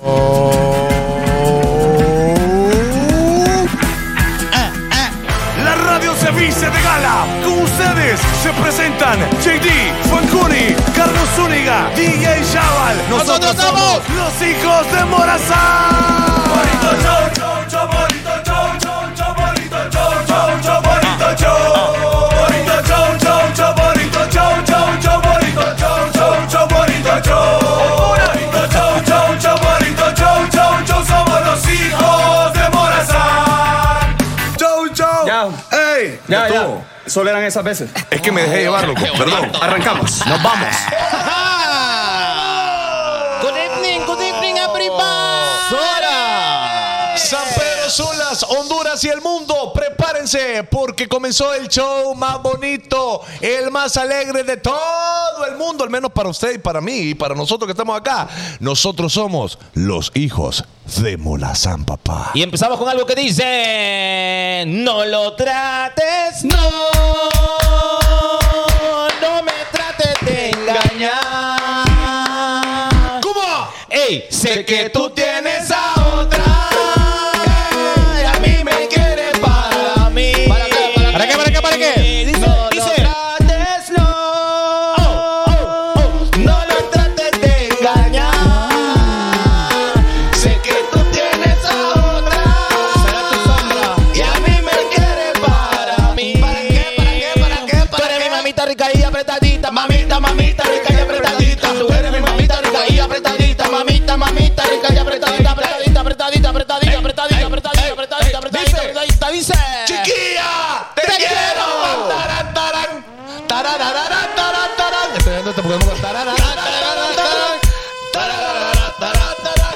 Oh. ¡Somos de Morazán! Chau, chau. Ya. ¡Ey! Ya, ya. estuvo. Solo eran esas veces. Es que me dejé llevar, loco. Perdón. Arrancamos. Nos vamos. Good evening, good evening, everybody. San Pedro Sulas, Honduras y el mundo, prepárense porque comenzó el show más bonito, el más alegre de todo el mundo, al menos para usted y para mí y para nosotros que estamos acá. Nosotros somos los hijos de Molazán, papá. Y empezamos con algo que dice: No lo trates, no. No me trates de engañar. ¿Cómo? Ey, sé que tú tienes a otra. Y a mí me quiere para mí. ¿Para qué? ¿Para qué? ¿Para qué? ¿Para qué? Dice, no dice. Lo trates, no. No lo trates de engañar. Sé que tú tienes a otra. Será tu sombra. Y a mí me quiere para mí. ¿Para qué? ¿Para qué? ¿Para qué? Tú eres mi mamita rica y apretadita. Mamita, mamita rica y apretadita. Tú eres mi mamita rica y apretadita. Mamita, mamita rica y apretadita. Apretadita, apretadita, apretadita, apretadita, apretadita, apretadita, apretadita, apretadita. Dice. ¡Chiquilla! ¡Te, ¡Te quiero! quiero! Tarán, tarán. Tararararán, tarán, tarán. Estoy dando este Pokémon. Tarararán, tarán, tarán. Tararararán, tarán, tarán.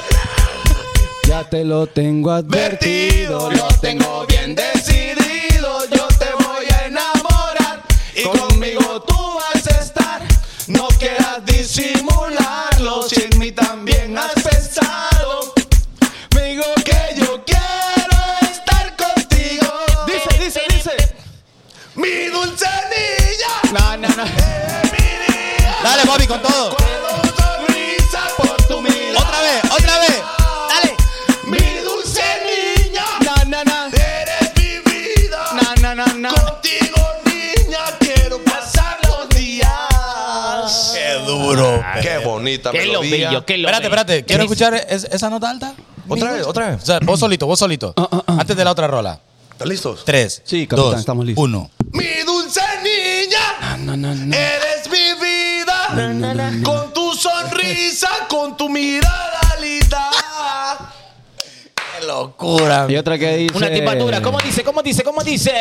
Ya te lo tengo Vertido, lo tengo bien decidido. Yo te voy a enamorar y conmigo tú vas a estar. No quieras disimularlo, si en mí también has pensado. Me digo que yo quiero estar contigo. Dice, dice, dice. mi dulce niña. No, no, no. de mi día. Dale, Bobby, con todo. Puedo sonrisa por tu mirada. Otra vez, otra vez. Dale. Mi dulce niña. No, no, no. Eres mi vida. No, no, no, no. Contigo, niña, quiero pasar los días. Qué duro. Qué bonita Qué lo melodía. bello, qué lo Espérate, bello. espérate. Quiero escuchar es- esa nota alta. Otra vez, otra O vez. sea, vos solito, vos solito. Antes de la otra rola. ¿Están listos? Tres. Ah, Sí, capitán, dos, estamos listos. Uno. Mi dulce niña. No, no, no. Eres mi vida. Con tu sonrisa, con tu mirada linda. Qué locura. Y otra que dice. Una tipatura. ¿Cómo dice? ¿Cómo dice? ¿Cómo dice?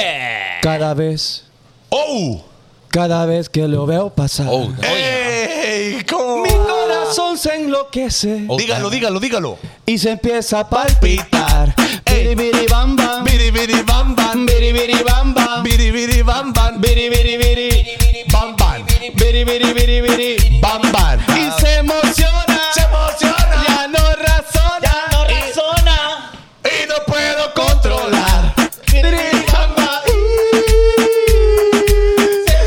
Cada vez, Oh. cada vez que lo veo pasar, Oh, ¡Ey! ¿Cómo? mi corazón se enloquece Dígalo, dígalo, dígalo. y se empieza a palpitar. Ey. Biri, biri, bam, bam. Biri biri bam bam. Biri, biri, bam, bam. Biri biri bam bam. Biri, biri, biri. Bam bam. Biri, biri, biri, biri. Bam bam. Y se emociona. Se emociona Ya no razona. No razona. y no puedo controlar. Se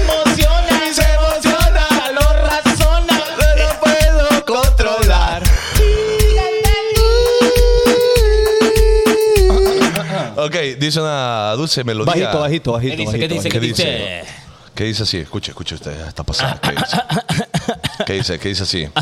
emociona. Se emociona, No razona. no puedo controlar. Ok, dice una dulce melodía. Bajito, bajito, ¿Qué bajito. dice? ¿Qué bajito, dice? bajito. ¿Qué dice? dice? ¿Qué dice así? Escuche, escuche usted, ya está pasando. ¿Qué dice? ¿Qué dice? ¿Qué dice así?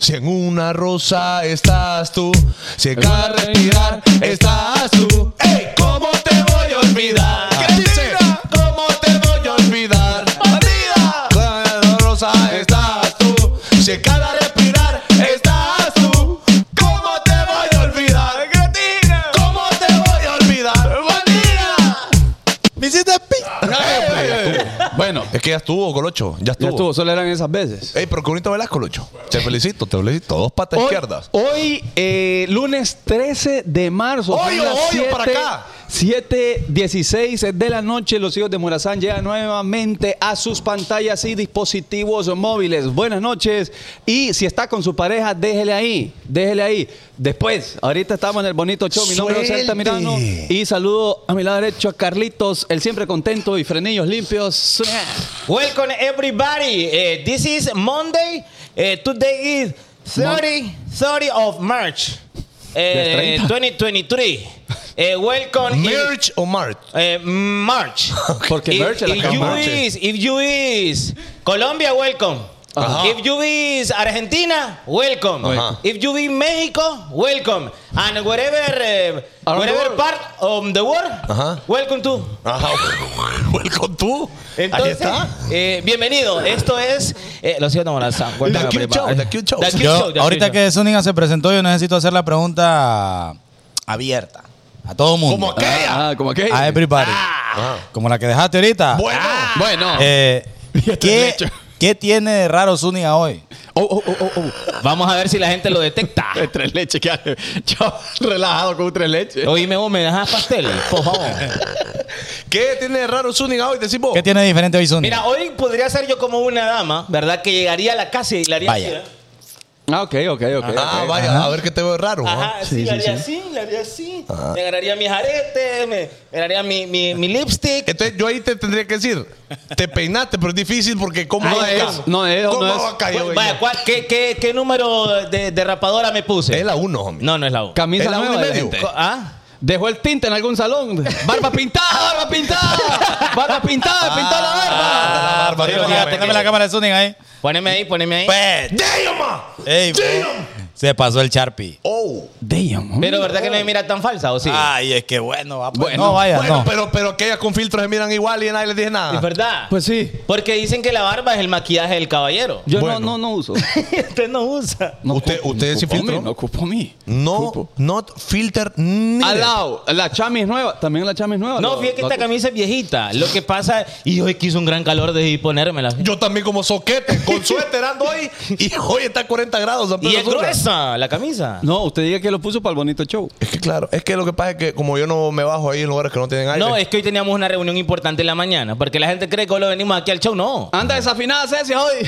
Si en una rosa estás tú, si en cada respirar estás tú, ¡Ey! ¿Cómo te voy a olvidar? ¿Qué dice? ¿Cómo te voy a olvidar? ¡Bandida! Cada rosa estás tú, si en cada respirar estás tú, ¿cómo te voy a olvidar? ¿Cómo te voy a olvidar? ¡Bandida! Me hiciste pi- Bueno, es que ya estuvo, Colocho. Ya estuvo. Ya estuvo, solo eran esas veces. Ey, pero qué bonito bailas, Colocho. Te felicito, te felicito. Dos patas izquierdas. Hoy, eh, lunes 13 de marzo. son Hoyo, las hoyo para siete- acá. 7.16 de la noche, los hijos de Morazán llegan nuevamente a sus pantallas y dispositivos móviles. Buenas noches. Y si está con su pareja, déjele ahí, déjele ahí. Después, ahorita estamos en el bonito show. Mi nombre es Celta Mirano. Y saludo a mi lado derecho a Carlitos, el siempre contento y frenillos limpios. Welcome everybody. Eh, this is Monday. Eh, today is 30, 30 of March. Eh, Ya es 30. 2023. Eh, welcome in- Merch o Mart. eh, March. Porque if, merch es la if que you marche. is, if you is Colombia, welcome. If you be Argentina, welcome. Ajá. If you be Mexico, welcome. And wherever, eh, Around the wherever world. part of the world, Ajá. welcome to. Ajá. Welcome tú. Ahí Entonces, está. eh, bienvenido. Esto es eh, Los hijos de Morazán. Cuéntame, The Cute prima. Show, The Cute Show. The Cute Yo, Show, The ahorita Cute que Zúñiga se presentó, yo necesito hacer la pregunta abierta a todo mundo. Como aquella. Ah, como que. A everybody. Ajá. Como la que dejaste ahorita. Bueno. Bueno. Eh, está ¿qué, hecho. qué tiene de raro Zúñiga hoy? Oh, oh, oh, oh, oh. Show. Vamos a ver si la gente lo detecta. De tres leches, que hace? Yo relajado con un tres leches. Oíme vos, ¿me dejas pastel? Por favor. ¿Qué tiene de raro Zúñiga hoy? Decimos. ¿Qué tiene de diferente hoy Zúñiga? Mira, hoy podría ser yo como una dama, ¿verdad? Que llegaría a la casa y la haría Vaya. así, ¿eh? ¿verdad? Ah, ok, ok, ok. Ah, ok. vaya. A ver qué te veo raro. ¿no? Ajá, Oh, sí, Ah. la haría así, la haría así. Me agarraría mis aretes, me, me agarraría mi, mi, mi lipstick. Entonces yo ahí te tendría que decir, te peinaste, pero es difícil porque cómo Ahí va a está. caer? No es, no ¿Cómo es. va a caer, Cu- güey? Vaya, ¿cuál- qué, qué, qué número de, de rapadora me puse? Es la uno, homie. No, no es la U. Camisa Es la una y nueva. medio. de- Co- ¿Ah? Dejó el tinte en algún salón. Barba pintada, barba pintada. Barba Ah. pintada, pintada la barba. Ah, barba, poneme barba, la- barba. Poneme la cámara de Zúñiga ahí. Poneme ahí, poneme ahí. Pues, ¡Damn! ma! ey, se pasó el Sharpie. ¡Oh! Damn. homie. Pero ¿verdad que no me mira tan falsa o sí? Ay, es que bueno, va, pues, Bueno, no vaya, Bueno, no. pero, pero aquellas con filtros se miran igual y a nadie les dije Es nada. verdad. Pues sí. Porque dicen que la barba es el maquillaje del caballero. Yo Bueno. no, no, no uso. Usted Este no usa. No Usted- ocupo- usted no sí ocupo a filtró. mí, No ocupo a mí. No, not filter ni. Al lado, la chamis nueva. También la chamis nueva. No, fíjate que esta camisa es viejita. Lo que pasa, y hoy quiso un gran calor de ponérmela. Yo también como soquete, con suéter ando hoy y hoy está a 40 grados. San Y Pedro es Sula. gruesa la camisa. No, usted diga que lo puso para el bonito show. Es que claro, es que lo que pasa es que como yo no me bajo ahí en lugares que no tienen aire. No, es que hoy teníamos una reunión importante en la mañana. Porque la gente cree que hoy lo venimos aquí al show. No. Anda desafinada, Ceci, hoy.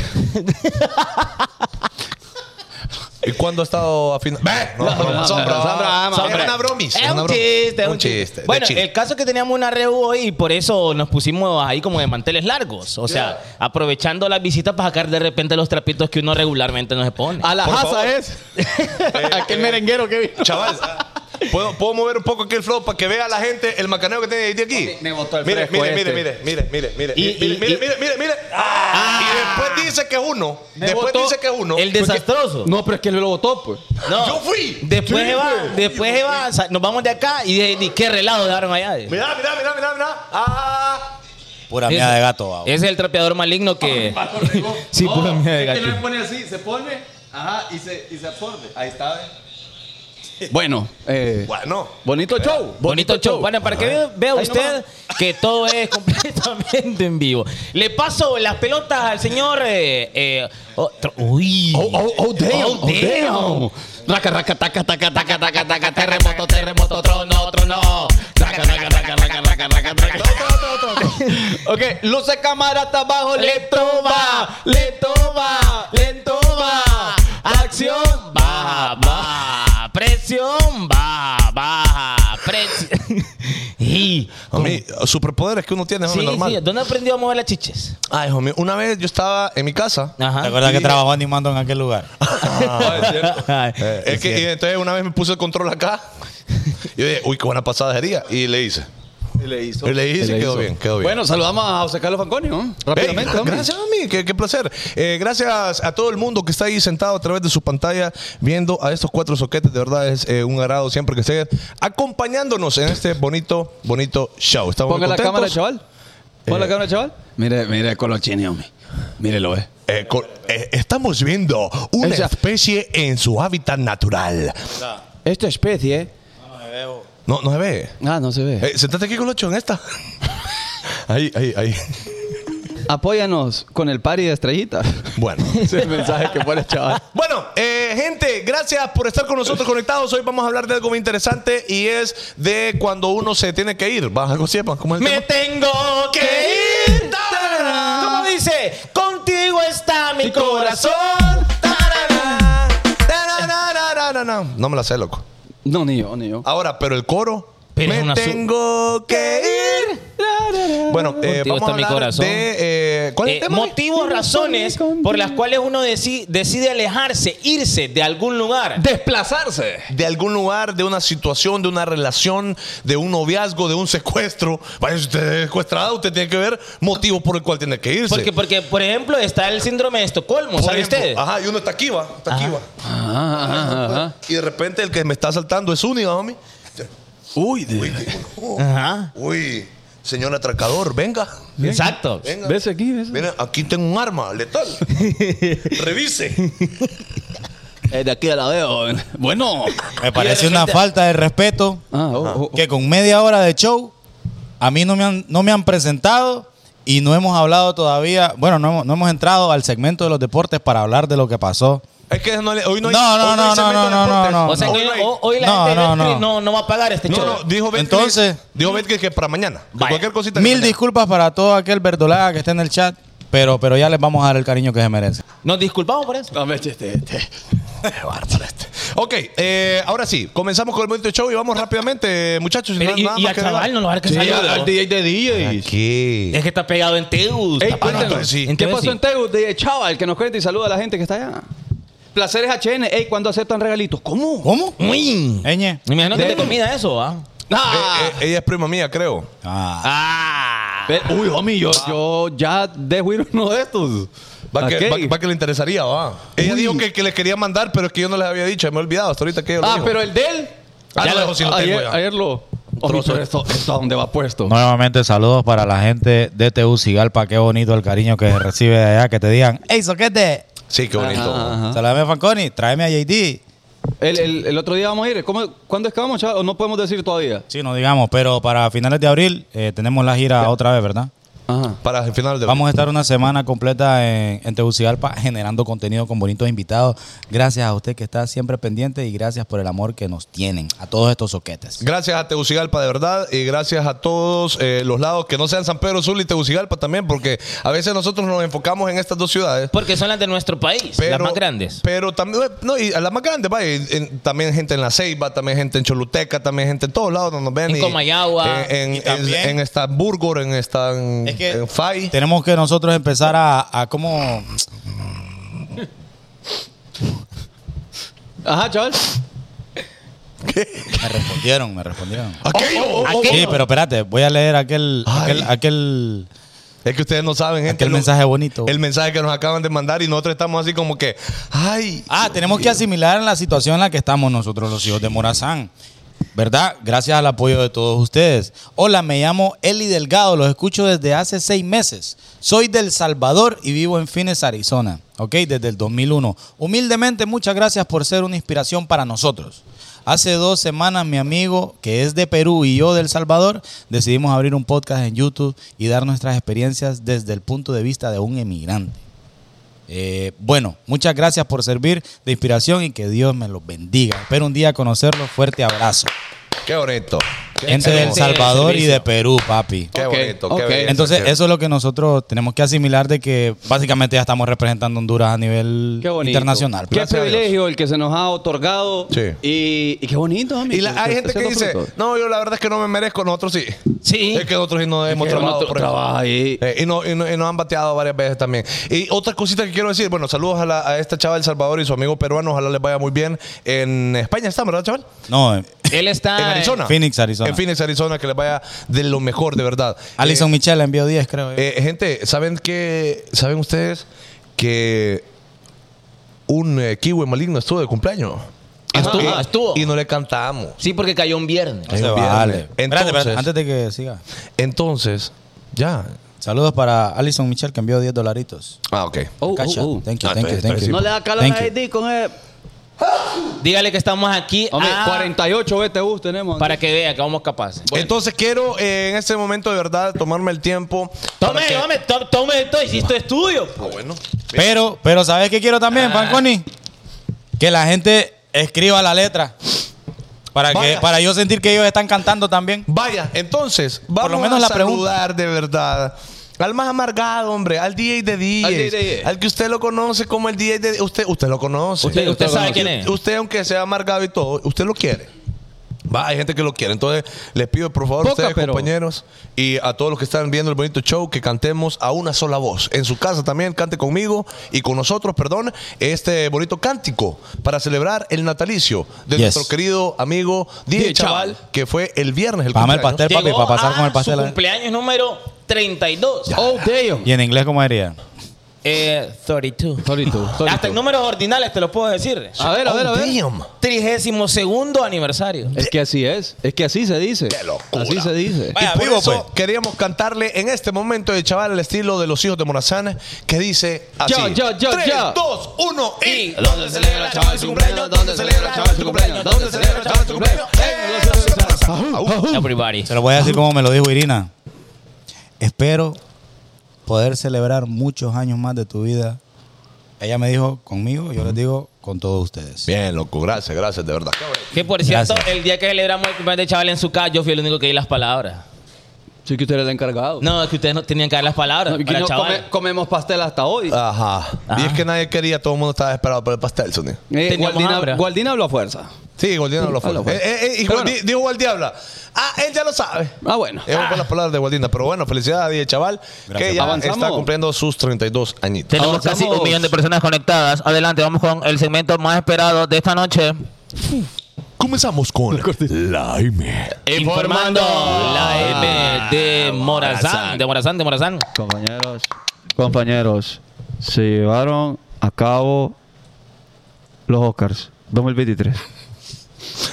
¿Y cuándo ha estado afinado? ¡Ve! Ah, No, broma, son bromas. bromas. Son Son bromas. bromas. una bromis. Es una un broma. chiste, es un chiste. de Bueno, chiste. el caso es que teníamos una reunión hoy y por eso nos pusimos ahí como de manteles largos. O sea, aprovechando las visitas para sacar de repente los trapitos que uno regularmente nos pone. A la Por favor. jaza es. Aquel merenguero que vi. Chaval, ¿puedo, puedo mover un poco aquí el flow para que vea la gente el macaneo que tiene ahí de aquí? Ok, me botó el mire, fresco mire, este. mire, mire, mire, mire, mire, Y- mire, y- mire, y- mire, mire, mire. Ah, y después dice que es uno. Después botó dice que es uno. El desastroso. No, pero es que lo votó, pues. No. Yo fui. Después Sí, se va, güey. después se va, sa- nos vamos de acá y dije, "Ni qué relajo dejaron allá. Ese Mirá, mirá, mirá, mirá, mirá. Ah. Pura mía de gato, va. es el trapeador maligno que. sí, pura mierda de gato. pone así, se pone, ajá, y se, y se absorbe. Ahí está, ¿ves? Bueno, eh, Bueno. bonito show. Bonito show. Bueno, para que vea, vea usted que todo es completamente en vivo. Le paso las pelotas al señor. eh, eh, otro- Uy. Oh, oh, oh, damn, oh, damn. Raca, raca, taca, taca, taca, taca, taca, terremoto, terremoto, trono, trono. Raca, raca, raca, raca, raca, raca, raca. Ok, luce camarata abajo, le toma, le toma, le toma. Acción baja, baja. Presión baja, baja. Presión. y. Homie, superpoderes que uno tiene, homie, Sí, normal. sí. ¿Dónde aprendió a mover las chiches? Ay, homie, una vez yo estaba en mi casa. ¿Te Ajá. acuerdas que trabajó animando en aquel lugar? Eh, es que y entonces una vez me puse el control acá. Y yo dije, uy, qué buena pasada sería. Y le hice. Y le hizo. Y le hice y quedó bien, quedó bien. Bueno, saludamos a José Carlos Fanconi, ¿no? Rápidamente, Hey, hombre. gracias a mí, qué, qué placer. Eh, gracias a todo el mundo que está ahí sentado a través de su pantalla viendo a estos cuatro soquetes. De verdad es eh, un agrado siempre que estén acompañándonos en este bonito, bonito show. Estamos Ponga muy la contentos. cámara, chaval. Ponga Eh, la cámara, chaval. Mire, mire, Colochini, hombre. Mírelo, eh. Eh, co- eh, estamos viendo una Esa- especie en su hábitat natural. Esta especie, No, no se ve. Ah, no se ve. Eh, sentate aquí con ocho en esta. ahí, ahí, ahí. Apóyanos con el party de estrellitas. Bueno. Ese es el mensaje que pone el chaval. Bueno, eh, gente, gracias por estar con nosotros conectados. Hoy vamos a hablar de algo muy interesante y es de cuando uno se tiene que ir. Baja, algo sepan cómo es el Me tema? tengo que ir. Tarará. ¿Cómo dice? Contigo está mi corazón. Tarará. Tararararararara. No me la sé, loco. No, ni yo, ni yo. Ahora, pero el coro. Pero es me una su- tengo que ir. Bueno, eh, Contigo vamos está a mi hablar corazón. de... eh, ¿Cuál es Eh, el tema? motivos, razones por las cuales uno deci- decide alejarse, irse de algún lugar. Desplazarse. de algún lugar, de una situación, de una relación, de un noviazgo, de un secuestro. Vaya, si usted es secuestrado, usted tiene que ver motivos por el cual tiene que irse. Porque, porque, por ejemplo, está el síndrome de Estocolmo, Por ¿sabe ejemplo, Ah. usted? Ajá, y uno está aquí, va. Está aquí, va. Ajá, ajá, ajá. Y de repente el que me está asaltando es único, homie. Uy, de- Uy, qué- uy, señor atracador, venga. Exacto. Venga. ¿Ves aquí? ¿Ves? Mira, aquí tengo un arma letal. Revise. Eh, de aquí a la veo. Bueno. Me parece una falta de respeto Ah, oh, oh, que con media hora de show a mí no me han, no me han presentado y no hemos hablado todavía, bueno, no hemos, no hemos entrado al segmento de los deportes para hablar de lo que pasó. Es que no le- hoy no hay. No, no, hoy no, hay no, segmento de no, no, deportes. no, no. O sea que oh, Hoy hoy, hay- hoy la No, gente de no, Netflix no. no, no va a pagar este No, show. no, dijo Betcris. Entonces- Dijo Betcris que para mañana. Que Vaya. Cualquier cosita. que Mil mañana. disculpas para todo aquel verdolaga que está en el chat, pero, pero ya les vamos a dar el cariño que se merece. Nos disculpamos por eso. No me eches este- este. Qué bárbaro este. Ok, eh, ahora sí, comenzamos con el momento de show y vamos rápidamente, muchachos. Pero no- y, nada y más al que chaval no lo va a dar que Sí, saludo. al, al DJ de DJs. ¿Qué? Es que está pegado en Teus. Ey, está pegado. cuéntanos, sí. ¿Qué Entonces, pasó en Tegus? De chaval, que nos cuente y saluda a la gente que está allá. Placeres HN. Ey, ¿cuándo aceptan regalitos? ¿Cómo? ¿Cómo? Uy. Eñe. Me imagino que De- te comida eso, ¿ah? Eh, eh, ella es prima mía, creo. Ah. Ah. Ve- Uy, homie, yo, yo ya dejo ir uno de estos. Va que, Ok. va- va que le interesaría, va. Ella dijo que, que le quería mandar, pero es que yo no les había dicho, me he olvidado hasta ahorita que ella lo ah, dijo. pero el de él. Ah, Ya no, eso sí lo tengo ayer, ya. ayer lo. Homie, pero esto, esto a dónde va puesto. Nuevamente saludos para la gente de Tegucigalpa, qué bonito el cariño que recibe de allá, que te digan, hey, soquete, Sí, qué bonito. Ajá, ajá. saludame a Fanconi, tráeme a JD. El, el- el otro día vamos a ir. ¿Cómo- ¿Cuándo es que vamos, chaval? ¿O no podemos decir todavía? Sí, no digamos, pero para finales de abril eh, tenemos la gira otra vez, ¿verdad? Ajá. Para el final del. Vamos a estar una semana completa en, en Tegucigalpa generando contenido con bonitos invitados. Gracias a usted que está siempre pendiente y gracias por el amor que nos tienen a todos estos soquetes. Gracias a Tegucigalpa, de verdad, y gracias a todos eh, los lados que no sean San Pedro Sula y Tegucigalpa también, porque a veces nosotros nos enfocamos en estas dos ciudades. Porque son las de nuestro país, Pero- las más grandes. Pero también, no, y a las más grandes, vaya, y- en- también gente en La Ceiba, también gente en Choluteca, también gente en todos lados donde nos ven. En y- Comayagua. En, en, Y también- en Estamburgo, en, Stan- Es que- en Fay. Tenemos que nosotros empezar a, a como... Ajá, chaval. Me respondieron, me respondieron. Aquello, oh, Sí, pero espérate, voy a leer aquel, aquel, Ay. aquel, oh. Es que ustedes no saben, gente. aquel lo- mensaje bonito. El mensaje que nos acaban de mandar y nosotros estamos así como que, ay. Ah, tenemos que asimilar la situación en la que estamos nosotros, los hijos de Morazán. ¿Verdad? Gracias al apoyo de todos ustedes. Hola, me llamo Eli Delgado, los escucho desde hace seis meses. Soy del Salvador y vivo en Phoenix, Arizona, ¿ok? Desde el 2001. Humildemente, muchas gracias por ser una inspiración para nosotros. Hace dos semanas mi amigo, que es de Perú y yo del Salvador, decidimos abrir un podcast en YouTube y dar nuestras experiencias desde el punto de vista de un emigrante. Eh, bueno, muchas gracias por servir de inspiración y que Dios me los bendiga. Espero un día conocerlos. Fuerte abrazo. Qué bonito. Qué Gente de El excelente. Salvador y servicio. de Perú, papi. Qué Ok, bonito. ok. Qué belleza, Entonces, qué- eso es lo que nosotros tenemos que asimilar de que básicamente ya estamos representando a Honduras a nivel Qué bonito. internacional. Qué Gracias a Dios. privilegio el que se nos ha otorgado. Sí. Y, y qué bonito, homie. Y la- hay gente que Hacerlo dice, fruto. no, yo la verdad es que no me merezco, nosotros sí. Sí. Es que nosotros sí no hemos Que trabajado no por eso. trabaja ahí. Eh, y, no, y, no- y nos han bateado varias veces también. Y otra cosita que quiero decir, bueno, saludos a, la- a esta chava del Salvador y su amigo peruano, ojalá les vaya muy bien. En España están, ¿verdad, chaval? No, eh, Él está en Arizona. Phoenix, Arizona. En Phoenix, Arizona, que les vaya de lo mejor, de verdad. Alison Michelle envió 10, creo. yo. Eh, eh, gente, ¿saben que ¿Saben ustedes que un eh, kiwi maligno estuvo de cumpleaños? Ajá, ajá, estuvo. Y no le cantamos. Sí, porque cayó un viernes. No se en eh, viernes. vale. Espérate, espérate, Entonces- antes de que siga. Entonces, ya. Saludos para Alison Michelle que envió 10 dolaritos. Ah, ok. Oh, oh, Cacha. oh. Thank you, Ah, thank you, está- thank está- you. No le da calor Thank a you. ID con Ah. el... Dígale que estamos aquí Homie, a- 48 BTUs tenemos. para que vea que vamos capaces. Entonces quiero eh, en este momento de verdad tomarme el tiempo. Tome, para que- tome, to- tome esto, hiciste estudio. Ah, bueno. Pero, pero ¿sabes qué quiero también, Fanconi? Que la gente escriba la letra. Para, que, Vaya. para yo sentir que ellos están cantando también. Vaya, entonces, vamos lo menos a la saludar de verdad. Al más amargado, hombre, al DJ de Al DJs. DJ. Al que usted lo conoce como el DJ de usted usted lo conoce. Usted, usted lo sabe conoce. quién es. Usted aunque sea amargado y todo, usted lo quiere. Va, hay gente que lo quiere. Entonces, les pido por favor a Poca, ustedes, pero- compañeros, y a todos los que están viendo el bonito show, que cantemos a una sola voz. En su casa también, cante conmigo y con nosotros, perdón, este bonito cántico para celebrar el natalicio de Yes. nuestro querido amigo DJ DJ Chaval, Chaval. que fue el viernes el Pame el cumpleaños. pastel, papi, Llegó para pasar a con el pastel. Su ¿eh? cumpleaños número 32. Oh, damn. ¿Y en inglés cómo diría? Eh, 32. Sorry tú, sorry Hasta tú. en números ordinales te los puedo decir. A ver, a ver, a ver. Oh, Damn. 32 aniversario. Es que así es. Es que así se dice. Así se dice. Vaya, y por vivo, eso pues. queríamos cantarle en este momento de chaval el estilo de los hijos de Morazán que dice así. Yo, yo, yo, Tres, yo. dos, uno y... ¿Dónde celebra chaval su cumpleaños? ¿Dónde celebra chaval su cumpleaños? ¿Dónde celebra chaval su cumpleaños? Everybody. Se lo voy a decir como me lo dijo Irina. Espero poder celebrar muchos años más de tu vida. Ella me dijo conmigo, yo les digo con todos ustedes. Bien, loco, gracias, gracias, de verdad. Que por cierto, Gracias. el día que celebramos el cumpleaños de chaval en su casa, yo fui el único que di las palabras. Sí que usted era el encargado. No, es que ustedes no tenían que dar las palabras. No, que Para no chaval. Ah. come- comemos pastel hasta hoy. Ajá. Y es que nadie quería, todo el mundo estaba esperado por el pastel, Sony. Eh, teníamos hambre. Gualdina, Gualdina habló a fuerza. Sí, Guardina no lo fue. Ah, lo fue. Eh, eh, eh, y Pero Guardi- bueno. Dijo Guardiabla. Ah, él ya lo sabe. Ah, bueno. Eh, Esas fueron las palabras de Guardina. Pero bueno, felicidades a DJ Chaval, que ya Avanzamos. está cumpliendo sus 32 añitos. Tenemos Avanzamos. casi un millón de personas conectadas. Adelante, vamos con el segmento más esperado de esta noche. Comenzamos con la M. Informando la M Ah, de Morazán. De Morazán, de Morazán. Compañeros, compañeros, se llevaron a cabo los Oscars 2023.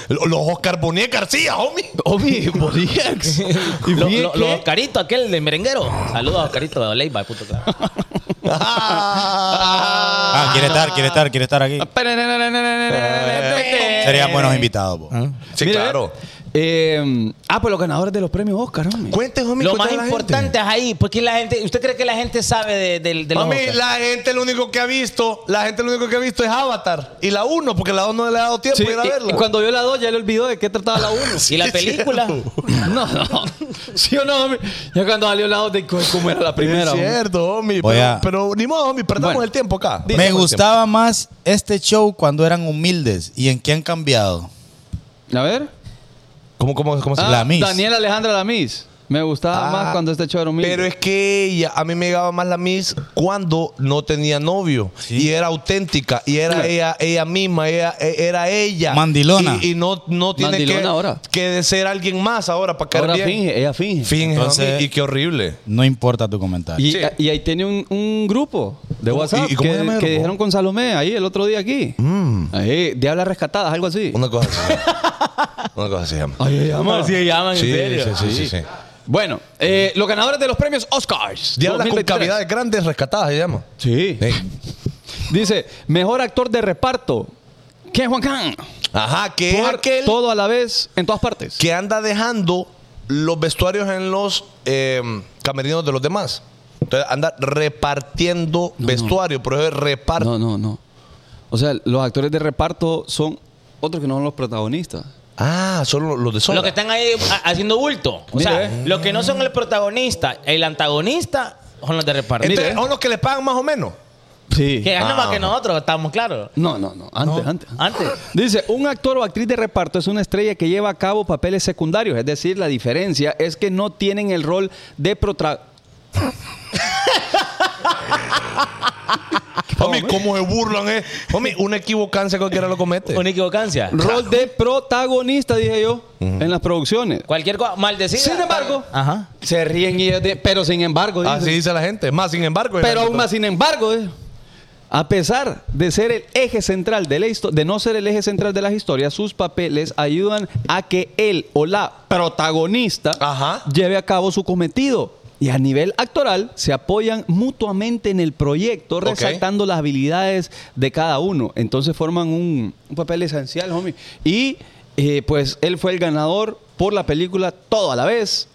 Lo- Los Oscar Bonet García, homie. Obi, Bodiex. Lo- lo- Los Oscarito, aquel de merenguero. Saludos a Oscarito de Leiva, puto claro. Ah, quiere estar, quiere estar, quiere estar aquí. Eh, Serían buenos invitados. po. Sí, claro. Eh, ah, pues los ganadores de los premios Oscar, hombre. Cuentes, Este homie. Lo cuenta pues, más a la gente. importante es ahí, porque la gente, ¿usted cree que la gente sabe de, de, de los Mami, Oscars? la gente lo único que ha visto, la gente lo único que ha visto es Avatar y la 1, porque la 2 no le ha dado tiempo Sí, de ir a y, verla. y cuando vio la 2 ya le olvidó de qué trataba la 1. ¿Y la película? No, no. ¿Sí o no, homie? Ya cuando salió la 2 de co- cómo era la primera. es homie. cierto, homie. Voy Pero, a- pero ni modo, homie, perdamos Bueno. el tiempo acá. Me gustaba más este show cuando eran humildes. ¿Y en qué han cambiado? A ver. ¿Cómo, cómo, cómo se Ah, La Miss. Daniel Alejandra Lamis. Me gustaba Ah, más cuando este show era humilde. Pero es que ella, a mí me llegaba más la Miss cuando no tenía novio y era auténtica y era ella, ella misma, ella, e- era ella. Mandilona. Y, y no, no tiene que, Mandilona ahora. que de ser alguien más ahora para caer Ahora bien. finge, ella finge. Finge, Entonces- homie, y qué horrible. No importa tu comentario. Y, Sí. y ahí tiene un, un grupo de ¿Cómo- WhatsApp y- y cómo que, se llama el que grupo? Mm. dijeron con Salomé ahí el otro día aquí. Ahí, de hablas rescatadas, algo así. Una cosa así. Una cosa se llama. Ay, ay, ama. Así se llaman, en Sí, serio. Ah, sí, sí, sí, sí. Bueno, eh, los ganadores de los premios Oscars. Diablas con 2023. cavidades grandes rescatadas se llama. Sí. Sí. Dice, mejor actor de reparto. ¿Quién es Juan Can? Ajá, que es Por aquel Todo a la vez, en todas partes. que anda dejando los vestuarios en los eh, camerinos de los demás. Entonces anda repartiendo vestuario, por eso es reparto. No, no, no. O sea, los actores de reparto son otros que no son los protagonistas. Ah, solo los de sobra. Los que están ahí ha- haciendo bulto. O Mire, sea, eh. los que no son el protagonista, el antagonista, son los de reparto. Entonces, eh. Mire, son los que le pagan más o menos. Sí. que ganan Ah. más que nosotros, estamos claros. No, no, no. Antes, antes. Antes. Dice, un actor o actriz de reparto es una estrella que lleva a cabo papeles secundarios. Es decir, la diferencia es que no tienen el rol de protra... Homie, cómo se burlan, eh. Homie, una equivocancia cualquiera lo comete. Una equivocancia. Rol de protagonista, dije yo, en las producciones. Cualquier cosa, maldecida. Sin embargo, Ajá. se ríen y ellos de- pero sin embargo, dicen. Así dice la gente. Más, sin embargo. pero aún más sin embargo, eh, a pesar de ser el eje central de la histo- de no ser el eje central de las historias, sus papeles ayudan a que él o la protagonista Ajá. lleve a cabo su cometido. Y a nivel actoral se apoyan mutuamente en el proyecto, resaltando las habilidades de cada uno. Entonces forman un, un papel esencial, homie. Y eh, pues él fue el ganador por la película Todo a la vez,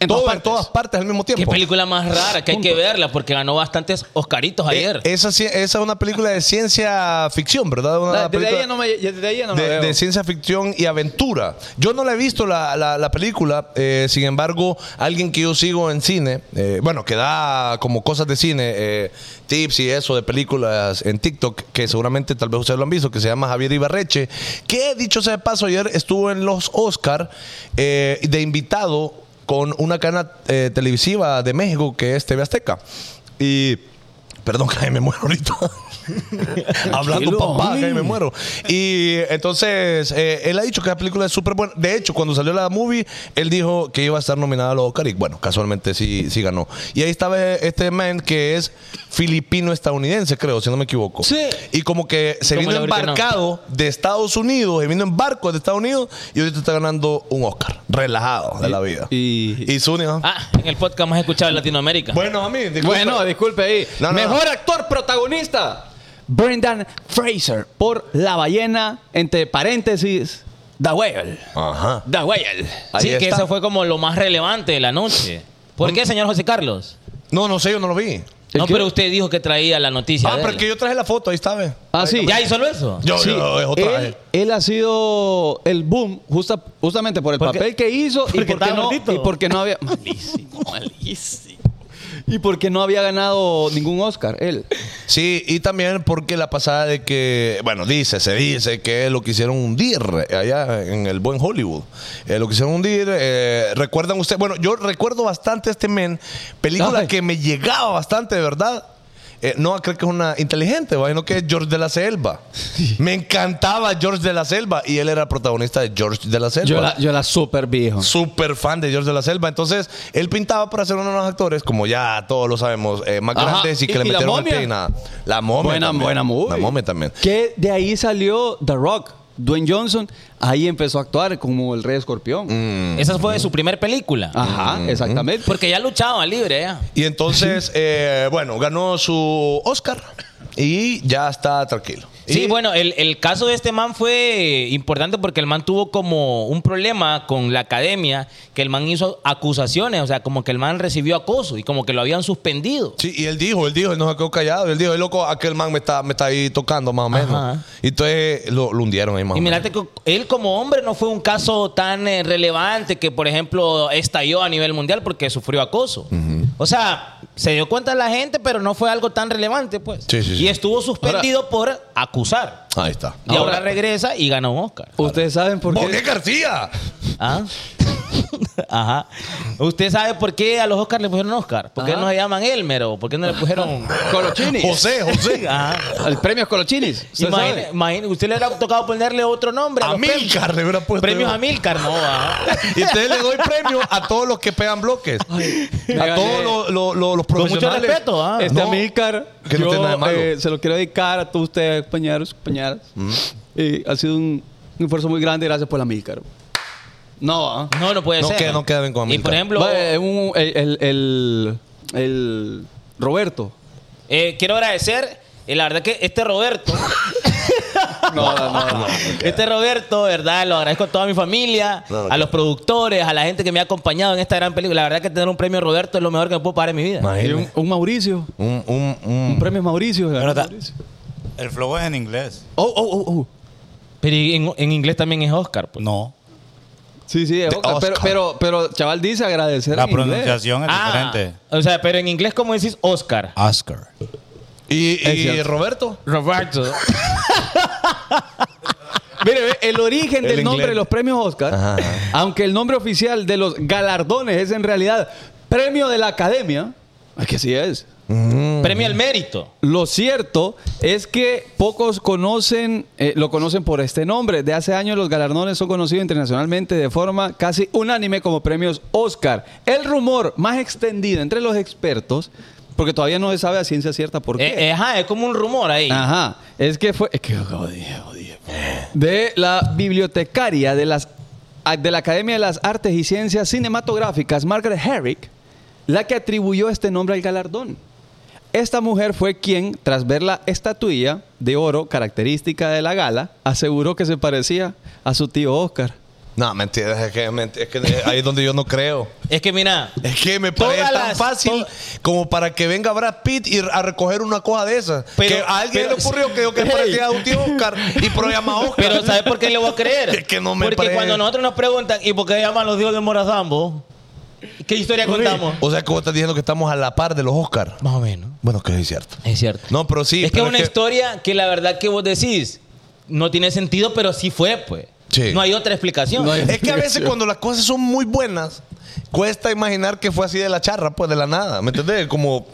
En todo todas en todas partes al mismo tiempo. Qué película más rara, que hay que verla porque ganó bastantes Oscaritos Eh, ayer. esa, sí- esa es una película de ciencia ficción, ¿verdad? Una Desde ahí película- ya no me, desde ahí ya no me de, veo. de ciencia ficción y aventura. Yo no la he visto la, la- la película, eh, sin embargo, alguien que yo sigo en cine, eh, bueno, que da como cosas de cine, eh, tips y eso de películas en TikTok, que seguramente tal vez ustedes lo han visto, que se llama Javier Ibarreche, que dicho sea de paso, ayer estuvo en los Oscar eh, de invitado con una cana eh, televisiva de México que es TV Azteca. Y. Perdón, que me muero ahorita. Hablando papá, que me muero. Y entonces, eh, él ha dicho que la película es súper buena. De hecho, cuando salió la movie, él dijo que iba a estar nominada a los Oscar y bueno, casualmente sí, sí ganó. Y ahí estaba este man que es filipino-estadounidense, creo, si no me equivoco. Sí. Y como que se Como vino la británica. embarcado de Estados Unidos, se vino en barco de Estados Unidos y ahorita está ganando un Oscar. Relajado de la vida. y- y Zuni, ¿no? Ah, en el podcast más escuchado en Latinoamérica. Bueno, a mí, disculpa. Bueno, disculpe ahí. No, no, Mejor actor protagonista. Brendan Fraser por La ballena, entre paréntesis, The Whale. Ajá. The Whale. Así ahí que está. eso fue como lo más relevante de la noche. ¿Por qué, señor José Carlos? No, no sé, yo no lo vi. ¿El No, qué? pero usted dijo que traía la noticia. Ah, de pero él. que yo traje la foto, ahí está, ve. Ah, sí. ¿Ya hizo solo eso? Yo, Sí, yo, es otro él, traje. él ha sido el boom justa- justamente por el Porque- papel que hizo y porque porque, estaba no, gordito. y porque no había Malísimo, malísimo. y porque no había ganado ningún Oscar él. Sí, y también porque la pasada de que, bueno, dice, se dice que lo quisieron hundir allá en el buen Hollywood. Eh, lo quisieron hundir. eh, ¿Recuerdan ustedes? Bueno, yo recuerdo bastante este men, película Ay. que me llegaba bastante, de verdad. Eh, no creo que es una inteligente, ¿va? sino que es George de la Selva. Me encantaba George de la Selva y él era el protagonista de George de la Selva. Yo la, yo la super viejo. Súper fan de George de la Selva. Entonces, él pintaba para ser uno de los actores, como ya todos lo sabemos, eh, más Ajá. grandes y que ¿Y- le y la metieron el momia? pie y nada. La momia. Buena- también. buena movie. La momia también. Que de ahí salió The Rock, Dwayne Johnson, ahí empezó a actuar como el Rey Escorpión. Mm, Esa fue su primer película. Ah. Ajá, exactamente. Porque ya luchaba libre, ya. Y entonces, eh, bueno, ganó su Oscar y ya está tranquilo. Sí, Y- bueno, el, el caso de este man fue importante porque el man tuvo como un problema con la academia, que el man hizo acusaciones, o sea, como que el man recibió acoso y como que lo habían suspendido. Sí, y él dijo, él dijo, él no se quedó callado. Él dijo, el loco, aquel man me está, me está ahí tocando más o menos. Ajá. Y entonces lo, lo hundieron ahí más Y o menos. mirate que él como hombre no fue un caso tan eh, relevante que, por ejemplo, estalló a nivel mundial porque sufrió acoso. O sea, se dio cuenta la gente, pero no fue algo tan relevante, pues. Sí, sí, sí. Y estuvo suspendido por acusar. Ahí está. Y ahora, Ahora- regresa y gana un mm. Oscar. Ustedes saben por ¡Boné qué. García! ¿Ah? Ajá. ¿Usted sabe por qué a los Oscar le pusieron Oscar? ¿Por qué Ajá. no se llaman Elmer o por qué no le pusieron... Colochini. José, José. Ajá. El premio es Colochinis. ¿Usted Imagine- sabe? imagine- usted le hubiera tocado ponerle otro nombre. A los premios. Amilcar le hubiera puesto. Premios Amilcar, no. ¿ah? Y entonces le doy premio a todos los que pegan bloques. me a gané. todos los, los- los- los Con mucho profesionales. respeto, ¿ah? Este No, Amílcar, que no yo tiene nada de malo. Mm. eh, se lo quiero dedicar a todos ustedes, compañeros, compañeras. Eh, ha sido un, un esfuerzo muy grande, gracias por la Amílcar. No, ¿ah? No, no puede No ser. queda- no queda bien con Y Amilcar. por ejemplo, Va, eh, un- el, el- el- el Roberto. eh, quiero agradecer. eh, la verdad que este Roberto, No, no, no. este Roberto, ¿verdad? Lo agradezco a toda mi familia, No, no a los productores, a la gente que me ha acompañado en esta gran película. La verdad que tener un premio Roberto es lo mejor que me puedo pagar en mi vida. Y un, imagínate. un Mauricio. Un, un, un- Un premio Mauricio. Pero ta- Mauricio. El flow es en inglés. Oh, oh, oh, oh. Pero y en, en inglés también es Oscar. pues. No. Sí, sí, es The Oscar, pero, Oscar. pero, pero chaval dice agradecer. La en inglés. pronunciación es Ah, diferente. o sea, pero en inglés, ¿cómo decís Oscar? Oscar. y, Es y cierto. Roberto. Roberto. Mire, ve, el origen El del nombre inglés. de los premios Oscar, Ajá. aunque el nombre oficial de los galardones es en realidad Premio de la Academia, es que así es. Premio al mérito. Lo cierto es que pocos conocen, eh, lo conocen por este nombre. De hace años los galardones son conocidos internacionalmente de forma casi unánime como premios Oscar. El rumor más extendido entre los expertos, porque todavía no se sabe a ciencia cierta por qué. Ah. Eh, eh, ajá, es como un rumor ahí. Ajá, es que fue. Es que jodía, jodía. De la bibliotecaria de, las, de la Academia de las Artes y Ciencias Cinematográficas, Margaret Herrick, la que atribuyó este nombre al galardón. Esta mujer fue quien, tras ver la estatuilla de oro característica de la gala, aseguró que se parecía a su tío Oscar. No, mentira, es que, ment- es que ahí es donde yo no creo. Es que mira, Es que me Todas parece tan las- fácil to- como para que venga Brad Pitt y a recoger una cosa de esas. Pero- que a alguien pero- le ocurrió que, que es parecida a un tío Oscar y por ahí llama Oscar. pero ¿sabes por qué le voy a creer? Es que no me Porque parece. cuando nosotros nos preguntan, ¿y por qué llaman los dios de Morazambo? ¿Qué historia contamos? O sea, que vos estás diciendo que estamos a la par de los Oscar. Más o menos. Bueno, que es cierto. Es cierto. No, pero sí. es que es pero una historia que la verdad que vos decís no tiene sentido, pero sí fue, pues. Sí. No hay otra explicación. Es que a veces cuando las cosas son muy buenas, cuesta imaginar que fue así de la charra, pues de la nada. ¿Me entendés? Como.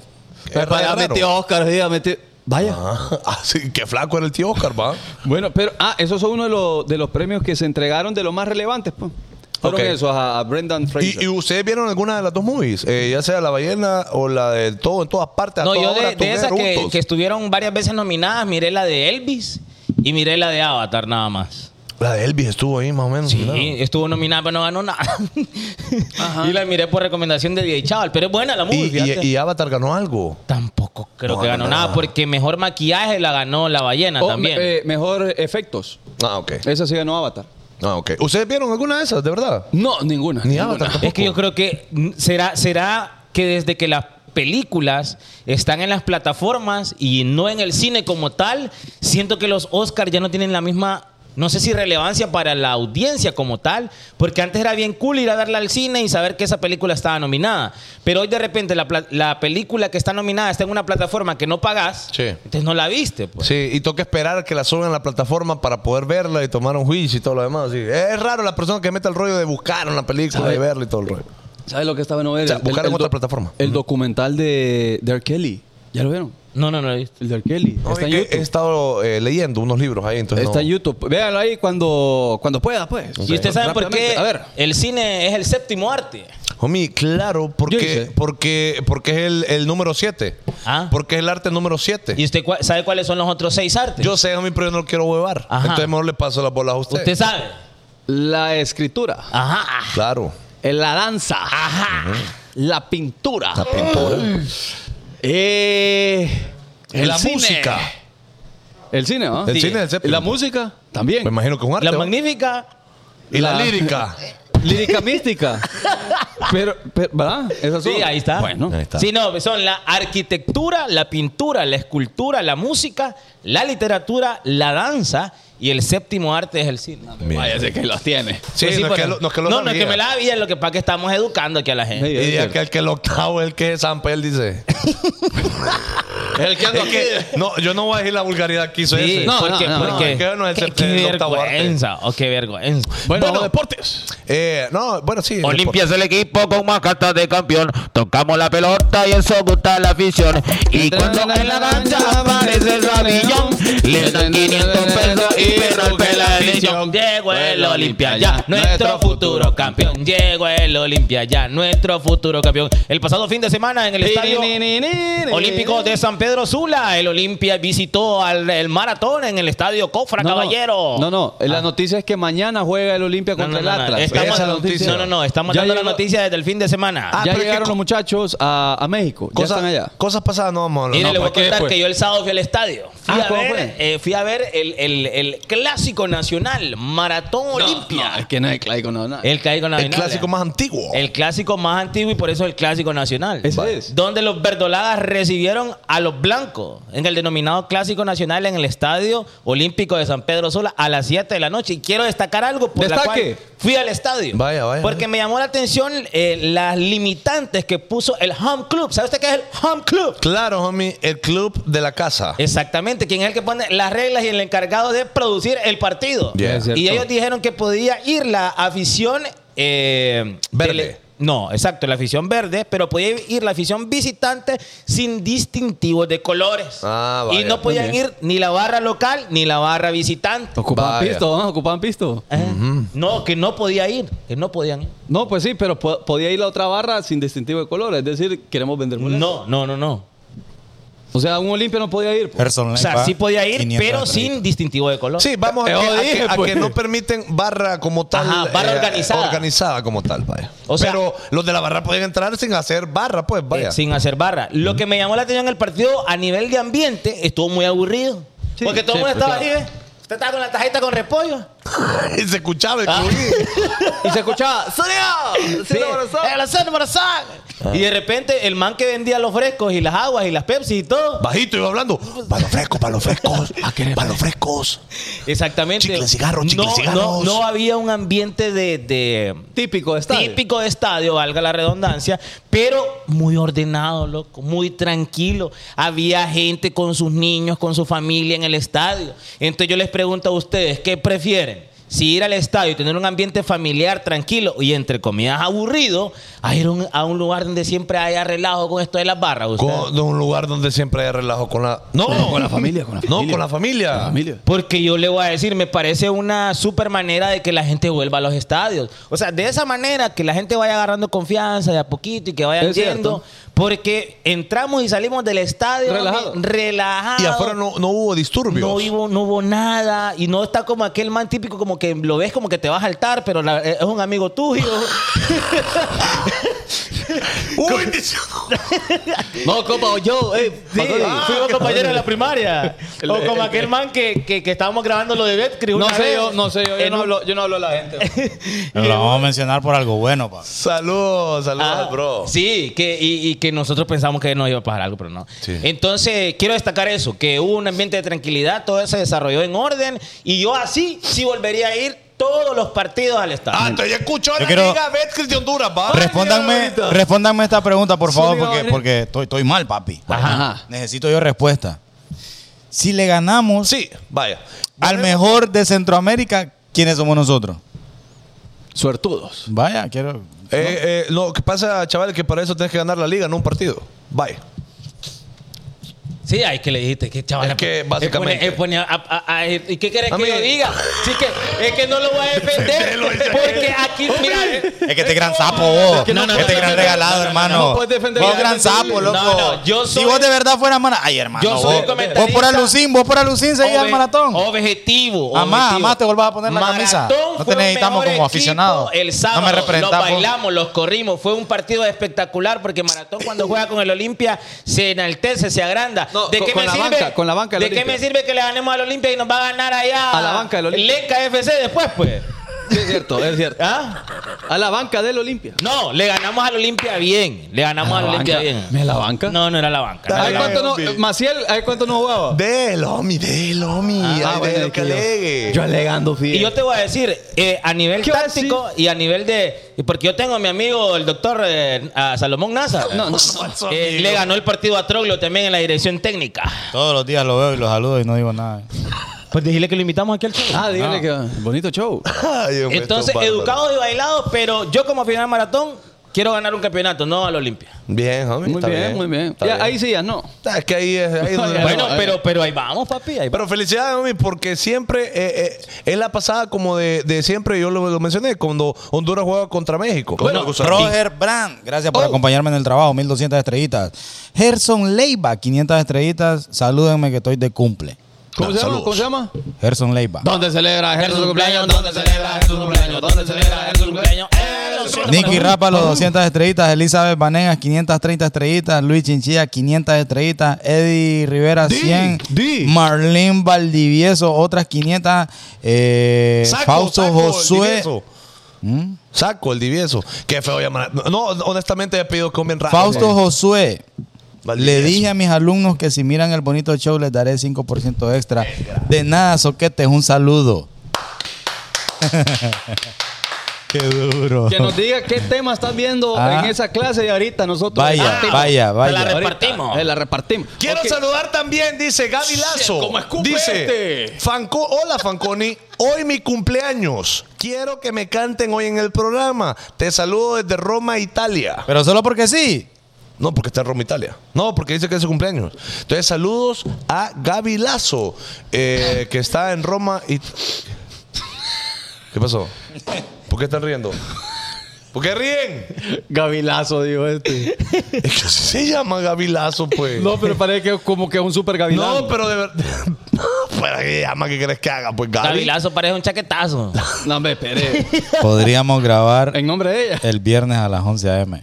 es Para raro. metió a Oscar, sí, ya metió- Vaya. Ah, ah, sí, qué flaco era el tío Oscar, va. Bueno, pero. Ah, esos son uno de los, de los premios que se entregaron de los más relevantes, pues. Fueron Ok. esos a, a Brendan Fraser. ¿Y, y ustedes vieron alguna de las dos movies? Eh, ya sea La Ballena o la de todo, en todas partes. a No, toda yo hora, de, de todos esas que, juntos. que estuvieron varias veces nominadas, miré la de Elvis y miré la de Avatar nada más. La de Elvis estuvo ahí más o menos. Sí, ¿no? estuvo nominada, pero no ganó nada. y la miré por recomendación de DJ Chaval, pero es buena la Y, movie. y- fíjate. y Avatar ganó algo. Tampoco creo No que ganó ganó nada, nada. porque mejor maquillaje la ganó la ballena O, también. eh, mejor efectos. Ah, ok. Esa sí ganó Avatar. Ah, ok. ¿Ustedes vieron alguna de esas, de verdad? No, ninguna. Ni ninguna. Avatar tampoco. Es que yo creo que mm, será, será que desde que las películas están en las plataformas y no en el cine como tal, siento que los Oscars ya no tienen la misma, no sé si relevancia para la audiencia como tal, porque antes era bien cool ir a verla al cine y saber que esa película estaba nominada, pero hoy de repente la, pla- la película que está nominada está en una plataforma que no pagás, Sí. entonces no la viste. Pues. Sí, y toca esperar que la suban a la plataforma para poder verla y tomar un juicio y todo lo demás. sí. Es raro la persona que mete el rollo de buscar una película ¿Sabe? y verla y todo el rollo. ¿Sabes lo que estaba bueno ver? O sea, El- buscar el en otra doc- plataforma. El documental de, de R. Kelly. ¿Ya lo vieron? No, no, no la viste. El de R. Kelly. No, está en es que YouTube. He estado eh, leyendo unos libros ahí, entonces. Está en no. YouTube. Véanlo ahí cuando, cuando pueda, pues. ¿Y usted sabe por qué Rápidamente. A ver. el cine es el séptimo arte? Homie, claro, porque, hice. porque, porque es el, el número 7. Ah. Porque es el arte número 7. ¿Y usted cua- sabe cuáles son los otros seis artes? Yo sé, homie, pero yo no lo quiero huevar. Ajá. Entonces mejor le paso las bolas a usted. Usted sabe. La escritura. Ajá. Claro. La danza. La pintura. La la música. El cine, ¿no? El cine es el séptimo. La música también. Me imagino que es un arte. La ¿no? magnífica. y la, la- lírica. Lírica mística. Pero, pero, ¿verdad? Esas Sí, son. ahí está. Bueno. Ahí está. Sí, no, son la arquitectura, la pintura, la escultura, la música, la literatura, la danza y el séptimo arte es el cine. Bien. Vaya, sé que los tiene. Sí, Pues no, es pues, que lo, no es que lo no, no es sabía. que me la había, lo que pasa es que estamos educando aquí a la gente. Sí, Y es el cierto. que el, que el octavo es el que es Zampa, él dice. el que anda aquí. No, yo no voy a decir la vulgaridad aquí, soy Sí, ese. No, porque, no, no, porque- no, que no es el qué, qué séptimo, el octavo arte. vergüenza, oh, qué vergüenza. Bueno, deportes. Eh, no, bueno, sí. Olimpia deportes. es el equipo con más cartas de campeón. Tocamos la pelota y eso gusta a la afición. Y cuando en la cancha aparece el rabillón, le dan 500 pesos y pero pela el lechón. Llegó el Olimpia ya, nuestro futuro campeón. Llegó el Olimpia ya, nuestro futuro campeón. El pasado fin de semana en el estadio Olímpico de San Pedro Sula, el Olimpia visitó al el maratón en el estadio Cofra No, no. Caballero. No, no. eh, La noticia es que mañana juega el Olimpia No, contra no, no, el no. Atlas. Estamos- Esa es la noticia. No, no, no, estamos Ya dando la llegó- noticia desde el fin de semana. Ah, ya pero es que llegaron co- los muchachos a, a México. Cosa- ya están allá. Cosas pasadas no vamos a hablar. Mire, No, pues, le voy a ¿para qué contar después? que yo el sábado fui al estadio. Fui, Ah, a, ¿cómo ver, fue? eh, fui a ver el, el- el clásico nacional, Maratón Olimpia. No, es que no es clásico, no, no. El clásico el nacional. clásico más antiguo. El clásico más antiguo y por eso el clásico nacional. Eso es. Donde los verdolagas recibieron a los blancos en el denominado clásico nacional en el Estadio Olímpico de San Pedro Sula a las 7 de la noche. Y quiero destacar algo por la Destaque. cual fui al estadio. Vaya, vaya, Porque vaya. me llamó la atención eh, las limitantes que puso el Home Club. ¿Sabe usted qué es el Home Club? Claro, homie, el club de la casa. Exactamente, quien es el que pone las reglas y el encargado de producir el partido. Yeah. Es cierto. Y ellos dijeron que podía ir la afición eh, Verde. tele- no, exacto, la afición verde, pero podía ir la afición visitante sin distintivos de colores. Ah, vaya. y no podían Muy bien. ir ni la barra local ni la barra visitante. Ocupaban Vaya. pisto, ¿no? Ocupaban pisto. Ajá. No, que no podía ir, que no podían ir. No, pues sí, pero po- podía ir la otra barra sin distintivo de color. Es decir, queremos vender boletos. No, no, no, no. O sea, un Olimpia no podía ir. pues. Person O Life sea, va sí podía ir, 500 pero estrellitas. sin distintivo de color. Sí, vamos a, Yo que, a dije, que- a pues. que no permiten barra como tal. Eh, eh, Ajá, barra organizada. Organizada como tal, vaya. O sea- Pero los de la barra pueden entrar sin hacer barra, pues, vaya. Eh, sin hacer barra. Lo que me llamó la atención en el partido a nivel de ambiente estuvo muy aburrido. Sí, porque todo el mundo sí, pues, estaba ahí, claro. ¿ves? Usted estaba con la tarjeta con repollo. Y se escuchaba el Ah. crujido. Y se escuchaba. ¡Sonido! Sí. ¡Sin abrazar! ¡Abrazar, abrazar! Y de repente el man que vendía los frescos y las aguas y las Pepsi y todo. Bajito iba hablando. Para los frescos, para los frescos. Para los frescos. Exactamente. Chicle, cigarro, chicle, no, cigarros. No, no había un ambiente de, de- Típico, está. típico de estadio, valga la redundancia, pero muy ordenado, loco, muy tranquilo. Había gente con sus niños, con su familia en el estadio. Entonces yo les pregunto a ustedes, ¿qué prefieren? Si ir al estadio y tener un ambiente familiar tranquilo y entre comillas aburrido, a ir a un, a un lugar donde siempre haya relajo con esto de las barras. ustedes? Con- de un lugar donde siempre hay relajo con la. No, con la familia, con la familia. No, con la familia. Porque yo le voy a decir, me parece una super manera de que la gente vuelva a los estadios. O sea, de esa manera que la gente vaya agarrando confianza de a poquito y que vayan Es cierto. yendo. Porque entramos y salimos del estadio Relajado. hombre, relajado. Y afuera no, no hubo disturbios. No hubo, no hubo nada y no está como aquel man típico como que lo ves como que te vas a saltar, pero la- eh, es un amigo tuyo. Uy, dice- No, compa, yo, eh, Sí, Patroni. fuimos compañeros de la primaria. o como aquel man que, que, que estábamos grabando lo de Betcris. No una sé vez. yo, no sé yo, yo En no un- hablo, yo no hablo a la gente. Pero lo vamos a mencionar por algo bueno, pa. Saludos, saludos, Ah, al bro. Sí, que, y, y que nosotros pensamos que no iba a pasar algo, pero no. Sí. Entonces, quiero destacar eso, que hubo un ambiente de tranquilidad, todo se desarrolló en orden, y yo así sí volvería a ir todos los partidos al estadio. Ah, entonces ya escuchó a la Yo quiero- liga Betcris de Honduras, va. Respóndanme, respóndanme esta pregunta, por favor, porque, porque estoy, estoy mal, papi. Ajá. Necesito yo respuesta. Si le ganamos Sí, vaya. al mejor de Centroamérica, ¿quiénes somos nosotros? Suertudos. Vaya, quiero. Eh, eh, lo que pasa, chaval, que para eso tienes que ganar la liga, no un partido. Vaya. Sí, ay, que le dijiste, que chaval. Es que básicamente- él pone- él pone a- a- a- ¿Y qué querés A mí- que yo diga? Sí, que, es que no lo voy a defender, Defendelo, dice. porque aquí, mira... eh, Es que este gran sapo, vos. no, no, este no, gran no, no, regalado, no, no, no, hermano. no puedes defender vos, la gran gente. sapo, loco. No, no, yo soy- si vos de verdad fueras mala. Ay, hermano. Yo soy vos, comentarista. vos por alucín, vos por alucín seguís al Obje- maratón. Objetivo. Jamás, objetivo. jamás te volvás a poner la camisa. Maratón No fue te el necesitamos mejor como equipo aficionado. El No sábado me representás, los vos. bailamos, los corrimos. Fue un partido espectacular porque Maratón cuando juega con el Olimpia se enaltece, se agranda. No, ¿De con- qué con me la sirve? banca, con la banca del ¿De qué Olimpia. me sirve que le ganemos al Olimpia y nos va a ganar allá A la banca del Olimpia. Leca FC después, pues. Sí, es cierto, es cierto. ¿Ah? A la banca del Olimpia. No, le ganamos al Olimpia bien. Le ganamos al Olimpia bien. ¿Me la banca? No, no era la banca. no era ¿Ay la cuánto no? Olimpia. Maciel, ¿ay cuánto no jugaba? Delo, mi, delo, mi. Ah, bueno, que alegue. alegando, Y yo te voy a decir, eh, a nivel ¿Qué va a táctico y a nivel de. y Porque yo tengo a mi amigo, el doctor eh, a Salomón Nasa. No, no, Eh, le ganó el partido a Troglio también en la dirección técnica. Todos los días lo veo y lo saludo y no digo nada. Pues dijile que lo invitamos aquí al show. Ah, dígale que bonito show. Ay, hombre, Entonces, esto es bárbaro. educados y bailados, pero yo como final maratón quiero ganar un campeonato, no al Olimpia. Bien, homie, Muy está bien, muy bien. está Ya, ahí sí, ya no. Ah, Es que ahí es. ahí es donde- Bueno, no, pero, pero ahí vamos, papi. Ahí Pero felicidades, homie, porque siempre eh, eh, es la pasada como de, de siempre, yo lo, lo mencioné, cuando Honduras juega contra México. Bueno, Gustavo. Roger Brand, gracias Oh. por acompañarme en el trabajo, 1200 estrellitas. Gerson Leiva, 500 estrellitas. Salúdenme que estoy de cumple. ¿Cómo se llama? Saludos. ¿Cómo se llama? Gerson Leiva. ¿Dónde celebra vamos. Jesús su cumpleaños? ¿Dónde celebra Jesús su cumpleaños? ¿Dónde celebra Jesús su cumpleaños? Eh, los otros- Nicky Rapa, los 200 estrellitas. Elizabeth Vanegas, 530 estrellitas. Luis Chinchilla, 500 estrellitas. Eddie Rivera, 100. di. Marlene Valdivieso, otras 500. Eh, Saco, Fausto saco, el Josué. divieso. ¿Mm? Saco el divieso. Qué feo llamar. No, no, honestamente he pedido comen raro. Fausto Josué. Le Valdivieso. dije a mis alumnos que si miran el bonito show les daré 5% extra. De nada, soquetes, un saludo. Qué duro. Que nos diga qué tema estás viendo Ah. en esa clase y ahorita nosotros. Vaya, repartimos. vaya, Te la vaya. repartimos. Eh, la repartimos. Quiero Ok. saludar también, dice Gaby Lazo. como escupe dice, este. Fanco, hola Fanconi, hoy mi cumpleaños. Quiero que me canten hoy en el programa. Te saludo desde Roma, Italia. Pero solo porque sí. No, porque está en Roma, Italia. No, porque dice que es su cumpleaños. Entonces, saludos a Gaby Lazo, eh, que está en Roma. y ¿Qué pasó? ¿Por qué están riendo? ¿Por qué ríen? Gavilazo, digo este. Es que así se llama Gaby Lazo, pues. No, pero parece que como que un super gavilán. No, pero de verdad. ¿Para qué llama? ¿Qué crees que haga? Pues Gaby. Gavilazo parece un chaquetazo. No, hombre, espere. Podríamos grabar En nombre de ella. el viernes a las 11 a.m.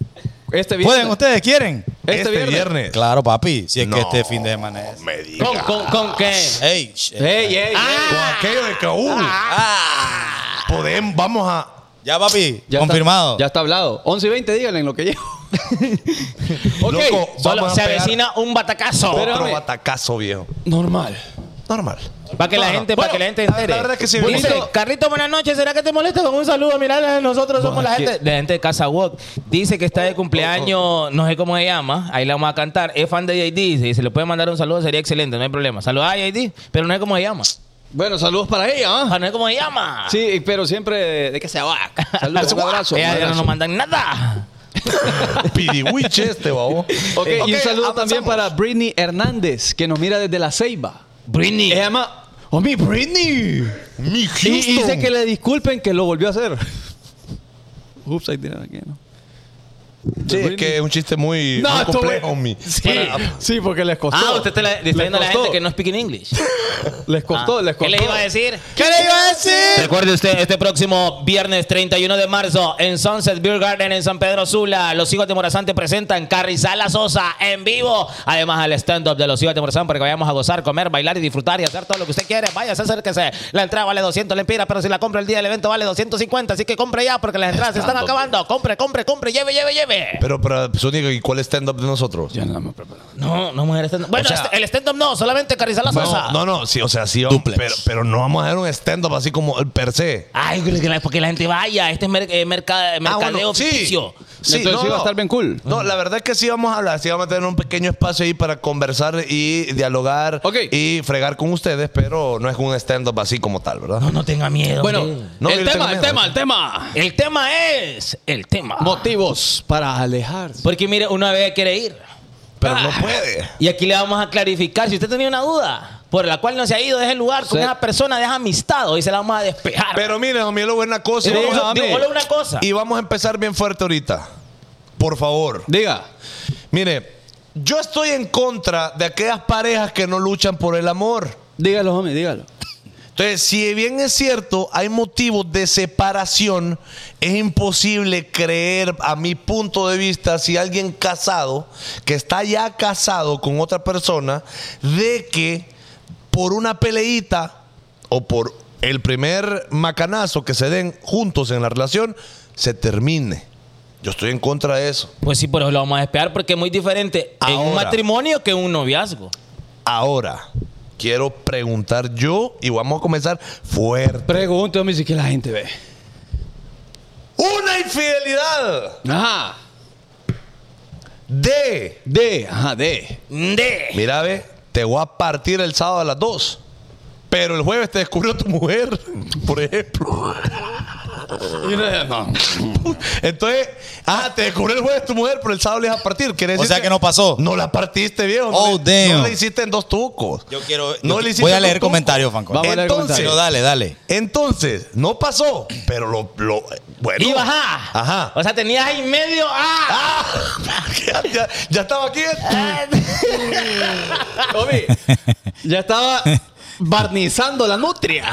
Este viernes. ¿Pueden ustedes? ¿Quieren? Este, viernes. Claro, papi. Si es No, que este fin de semana es. Me diga. ¿Con, con, con qué? Ey, sh- Ey, ey, Ah, Con aquello de que, uh, Ah. podemos, vamos a. Ya, papi. Ya confirmado. Está, ya está hablado. 11 y 20, díganle en lo que llevo. ok. Loco, Solo vamos a se pegar avecina un batacazo. Otro espérame. batacazo, viejo. Normal. Normal. Para que, la No, no. gente, Bueno, para que la gente la- entere. la verdad es que sí, Dice, bonito. Carlito, buenas noches. ¿Será que te molesta con un saludo? Mirá, nosotros somos la gente, la gente de Casa Walk. Dice que está de cumpleaños, no sé cómo se llama. Ahí la vamos a cantar. Es fan de JD. Si se le puede mandar un saludo, sería excelente, no hay problema. Saluda a JD, pero no sé cómo se llama. Bueno, saludos para ella, ¿ah? Ah, No sé cómo se llama. Sí, pero siempre de, de que se va. Saludos, un abrazo. un Ella ya no abrazo. nos mandan nada. Pidiwiche este, babo. Ok, y Ok, un saludo avanzamos. también para Britney Hernández, que nos mira desde la Ceiba. Britney. Ella llama. ¡Oh, mi Britney! Mi Y Houston. y dice que le disculpen que lo volvió a hacer. Ups, ahí tiene aquí, ¿no? Sí, es que es un chiste muy, muy esto- complejo, mi. Sí, sí, porque les costó. Ah, usted te la- le está Les diciendo a la costó. gente que no speak in English. Les costó, Ah, les costó. ¿Qué les iba a decir? ¿Qué le iba a decir? Recuerde usted, este próximo viernes 31 de marzo en Sunset Beer Garden en San Pedro Sula, los hijos de Morazán te presentan Carrizala Sosa en vivo. Además, al stand-up de los hijos de Morazán para que vayamos a gozar, comer, bailar y disfrutar y hacer todo lo que usted quiere. Vaya, acérquese. La entrada vale 200 lempiras, pero si la compra el día del evento vale 250. Así que compre ya porque las entradas se están acabando. Compre, compre, compre. Lleve, lleve, lleve. Pero, pero, Sonic, ¿y cuál stand-up de nosotros? No, no, mujer, stand-up. Bueno, O sea- este- el stand-up no, solamente Carrizala Sosa. No, no, no, sí, o sea, sí, vamos, pero, pero no vamos a hacer un stand-up así como el per se. Ah, Ay, que la- porque la gente vaya. Este es mer- eh, merca- mercadeo sí. ficticio. Sí, Entonces no, iba a no. estar bien cool. No, la verdad es que sí vamos a hablar, sí vamos a tener un pequeño espacio ahí para conversar y dialogar Ok. y fregar con ustedes, pero no es un stand-up así como tal, ¿verdad? No, no tenga miedo. hombre. Bueno, No, yo el tengo tema, el miedo. tema, el tema. el tema es el tema. Motivos para alejarse. Porque mire, una vez quiere ir. Ah. Pero no puede. Y aquí le vamos a clarificar. Si usted tenía una duda por la cual no se ha ido de ese lugar con Sí. esa persona, de esa amistad, hoy se la vamos a despejar. Pero mire, homie, lo buena cosa. Digo, vamos a- digo, solo una cosa. Y vamos a empezar bien fuerte ahorita. Por favor. Diga. Mire, yo estoy en contra de aquellas parejas que no luchan por el amor. Dígalo, homie, dígalo. Entonces, si bien es cierto, hay motivos de separación, es imposible creer, a mi punto de vista, si alguien casado, que está ya casado con otra persona, de que por una peleita o por el primer macanazo que se den juntos en la relación, se termine. Yo estoy en contra de eso. Pues sí, pero lo vamos a despejar porque es muy diferente en un Ahora. matrimonio que en un noviazgo. Ahora, quiero preguntar yo y vamos a comenzar fuerte. Pregunte, homie, si que la gente ve. Una infidelidad Ajá. de... De, ajá, de. De. Mira, ve, te voy a partir el sábado a las 2. Pero el jueves te descubrió tu mujer, por ejemplo. Entonces, ah, te descubrió el jueves tu mujer, pero el sábado le vas a partir. Quiere O decir sea que no pasó. No la partiste, viejo. Oh, no, le- no damn. le hiciste en dos tucos. Yo quiero. No yo le qui- hiciste voy a en leer dos comentarios, tucos. Fanco. Vamos a leer Entonces, Pero dale, dale. entonces, no pasó, pero lo. lo- bueno. Y bajá. Ajá. O sea, tenías ahí medio. ¡Ah! Ah, ya, ya- ya estaba aquí. Homie, ya estaba barnizando la nutria.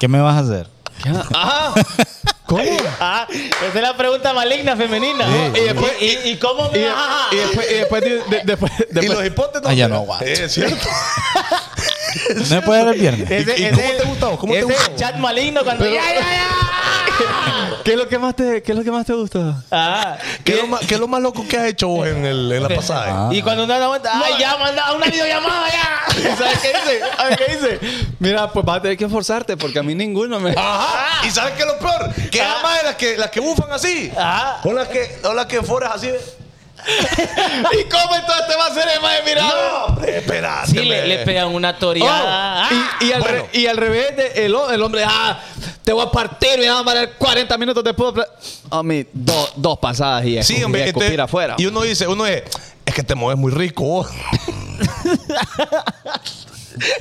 ¿Qué me vas a hacer? Ajá. ¿Cómo? Ah, esa es la pregunta maligna femenina. Sí. Y, después- y- y cómo Y, me vas a- y después, y después, de- de- después, Y los después- hipótesis. Ah, ya no aguanto. Es Eh, cierto. No me puede dar el viernes. Ese- ¿Y- y ese- cómo te gustó? ¿Cómo te ese gustó? chat maligno cuando. ¡Ya, ya, ya! ¿Qué es lo que más te, qué es lo que más te gusta? Ah, ¿Qué y- es, lo más, qué es lo más loco que has hecho vos en, el- en la pasada? eh? Y cuando uno da vuelta, ¡ay, ya, manda una videollamada ya! ¿Y ¿Sabes qué dice? ¿Sabes qué dice? Mira, pues vas a tener que esforzarte porque a mí ninguno me. Ajá. ¿Y sabes qué es lo peor? Que Ah. además de las que, las que bufan así. Ajá. Son las que, son las que foras así. ¿Y cómo entonces te va a hacer el más mira? No, hombre, espérate. Sí, le, le pegamos. pegan una toreada. ¡Ah! Oh. y, y al Bueno. re- y al revés, de- el, ho- el hombre, ah, te voy a partir, me van a parar 40 minutos después. Homie, do- dos pasadas y Sí, escu- hombre. y escupir entonces- afuera. Y uno dice, uno es, es que te mueves muy rico oh". vos.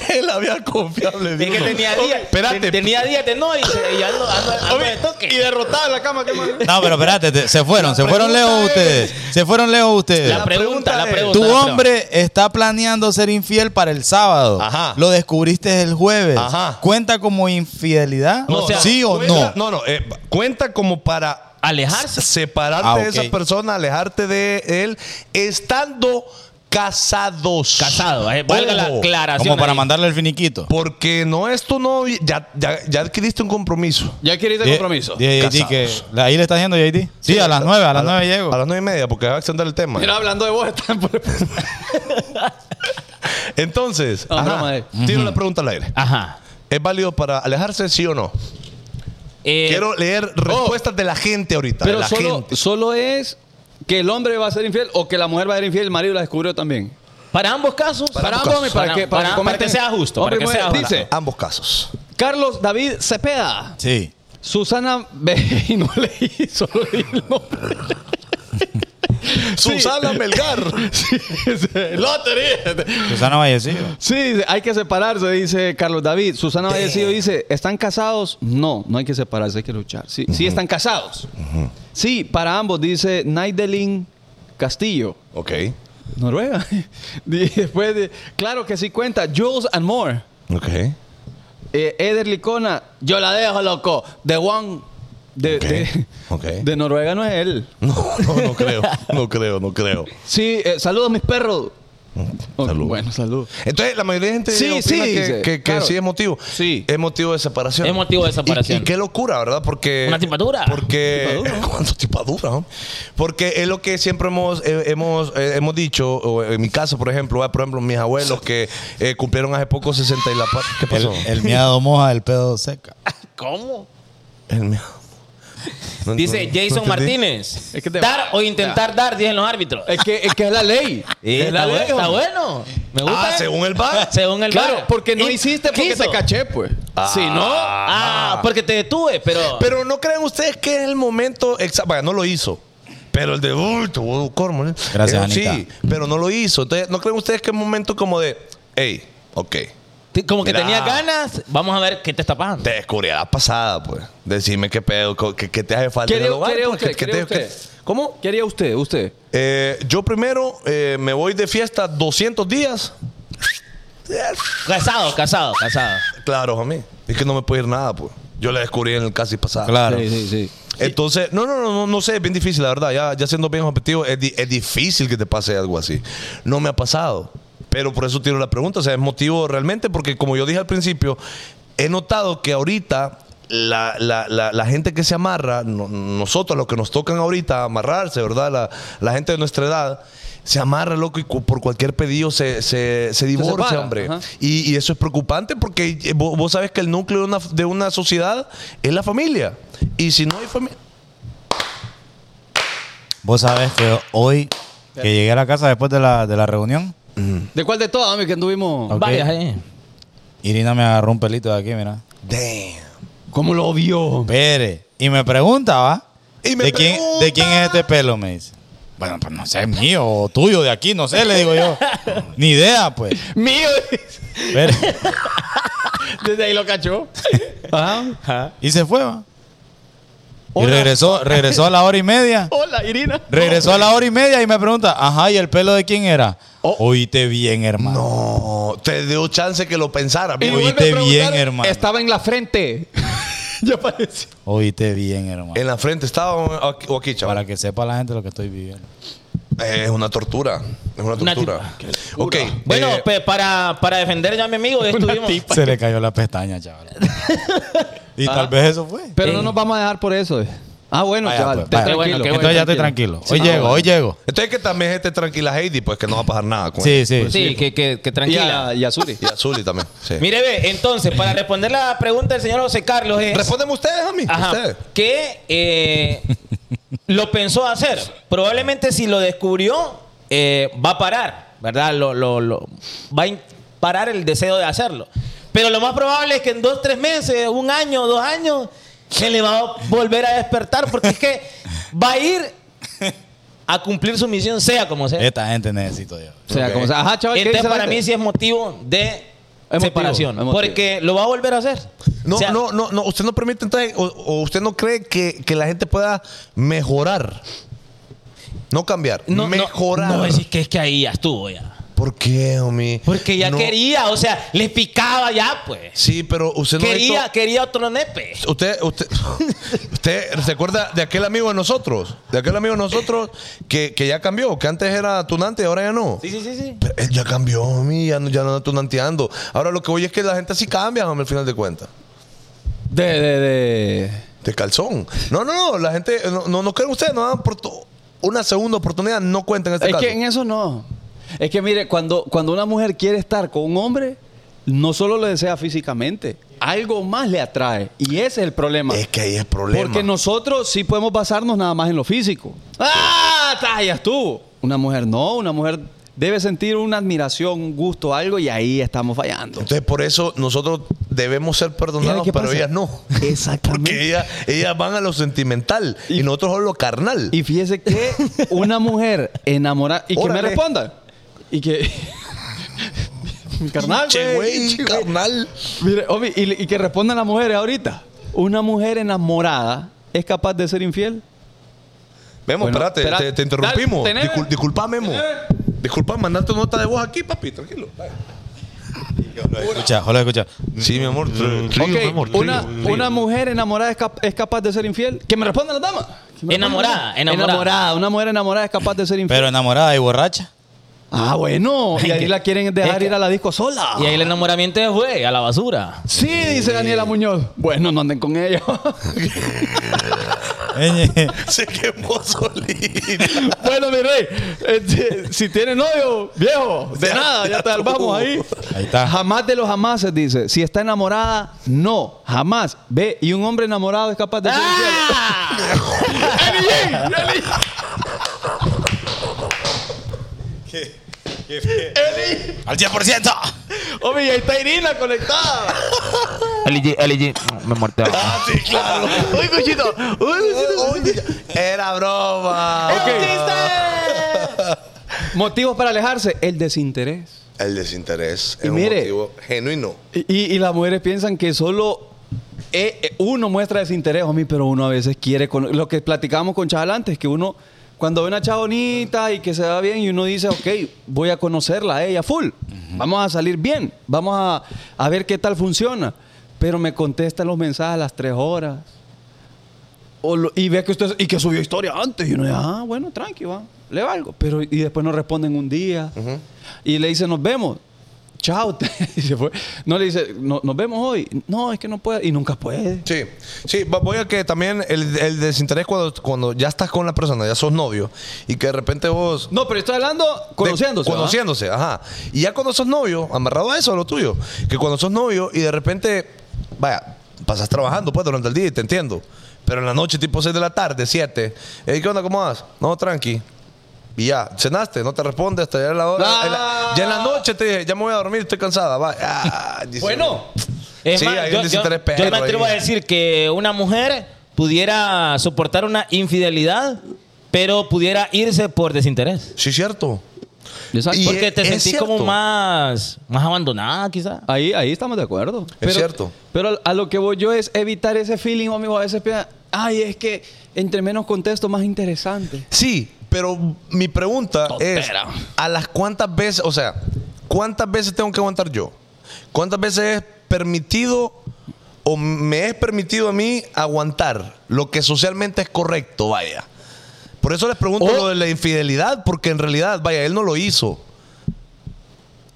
el había confiable. de Es que uno. tenía Hombre, días. Espérate. ten- tenía días de no y, se- y ando, ando, ando de y toque. derrotado en la cama, ¿qué más? No, pero espérate, te- se fueron, se fueron pregunta lejos es- ustedes. Se fueron lejos ustedes. La pregunta, la es, pregunta. Tu la pregunta. hombre está planeando ser infiel para el sábado. Ajá. Lo descubriste el jueves. Ajá. ¿Cuenta como infidelidad? No, ¿Sí o cuenta- no? No, no. eh, cuenta como para alejarse. Separarte Ah, de ok. esa persona, alejarte de él, estando casados. Casado, eh, valga la Ojo, aclaración. Como para ahí. mandarle el finiquito. Porque no es tu novia, ya, ya, ya adquiriste un compromiso. Ya adquiriste Die- compromiso. die- JD, que la- ahí le estás yendo, JD. Sí, a las nueve, a las nueve llego. A las nueve y media, porque va a extender el tema. Mira, hablando de vos, están por- Entonces, No, ajá, broma, eh. tiro la pregunta al aire. Ajá. ¿Es válido para alejarse, sí o no? Eh, Quiero leer oh. respuestas de la gente ahorita. de Pero la solo, gente. solo es que el hombre va a ser infiel o que la mujer va a ser infiel, el marido la descubrió también. Para ambos casos. Para ambos, y para que- para que para que comenten- sea justo. Para Hombre, que mujer, sea justo. dice- Ambos casos. Carlos David Cepeda. Sí. Susana B. Y no leí, solo leí el nombre. Susana Melgar. Sí, dice, lotería. Susana Vallecillo. Sí, dice, hay que separarse, dice Carlos David. Susana Vallecillo dice, ¿están casados? No, no hay que separarse, hay que luchar. Sí, sí están casados. Sí, para ambos, dice Naidelin Castillo. Ok. Noruega. Y después, de- claro que sí cuenta. Jules and More. Ok. Eh, Eder Licona. Yo la dejo, loco. The One. De, Ok, de- ok. de Noruega no es él. No, no, no creo. No creo, no creo. Sí, eh, saludos mis perros. Oh, Saludos. Bueno, saludos. Entonces, la mayoría de gente Sí, opina sí, que, dice, que- que claro. sí es motivo. Sí. Es motivo de separación. Es motivo de Y- separación. Y, qué locura, ¿verdad? Porque. Una tipadura. Porque. ¿Cuánto tipadura? no? Porque es lo que siempre hemos, eh, hemos, eh, hemos dicho, o en mi caso, por ejemplo, ah, por ejemplo, mis abuelos que eh, cumplieron hace poco 60 y la pa- ¿Qué El, pasó? el miado moja, el pedo seca. ¿Cómo? El mío. No- Dice no- no Jason entendí. Martínez. Es que te- dar o intentar dar, dicen los árbitros. Es que, es que es la ley. Eh, es la está, bueno, ley. está hombre. bueno. Me gusta. Ah, según el bar. Según el Claro, bar. porque no Y- hiciste porque quiso. te caché, pues. Si no, Ah, porque te detuve, pero. Pero no creen ustedes que es el momento exacto. Vaya, no lo hizo. Pero el de uy, tu huevo cormo, ¿eh? Gracias, Eh, Sí, Anita. pero no lo hizo. Entonces, ¿no creen ustedes que es un momento como de, hey, ok, te- como que Mira. tenía ganas, vamos a ver qué te está pasando. te descubrí a la pasada, pues. Decime qué pedo, co- qué, qué te hace falta. ¿Qué en el haría- hogar, qué haría pues, usted? qué- qué ¿Qué haría te- qué- usted? ¿Cómo? ¿qué haría usted? Usted. Eh, yo primero eh, me voy de fiesta 200 días. Casado, casado, casado. Claro, a mí. Es que no me puede ir nada, pues. Yo la descubrí en el casi pasado. Claro. Sí, sí, sí. Entonces, no, no, no, no, no sé, es bien difícil, la verdad. Ya, ya siendo bien objetivo, es, di- es difícil que te pase algo así. No me ha pasado, pero por eso tiro la pregunta. O sea, es motivo realmente, porque como yo dije al principio, he notado que ahorita la, la- la- la gente que se amarra, no- nosotros, los que nos tocan ahorita amarrarse, ¿verdad? La, la gente de nuestra edad. Se amarra, loco, y cu- por cualquier pedido se, se, se divorcia, separa, hombre. ajá. Y, y eso es preocupante porque eh, vos, vos sabes que el núcleo de una, de una sociedad es la familia. Y si no hay familia. Vos sabés que hoy que llegué a la casa después de la, de la reunión, ¿De cuál de todas, hombre, que anduvimos? Ok. Varias, eh. Irina me agarró un pelito de aquí, mira. ¿Cómo lo vio? Pere. Y me preguntaba Y me ¿de, quién, pregunta. ¿de quién es este pelo? Me dice. Bueno, pues no sé, mío o tuyo, de aquí, no sé, le digo yo. Ni idea, pues. Mío. Pere. Desde ahí lo cachó. Ajá. Y se fue, va. Y regresó, regresó a la hora y media. Hola, Irina. Regresó a la hora y media y me pregunta, ajá, ¿y el pelo de quién era? Oíste bien, hermano. No, Oh, te dio chance que lo pensara. Y amigo. vuelve a Oíste preguntar, bien, hermano. Estaba en la frente. ya pareció. Oíste bien, Eh. hermano. En la frente estaba o aquí- o aquí, chaval. Para que sepa la gente lo que estoy viviendo. Eh, es una tortura. Es una Una tortura. ok. Bueno, eh, pe- para, para defender ya a mi amigo, ya estuvimos. Se le cayó la pestaña, chaval. y tal vez eso fue. Pero Sí. no nos vamos a dejar por eso. eh. Ah, bueno, Vaya, chaval. pues, te vaya. tranquilo. Qué bueno, qué Entonces ya estoy tranquilo. Hoy llego, hoy llego. entonces que también esté tranquila Heidi, pues que no va a pasar nada con Sí, sí. Sí, que, que, que Y tranquila. a, y a Suri. él. Y a Zully también. Sí. Mire, ve, entonces, para responder la pregunta del señor José Carlos es. Respóndeme ustedes a mí. Ajá, ustedes. que eh, lo pensó hacer. Probablemente si lo descubrió, eh, va a parar, ¿verdad? Lo, lo- lo- va a in- parar el deseo de hacerlo. Pero lo más probable es que en dos, tres meses, un año, dos años, se le va a volver a despertar porque es que va a ir a cumplir su misión, sea como sea. Esta gente necesito yo. O sea, Ok. como sea. Ajá, chaval. ¿qué Entonces, dice la para gente? mí sí es motivo de motivo, separación. es motivo. Porque lo va a volver a hacer. No, O sea, no, no, no. Usted no permite entonces, o, o usted no cree que, que la gente pueda mejorar. No cambiar. no, no, mejorar. No, es que es que ahí ya estuvo ya. ¿Por qué, homie? Porque ya No- quería, o sea, les picaba ya, pues. Sí, pero usted no ha quería, visto- quería otro nepe. Usted, usted, usted se acuerda de aquel amigo de nosotros, de aquel amigo de nosotros que, que ya cambió, que antes era tunante y ahora ya no. Sí, sí, sí, sí. Pero él ya cambió, homie, ya no, ya no anda tunanteando. Ahora lo que voy es que la gente sí cambia, homie, al final de cuentas. De, de, de. De calzón. No, no, no, la gente, no, no, no creen ustedes, no dan oportu- una segunda oportunidad, no cuenta en este es caso. que en eso no. Es que mire, cuando, cuando una mujer quiere estar con un hombre, no solo lo desea físicamente, algo más le atrae. Y ese es el problema. Es que ahí es problema. Porque nosotros sí podemos basarnos nada más en lo físico. ¡Ah! ta, Ya estuvo. Una mujer no, una mujer debe sentir una admiración, un gusto, algo, y ahí estamos fallando. Entonces, por eso nosotros debemos ser perdonados, qué pero pasa? ellas no. Exactamente. Porque ellas, ellas van a lo sentimental y, nosotros a lo carnal. Y fíjese que una mujer enamorada. Y que Órale. me responda. Y que. Mi carnal, che, güey. güey, carnal. Mire, homie, y, y que respondan las mujeres ahorita. Una mujer enamorada es capaz de ser infiel. Vemos, Bueno, espérate, espera- te, te interrumpimos. Dale, tenés. Discul- disculpa, Memo. Disculpa, mandar tu nota de voz aquí, papi, tranquilo. Escucha, hola, escucha. Sí, mi amor. Ok, una, una mujer enamorada es, cap- es capaz de ser infiel. Que me respondan las damas. Que me Enamorada, respondan. enamorada. Una mujer enamorada es capaz de ser infiel. Pero enamorada y borracha. ah, bueno. Y ahí la quieren Es dejar que- ir a la disco sola. Y ahí el enamoramiento se fue, a la basura. Sí, dice Daniela Muñoz. Bueno, no anden con ella. Se quemó solita. bueno, mi rey, este, si tiene novio, viejo, de Ya, nada, ya ya te armamos ahí. Ahí está. Jamás de los jamases, dice. Si está enamorada, no, jamás. Ve, y un hombre enamorado es capaz de ser ¡Ah! infiel. Ah, ¡Al 100%! Hombre, y ahí está Irina conectada. LG, LG, me morteo. Ah, sí, claro. Uy, cuchito. Era broma. Ah, Motivos para alejarse, el desinterés. El desinterés Y es mire. un motivo genuino. Y, y- y las mujeres piensan que solo eh, eh, uno muestra desinterés, homie, pero uno a veces quiere. con- lo que platicábamos con Chaval antes, que uno, cuando ve una chava bonita y que se va bien, y uno dice, ok, voy a conocerla a ella full, vamos a salir bien, vamos a, a ver qué tal funciona. Pero me contesta los mensajes a las tres horas. O lo- y ve que usted y que subió historia antes y uno dice, ah bueno tranqui va le valgo pero y después no responden un día y le dice nos vemos chao y se fue no le dice "No- nos vemos hoy no es que no puede y nunca puede Sí, sí, va- voy a que también el, el desinterés cuando, cuando ya estás con la persona, ya sos novio, y que de repente vos no pero estoy hablando conociéndose De- ¿va? conociéndose, ajá. Y ya cuando sos novio, amarrado a eso, a lo tuyo, que cuando sos novio y de repente, vaya, pasas trabajando pues durante el día y te entiendo. Pero en la noche, tipo 6 de la tarde, 7. "Ey, ¿Qué onda? ¿Cómo vas? No, tranqui. Y ya, cenaste, no te responde hasta ya la hora. Ah. en la- ya en la noche te dije, ya me voy a dormir, estoy cansada. Va. Ah, dice- bueno Es Sí, más, hay un yo, yo- desinterés yo perro me atrevo ahí. a decir que una mujer pudiera soportar una infidelidad, pero pudiera irse por desinterés. Sí, cierto. Exacto. Y Porque Eh, es- te es sentís como cierto. Ah, más, más abandonada, quizás. Ahí, ahí estamos de acuerdo. Es cierto. Pero a lo que voy yo es evitar ese feeling, amigo. A veces piensan, ay, es que entre menos contexto, más interesante. Sí, pero mi pregunta Tontera. es: ¿a las cuántas veces, o sea, cuántas veces tengo que aguantar yo? ¿Cuántas veces es permitido o me es permitido a mí aguantar lo que socialmente es correcto? Vaya. Por eso les pregunto O- lo de la infidelidad, porque en realidad, vaya, él no lo hizo.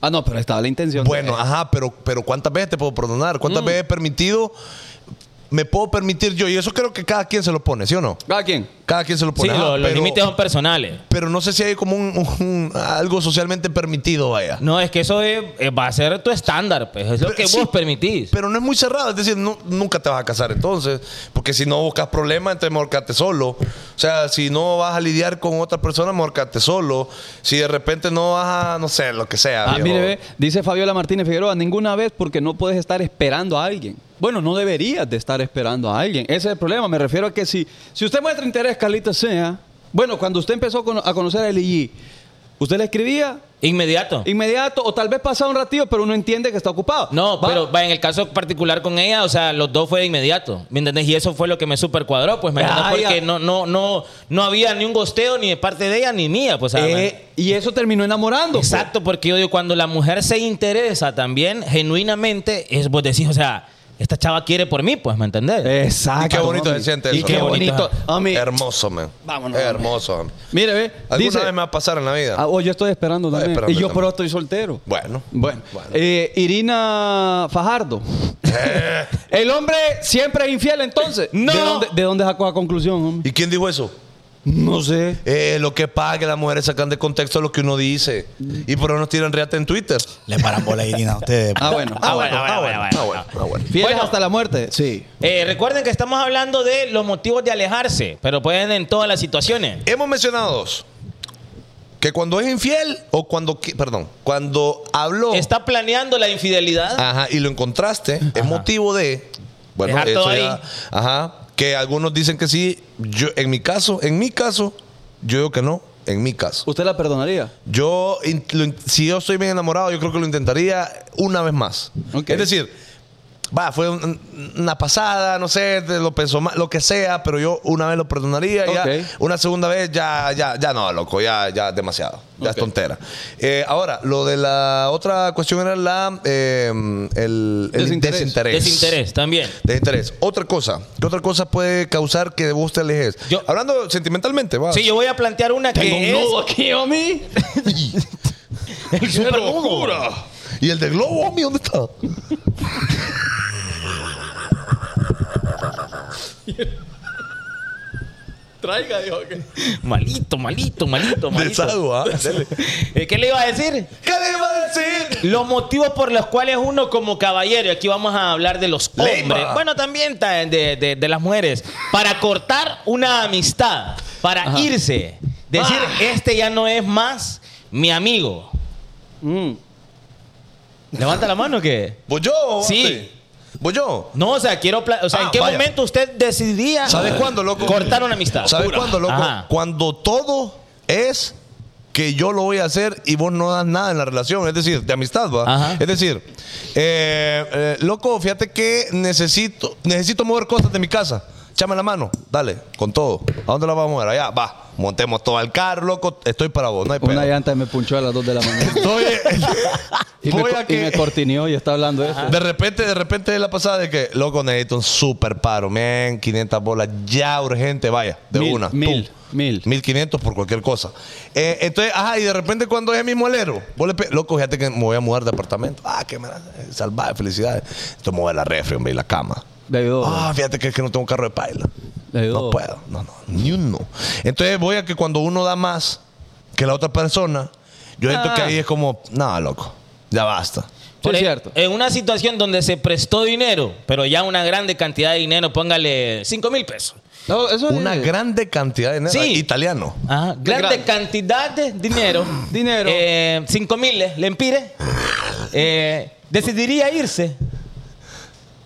Ah, no, pero estaba la intención. Eh, Bueno, ajá, pero, pero ¿cuántas veces te puedo perdonar? ¿Cuántas Mm. veces es permitido? Me puedo permitir yo. Y eso creo que cada quien se lo pone, ¿sí o no? ¿A quién? Cada quien se lo Sí, pone. lo- Ajá, los pero- límites son personales. pero no sé si hay como un, un- algo socialmente permitido, vaya. No, es que eso es- eh, va a ser tu estándar, pues. Es lo Pero- que sí. vos permitís. Pero no es muy cerrado, es decir, nu- nunca te vas a casar entonces, porque si no buscas problemas, entonces mejor quédate solo. O sea, si no vas a lidiar con otra persona, mejor quédate solo. Si de repente no vas a, no sé, lo que sea. Ah, viejo. mire, ve, dice Fabiola Martínez Figueroa, ninguna vez porque no puedes estar esperando a alguien. Bueno, no deberías de estar esperando a alguien. Ese es el problema. Me refiero a que si, si usted muestra interés, Carlita sea. Bueno, cuando usted empezó con- a conocer a L.I., Usted le escribía Inmediato. inmediato o tal vez pasaba un ratillo, pero uno entiende que está ocupado. No, Va- pero va, en el caso particular con ella, o sea, los dos fue de inmediato. ¿Me entendés? Y eso fue lo que me supercuadró, pues, ¿me entendés? Ah, Porque ya. no, no, no, no había ni un gosteo ni de parte de ella ni mía, pues, ¿sabes? Eh, y eso terminó enamorando. pues. Exacto, porque yo digo, cuando la mujer se interesa también, genuinamente, es vos decís, o sea, esta chava quiere por mí, pues, ¿me entendés? Exacto. Y qué bonito homie. se siente Ah, Y eso, qué ¿no? bonito. Homie, Hermoso, man. Vámonos, Hermoso, man. mire, ve. Alguna Dice, vez me va a pasar en la vida. Ah, oh, yo estoy esperando también. espérame y yo, también. pero estoy soltero. Bueno. Bueno, eh, Irina Fajardo. Eh, El hombre siempre es infiel, entonces. No. ¿De dónde, de dónde sacó la conclusión, hombre? ¿Y quién dijo eso? No sé. Eh, lo que pasa es que las mujeres sacan de contexto lo que uno dice. Mm. Y por eso nos tiran reata en Twitter. Le paran bola a Irina a ustedes. Ah, bueno. Ah, bueno, ah, bueno, ah, bueno. Ah, bueno. Fieles hasta la muerte. Sí. Eh, recuerden que estamos hablando de los motivos de alejarse, pero pueden en todas las situaciones. Hemos mencionado dos. Que cuando es infiel o cuando, qui- perdón, cuando habló Está planeando la infidelidad. Ah, ajá, y lo encontraste, es motivo de, bueno, Dejar eso todo ya- ahí. ajá, que algunos dicen que sí, yo en mi caso, en mi caso, yo digo que no, en mi caso. ¿Usted la perdonaría? Yo, in- lo in- si yo estoy bien enamorado, yo creo que lo intentaría una vez más. Ok. Es decir, va, fue un- una pasada, no sé, te lo pensó mal, lo que sea, pero yo una vez lo perdonaría, Ok. ya, una segunda vez ya, ya, ya no, loco, ya, ya demasiado, ya es tontera. Eh, ahora, lo de la otra cuestión era la, eh, el, el Desinterés. desinterés. Desinterés también. Desinterés. Otra cosa, ¿qué otra cosa puede causar que vos te alejes? Yo- Hablando sentimentalmente, Ah. va. Sí, yo voy a plantear una que es aquí, homie. el supernudo. ¿Y el de globo, homie, dónde está? Traiga, Dios. Malito, malito, malito, malito. ¿ah? Desagua. dale. Eh, ¿Qué le iba a decir? ¿Qué le iba a decir? Los motivos por los cuales uno como caballero, y aquí vamos a hablar de los hombres, Leiva. bueno, también ta- de, de- de las mujeres, para cortar una amistad, para irse, decir, Ah. este ya no es más mi amigo. Mm. ¿Levanta la mano o qué? ¿Voy yo? Sí. hombre? ¿Voy yo? No, o sea, quiero... pla- O sea, Ah, ¿en qué vaya. momento usted decidía ¿Sabes cuándo, loco? cortar una amistad? ¿Sabes cuándo, loco? Ajá. Cuando todo es que yo lo voy a hacer y vos no das nada en la relación, es decir, de amistad, ¿va? Ajá. Es decir, eh, eh, loco, fíjate que necesito necesito mover cosas de mi casa. Chame la mano, dale, con todo. ¿A dónde la vamos a mover? Allá, va, montemos todo al carro, loco, estoy para vos, no hay Una pena. llanta me punchó a las 2 de la mañana. Estoy, Y me, voy co- a y me que... cortineó y está hablando de eso. De repente, de repente la pasada de que, loco, necesito un super paro, men, 500 bolas, ya urgente, vaya, de Mil, una. mil, pum. mil. 1500 por cualquier cosa. Eh, entonces, ajá, y de repente cuando es el mismo alero, vos le pe- loco, fíjate que me voy a mudar de apartamento. Ah, qué me salvaje, felicidades. Esto me voy a la refri, hombre, y la cama. Le ayudó. Ah, fíjate que es que no tengo carro de paila. Le ayudó. No puedo, no, no, ni uno. Entonces voy a que cuando uno da más que la otra persona, yo siento Ah. que ahí es como, nada, loco, ya basta. Sí, Por es e- cierto. En una situación donde se prestó dinero, pero ya una grande cantidad de dinero, póngale 5 mil pesos. No, eso es- Una grande cantidad de dinero. Sí. Italiano. Ajá, grande, grande. cantidad de dinero. Dinero. Eh, 5 mil, lempire. Eh, decidiría irse.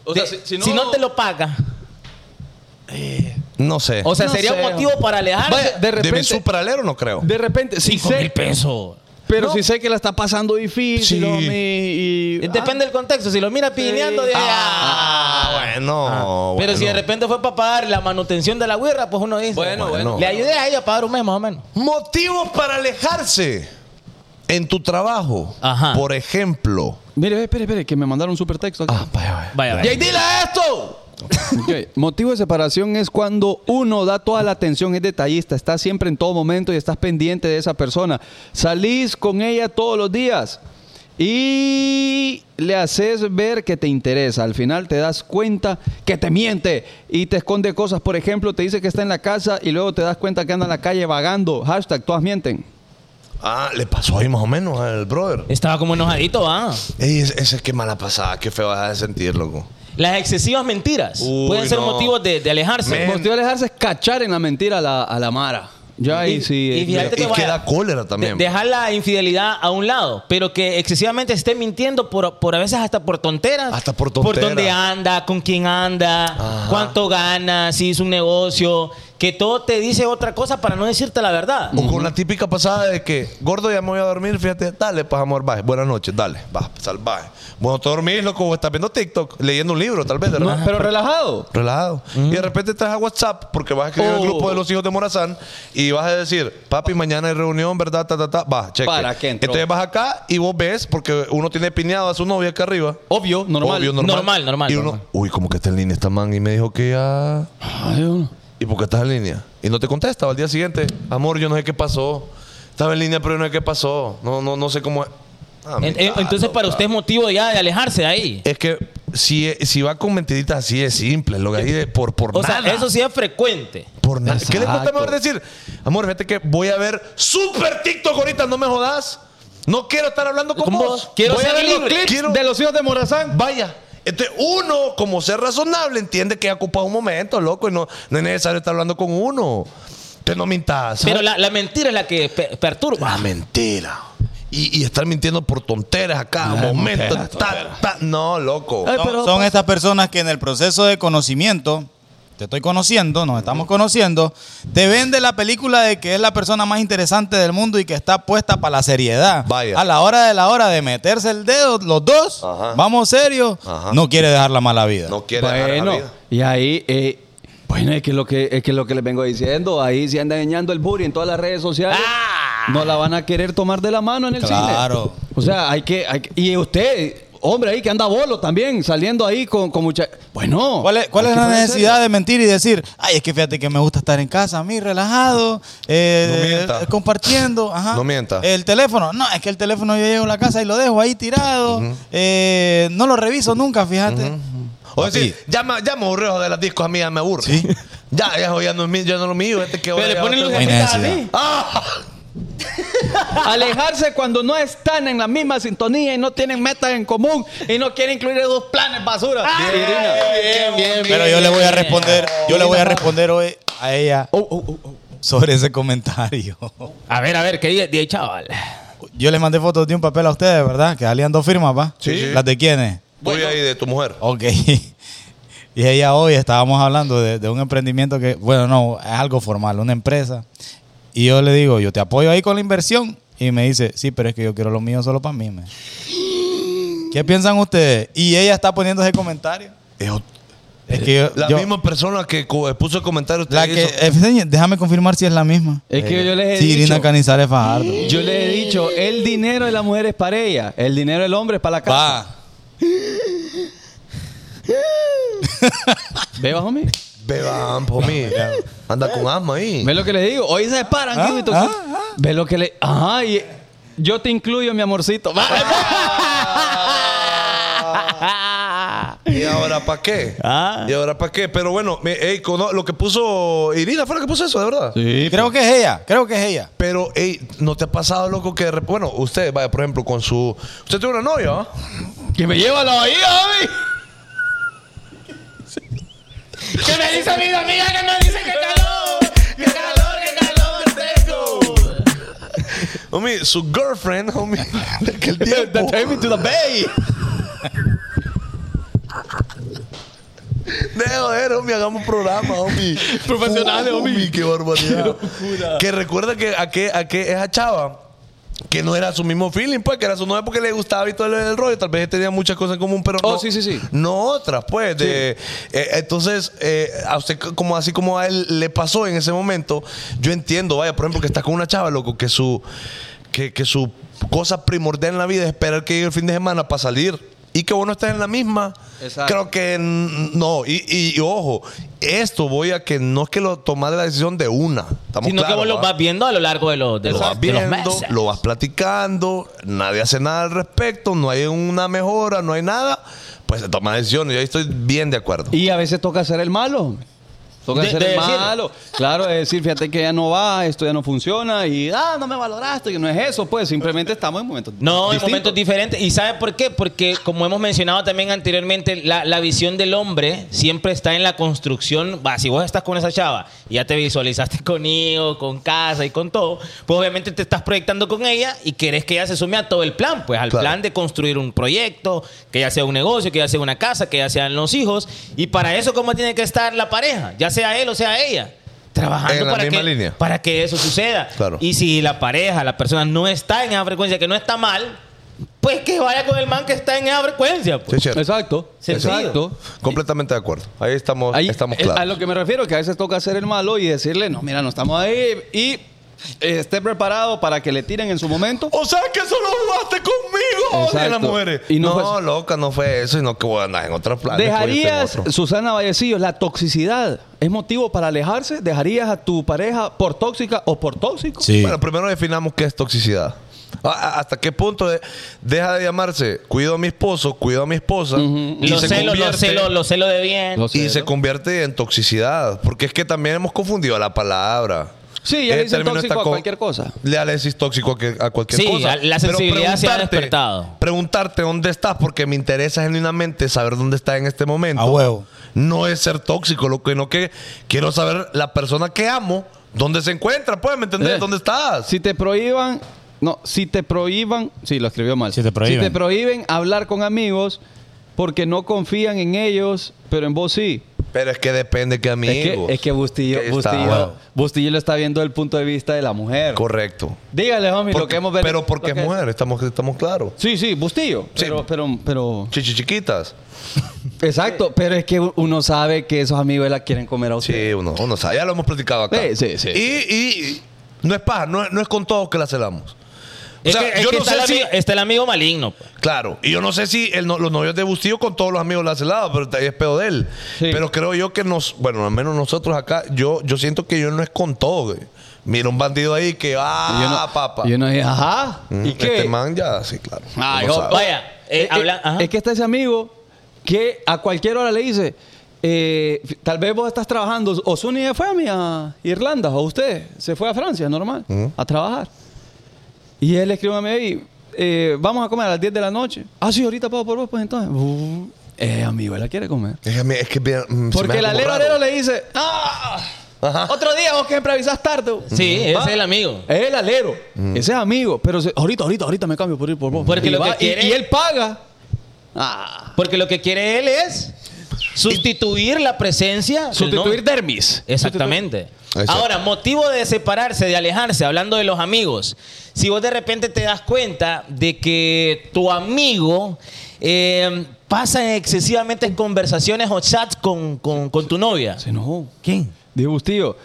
O sea, De- si, si no, te lo paga. No sé. O sea, No sería sé. un motivo para alejarse. Vaya, de de mi repente. superalero no creo. de repente, si 5 mil sé, pesos. pero No. si sé que la está pasando difícil, Sí. homie, y, Depende del contexto. Si lo mira pineando, dice, Ah, "Ah". bueno. Pero bueno. si de repente fue para pagar la manutención de la guerra, pues uno ah. dice. Bueno, bueno. Le ayudé a ella a pagar un mes más o menos. Motivos para alejarse en tu trabajo. Ajá. Por ejemplo. Mire, ve, espere, espere, que me mandaron un super texto. Ah, vaya, vaya. Vaya, vaya. a esto! Motivo de separación es cuando uno da toda la atención, es detallista, está siempre en todo momento y estás pendiente de esa persona. Salís con ella todos los días y le haces ver que te interesa. Al final te das cuenta que te miente y te esconde cosas. Por ejemplo, te dice que está en la casa y luego te das cuenta que anda en la calle vagando. Hashtag, todas mienten. Ah, le pasó ahí más o menos al brother. Estaba como enojadito, va. Ey, ese, ese es que mala pasada. Qué feo vas a sentir, loco. Las excesivas mentiras Uy, pueden ser no. motivos de, de alejarse. Men. Motivo de alejarse es cachar en la mentira a la, a la Mara. Ya ahí Y- sí. y es- fíjate que y vaya- queda cólera también. De- dejar la infidelidad a un lado, pero que excesivamente esté mintiendo por, por a veces hasta por tonteras. Hasta por tonteras. Por dónde anda, con quién anda, Ajá. cuánto gana, si hizo un negocio. que todo te dice otra cosa para no decirte la verdad. O con la típica pasada de que, gordo, ya me voy a dormir, fíjate, dale, pues amor, baje. Buenas noches, dale, va, salvaje. Bueno, te dormís, loco, o estás viendo TikTok, leyendo un libro, tal vez, ¿verdad? pero relajado. Relajado. Y de repente estás a WhatsApp porque vas a escribir el Oh. grupo de los hijos de Morazán y vas a decir, papi, mañana hay reunión, ¿verdad? Ta, ta, ta. Va, cheque. ¿Para qué entró? Entonces vas acá y vos ves, porque uno tiene piñado a su novia acá arriba. Obvio, normal. Obvio, normal. Normal, normal, Y uno, normal. uy, como que está en línea esta man y me dijo que ya... Ay, uno. ¿Y por qué estás en línea? Y no te contestaba al día siguiente. Amor, yo no sé qué pasó. Estaba en línea, pero yo no sé qué pasó. No, no, no sé cómo es. Ah, En- mi en- entonces, tato, para tato. usted es motivo ya de alejarse de ahí. Es que si, si va con mentiritas así es simple, lo que ahí de por, por O sea, nada. eso sí es frecuente. Por nada. ¿Qué le cuesta Exacto. mejor decir? Amor, fíjate que voy a ver super TikTok ahorita, no me jodas. No quiero estar hablando con, Con vos. vos. Quiero voy a ser ver los libre. clips Clips quiero- de los hijos de Morazán. Vaya. Entonces, uno, como ser razonable, entiende que ha ocupado un momento, loco, y no, no es necesario estar hablando con uno. Te no mintas. Pero la, la mentira es la que pe- La perturba. Ah, mentira. Y, y estar mintiendo por tonteras a cada momento. ta, ta. No, loco. Ay, Son, pero- son estas personas que en el proceso de conocimiento, te estoy conociendo, nos estamos conociendo, te vende la película de que es la persona más interesante del mundo y que está puesta para la seriedad. Vaya. A la hora de la hora de meterse el dedo, los dos, Ajá. vamos serios, Ajá. no quiere dejar la mala vida. No quiere dejar la Bueno, vida. y ahí, eh, bueno, es que, lo que, es que lo que les vengo diciendo, ahí si andan engañando el booty en todas las redes sociales, no la van a querer tomar de la mano en el cine. Ah. Claro. O sea, hay que, hay que- y usted, hombre ahí que anda bolo también, saliendo ahí con, con mucha... Bueno. ¿Cuál es, cuál hay es que la ponerse- necesidad de mentir y decir, ay, es que fíjate que me gusta estar en casa, a mí, relajado, eh, No mienta. eh, compartiendo? Ajá. No mienta. El teléfono, no, es que el teléfono yo llego a la casa y lo dejo ahí tirado, eh, no lo reviso nunca, fíjate. O decir, Papi, ya me, ya me aburrió de las discos, a mí ya me aburre. Sí. Ya, ya, ya no es mío, ya no es lo mío. Este que Pero ahora le ya ponen no luz tengo- hay necesidad. Ah. Alejarse cuando no están en la misma sintonía y no tienen metas en común y no quieren incluir dos planes basura. Irina. Pero yo le voy a responder, yo le voy a responder hoy a ella Oh, sobre ese comentario. A ver, a ver, ¿qué dice? Dice, chaval. Yo le mandé fotos de un papel a ustedes, ¿verdad? Que salían dos firmas, ¿va? Sí. ¿Las de quiénes? Voy ahí de tu mujer. Ok. Y ella hoy estábamos hablando de, de un emprendimiento que, bueno, no, es algo formal, una empresa. Y yo le digo, yo te apoyo ahí con la inversión. Y me dice, sí, pero es que yo quiero lo mío solo para mí. me. ¿Qué piensan ustedes? Y ella está poniendo ese comentario. Es ot- Es que yo. la yo- misma persona que co- puso el comentario. usted la hizo. que, enseñe, déjame confirmar si es la misma. Es que yo les he Eh, Sí, Irina Eh, dicho- Canizales Fajardo. Yo le he dicho, el dinero de la mujer es para ella, el dinero del hombre es para la casa. Va. Ve bajo mí. Beban, por mí. Anda con asma ahí. Ve lo que le digo. Hoy se paran. Ah, Guito. ah, Ve lo que le. Ajá, y yo te incluyo, mi amorcito. Ah, ¿Y ahora para qué? Ah. ¿Y ahora para qué? Pero bueno, me- ey, cono- lo que puso Irina fue lo que puso eso, de verdad. creo pues. que es ella, creo que es ella. Pero, ey, ¿no te ha pasado, loco, que... de rep- Bueno, usted, vaya, por ejemplo, con su... Usted tiene una novia, ¿va? que me lleva la bahía, mami. Que me dice mi amiga que me dice que calor, que calor, que calor tengo. Homie, su girlfriend, homie, de aquel tiempo. Take me to the bay. De joder, homie, hagamos un programa, homie. Profesionales, homie. Qué barbaridad. que recuerda que a que, a que esa chava... Que no era su mismo feeling, pues, que era su novia porque le gustaba y todo el, el rollo. Tal vez tenía muchas cosas en común, pero Oh, no. sí, sí, sí. No otras, pues. de- eh, entonces, eh, a usted, c- como así como a él le pasó en ese momento, yo entiendo, vaya, por ejemplo, que está con una chava, loco, que su, que, que su cosa primordial en la vida es esperar que llegue el fin de semana para salir. Y que vos no estés en la misma. Exacto. Creo que n- no. Y, y- y ojo, esto voy a que no es que lo tomar la decisión de una. Estamos Sino que claros, vos lo ¿va? vas viendo a lo largo de los, de lo los- vas de los viendo, meses. lo vas platicando, nadie hace nada al respecto, no hay una mejora, no hay nada, pues se toma decisiones. Yo ahí estoy bien de acuerdo. Y a veces toca ser el malo. Toca De- ser de el decir- malo. Claro, es decir, fíjate que ya no va, esto ya no funciona y ah, no me valoraste. Que no es eso, pues simplemente estamos en momentos. No, en distintos. momentos diferentes. ¿Y sabe por qué? Porque, como hemos mencionado también anteriormente, la, la visión del hombre siempre está en la construcción. Va, si vos estás con esa chava y ya te visualizaste con hijo, con casa y con todo, pues obviamente te estás proyectando con ella y querés que ella se sume a todo el plan, pues al Claro. plan de construir un proyecto, que ya sea un negocio, que ya sea una casa, que ya sean los hijos. Y para eso, ¿cómo tiene que estar la pareja? Ya sea él o sea ella. trabajando En la para, misma que, línea. para que eso suceda. Claro. Y si la pareja, la persona no está en esa frecuencia, que no está mal, pues que vaya con el man que está en esa frecuencia. Sí, pues. es cierto. Exacto. Sencillo. Exacto. Completamente de acuerdo. Ahí estamos, Ahí, estamos eh, claros. A lo que me refiero, que a veces toca hacer el malo y decirle, no, mira, no estamos ahí y eh, esté preparado para que le tiren en su momento. O sea que solo jugaste conmigo, Exacto. de las mujeres. Y no no, fue- loca, no fue eso, sino que voy a andar en otras planes. ¿Dejarías, Susana Vallecillos, la toxicidad es motivo para alejarse? ¿Dejarías a tu pareja por tóxica o por tóxico? Sí. Bueno, primero definamos qué es toxicidad. A- a- ¿Hasta qué punto de- deja de llamarse cuido a mi esposo, cuido a mi esposa? y Los se celos, los convierte- celos, los celos de bien. Los- Y se convierte en toxicidad. Porque es que también hemos confundido la palabra. Sí, ya Ese le dicen término tóxico está a Eh, co- cualquier cosa. Le decís tóxico a, que- a cualquier Sí, cosa. a- la Pero sensibilidad se ha preguntarte- despertado. Preguntarte dónde estás porque me interesa genuinamente saber dónde estás en este momento. A huevo. No es ser tóxico, lo que no que quiero saber la persona que amo dónde se encuentra, pues, ¿me entendés? Eh, ¿Dónde estás? Si te prohíban, no, si te prohíban, sí, lo escribió mal. Si te prohíben. Si te prohíben hablar con amigos porque no confían en ellos, pero en vos sí. Pero es que depende que Es amigos. que, es que Bustillo, Ahí está. Bustillo, Bustillo lo está viendo desde el punto de vista de la mujer. Correcto. Dígale, homie, lo Porque- que hemos venido- pero porque es lo que- mujer, estamos, estamos claros. Sí, sí, Bustillo. Sí. Pero, pero, pero. Chichi chiquitas. Exacto, pero es que uno sabe que esos amigos la quieren comer a usted. Sí, uno, uno sabe. Ya lo hemos platicado acá. Eh, Sí, sí, sí. Y, y- y no es paja, no, es- no es con todos que la celamos. O Es sea, que- es yo que no está, el sé si. amigo, está el amigo maligno. pues. Claro, y yo no sé si el no- los novios de Bustillo con todos los amigos la celado, pero ahí es pedo de él. Sí. Pero creo yo que nos, bueno, al menos nosotros acá, yo, yo siento que yo no es con todo, güey. Mira un bandido ahí que ah, Y uno- papa. Y uno dice, ajá. Mm, ¿Y qué? Este man ya, sí, claro. Ay, Uno oh, sabe. Vaya, eh, Eh, eh, habla- ajá. Es que está ese amigo que a cualquier hora le dice, eh, f- tal vez vos estás trabajando, Osuni se fue a, mí, a Irlanda, o usted se fue a Francia, normal, a trabajar. Y él le escribe a mí, "Ey, eh, vamos a comer a las 10 de la noche. Ah, sí, ahorita pago por vos, pues entonces. Uh, eh, amigo, él la quiere comer. Es que, me- es que me- mm, se me Porque hace la como lero raro. lero le dice, ah, otro día vos que improvisás tarde. Sí, ese Ah. es el amigo. Es el alero. Ese es amigo. Pero se- ahorita, ahorita, ahorita me cambio por ir por vos. Porque y, lo va- que y- quiere- y él paga. Ah. Porque lo que quiere él es sustituir la presencia. del Ah, Sustituir novio. dermis. Exactamente. Exacto. Ahora, motivo de separarse, de alejarse, hablando de los amigos. Si vos de repente te das cuenta de que tu amigo eh, pasa excesivamente en conversaciones o chats con, con- con tu novia. Se enojó. ¿Quién? Dijo Bustillo.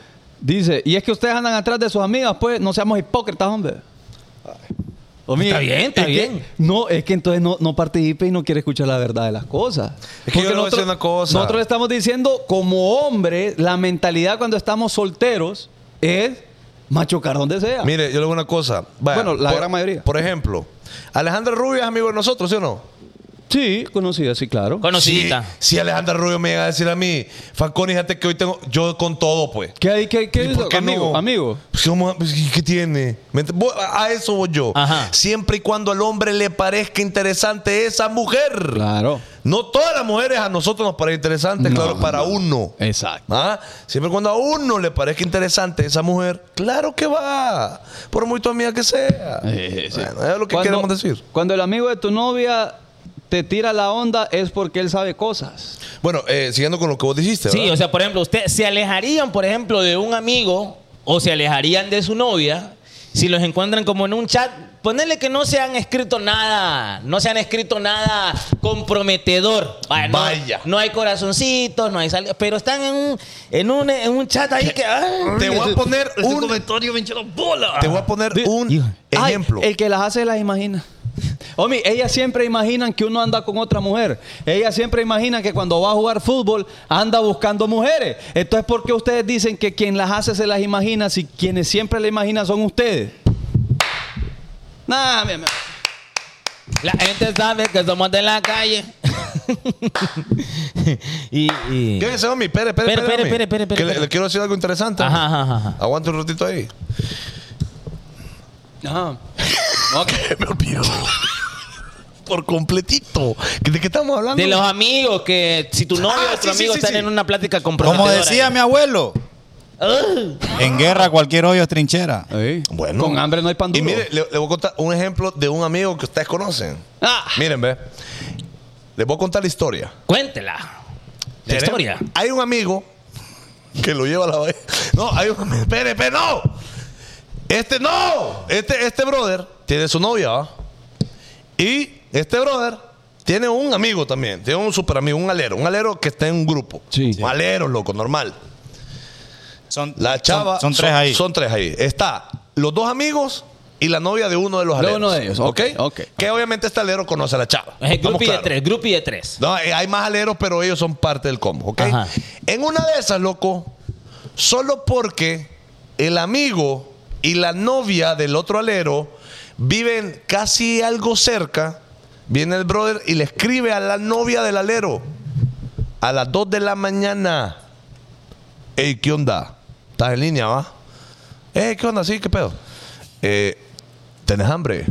Dice, y es que ustedes andan atrás de sus amigas, pues no seamos hipócritas, hombre. Hombre, Está bien, está es que- bien. no, es que entonces no, no participe y no quiere escuchar la verdad de las cosas. Es que yo le voy a decir nosotros, una cosa. Nosotros le estamos diciendo, como hombre, la mentalidad cuando estamos solteros es machucar donde sea. Mire, yo le digo una cosa. Vaya, Bueno, la gran mayoría. Por ejemplo, Alejandra Rubio es amigo de nosotros, ¿sí o no? Sí, conocida, sí, claro. Conocidita. Si, si Alejandra Rubio me llega a decir a mí, Falcón, fíjate que hoy tengo. Yo con todo, pues. ¿Qué hay? ¿Qué, qué ¿Y por qué amigo, no? amigo. Pues, ¿cómo? Pues, ¿y ¿Qué tiene? ¿Me ent- voy- a a eso voy yo. Ajá. Siempre y cuando al hombre le parezca interesante esa mujer. Claro. No todas las mujeres a nosotros nos parecen interesantes, No, claro, para no. uno. Exacto. ¿Ah? Siempre y cuando a uno le parezca interesante esa mujer, claro que va. Por muy tu amiga que sea. Eh, sí. Bueno, es lo que Cuando- queremos decir. Cuando el amigo de tu novia te tira la onda es porque él sabe cosas. Bueno, eh, siguiendo con lo que vos dijiste, Sí, ¿verdad? o sea, por ejemplo, usted se alejarían, por ejemplo, de un amigo o se alejarían de su novia si los encuentran como en un chat. Ponerle que no se han escrito nada, no se han escrito nada comprometedor. Vaya, no- Vaya. No, hay corazoncitos, no hay salidas, pero están en un, en un, en un chat ahí que. ah, te voy a poner un, comentario me echaron bola. te voy a poner un Ay, ejemplo. el que las hace las imagina. Homie, ellas siempre imaginan que uno anda con otra mujer. Ellas siempre imaginan que cuando va a jugar fútbol anda buscando mujeres. Entonces, ¿por qué ustedes dicen que quien las hace se las imagina si quienes siempre las imaginan son ustedes? Nah, mi- mi- La gente sabe que somos de la calle. y. y- Quédense, homie, espere, espere, espere, Espere, espere, homie. espere, espere, Que le, espere. le quiero decir algo interesante. Ajá, homie. ajá, ajá. Aguante un ratito ahí. Ajá. Me olvidó. Por completito. ¿De qué estamos hablando? De los amigos que si tu novio Ah, o tu sí, sí, amigo sí, están sí. en una plática Como comprometedora. decía mi abuelo, en guerra cualquier hoyo es trinchera. Bueno. Con hambre no hay pan Y duro. mire, le, le voy a contar un ejemplo de un amigo que ustedes conocen. Ah. Miren, ve. Les voy a contar la historia. Cuéntela. La Tenemos- historia. Hay un amigo que lo lleva a la bahía. No, hay un. Espere, espere, no. Este no. Este, este brother tiene su novia, ¿va? Y este brother tiene un amigo también. Tiene un super amigo, un alero. Un alero que está en un grupo. Sí. Un alero, loco, normal. Son, La son- chava. Son, tres ahí. Son tres ahí. Está los dos amigos y la novia de uno de los De aleros. uno de ellos, ok, ok. Que obviamente este alero conoce a la chava. Es el Estamos grupi de claros. tres, grupi de tres. No, eh, hay más aleros, pero ellos son parte del combo, ¿ok? Ajá. En una de esas, loco, solo porque el amigo y la novia del otro alero viven casi algo cerca, viene el brother y le escribe a la novia del alero a las 2 de la mañana. Ey, ¿qué onda? ¿Estás en línea, va? Ey, ¿qué onda? Sí, ¿qué pedo? Eh, ¿Tenés hambre?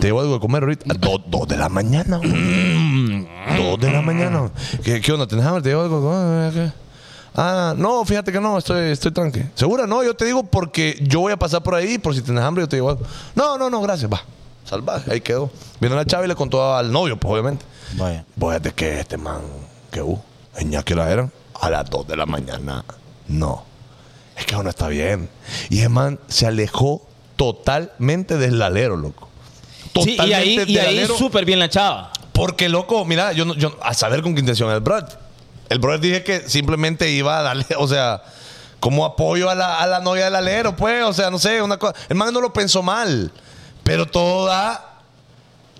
Te llevo algo de comer ahorita. A dos, dos de la mañana. güey. dos de la mañana. ¿Qué, qué onda? ¿Tenés hambre? Te llevo algo de comer. ¿Qué? Ah, no, fíjate que no, estoy, estoy tranqui. ¿Segura? No, yo te digo porque yo voy a pasar por ahí, por si tenés hambre, yo te digo algo. No, no, no, gracias, va. Salvaje, ahí quedó. Vino la chava y le contó al novio, pues obviamente. Vaya. Voy de que este man, que uh, ¿en qué hora eran? A las 2 de la mañana. No. Es que eso no está bien. Y el man se alejó totalmente del alero, loco. Sí, y ahí, y del ahí alero. súper bien la chava. Porque, loco, mira, yo, no- yo a saber con qué intención el brother. El brother dije que simplemente iba a darle, o sea, como apoyo a la, a la novia del alero, pues, o sea, no sé, una cosa. El man no lo pensó mal, pero todo da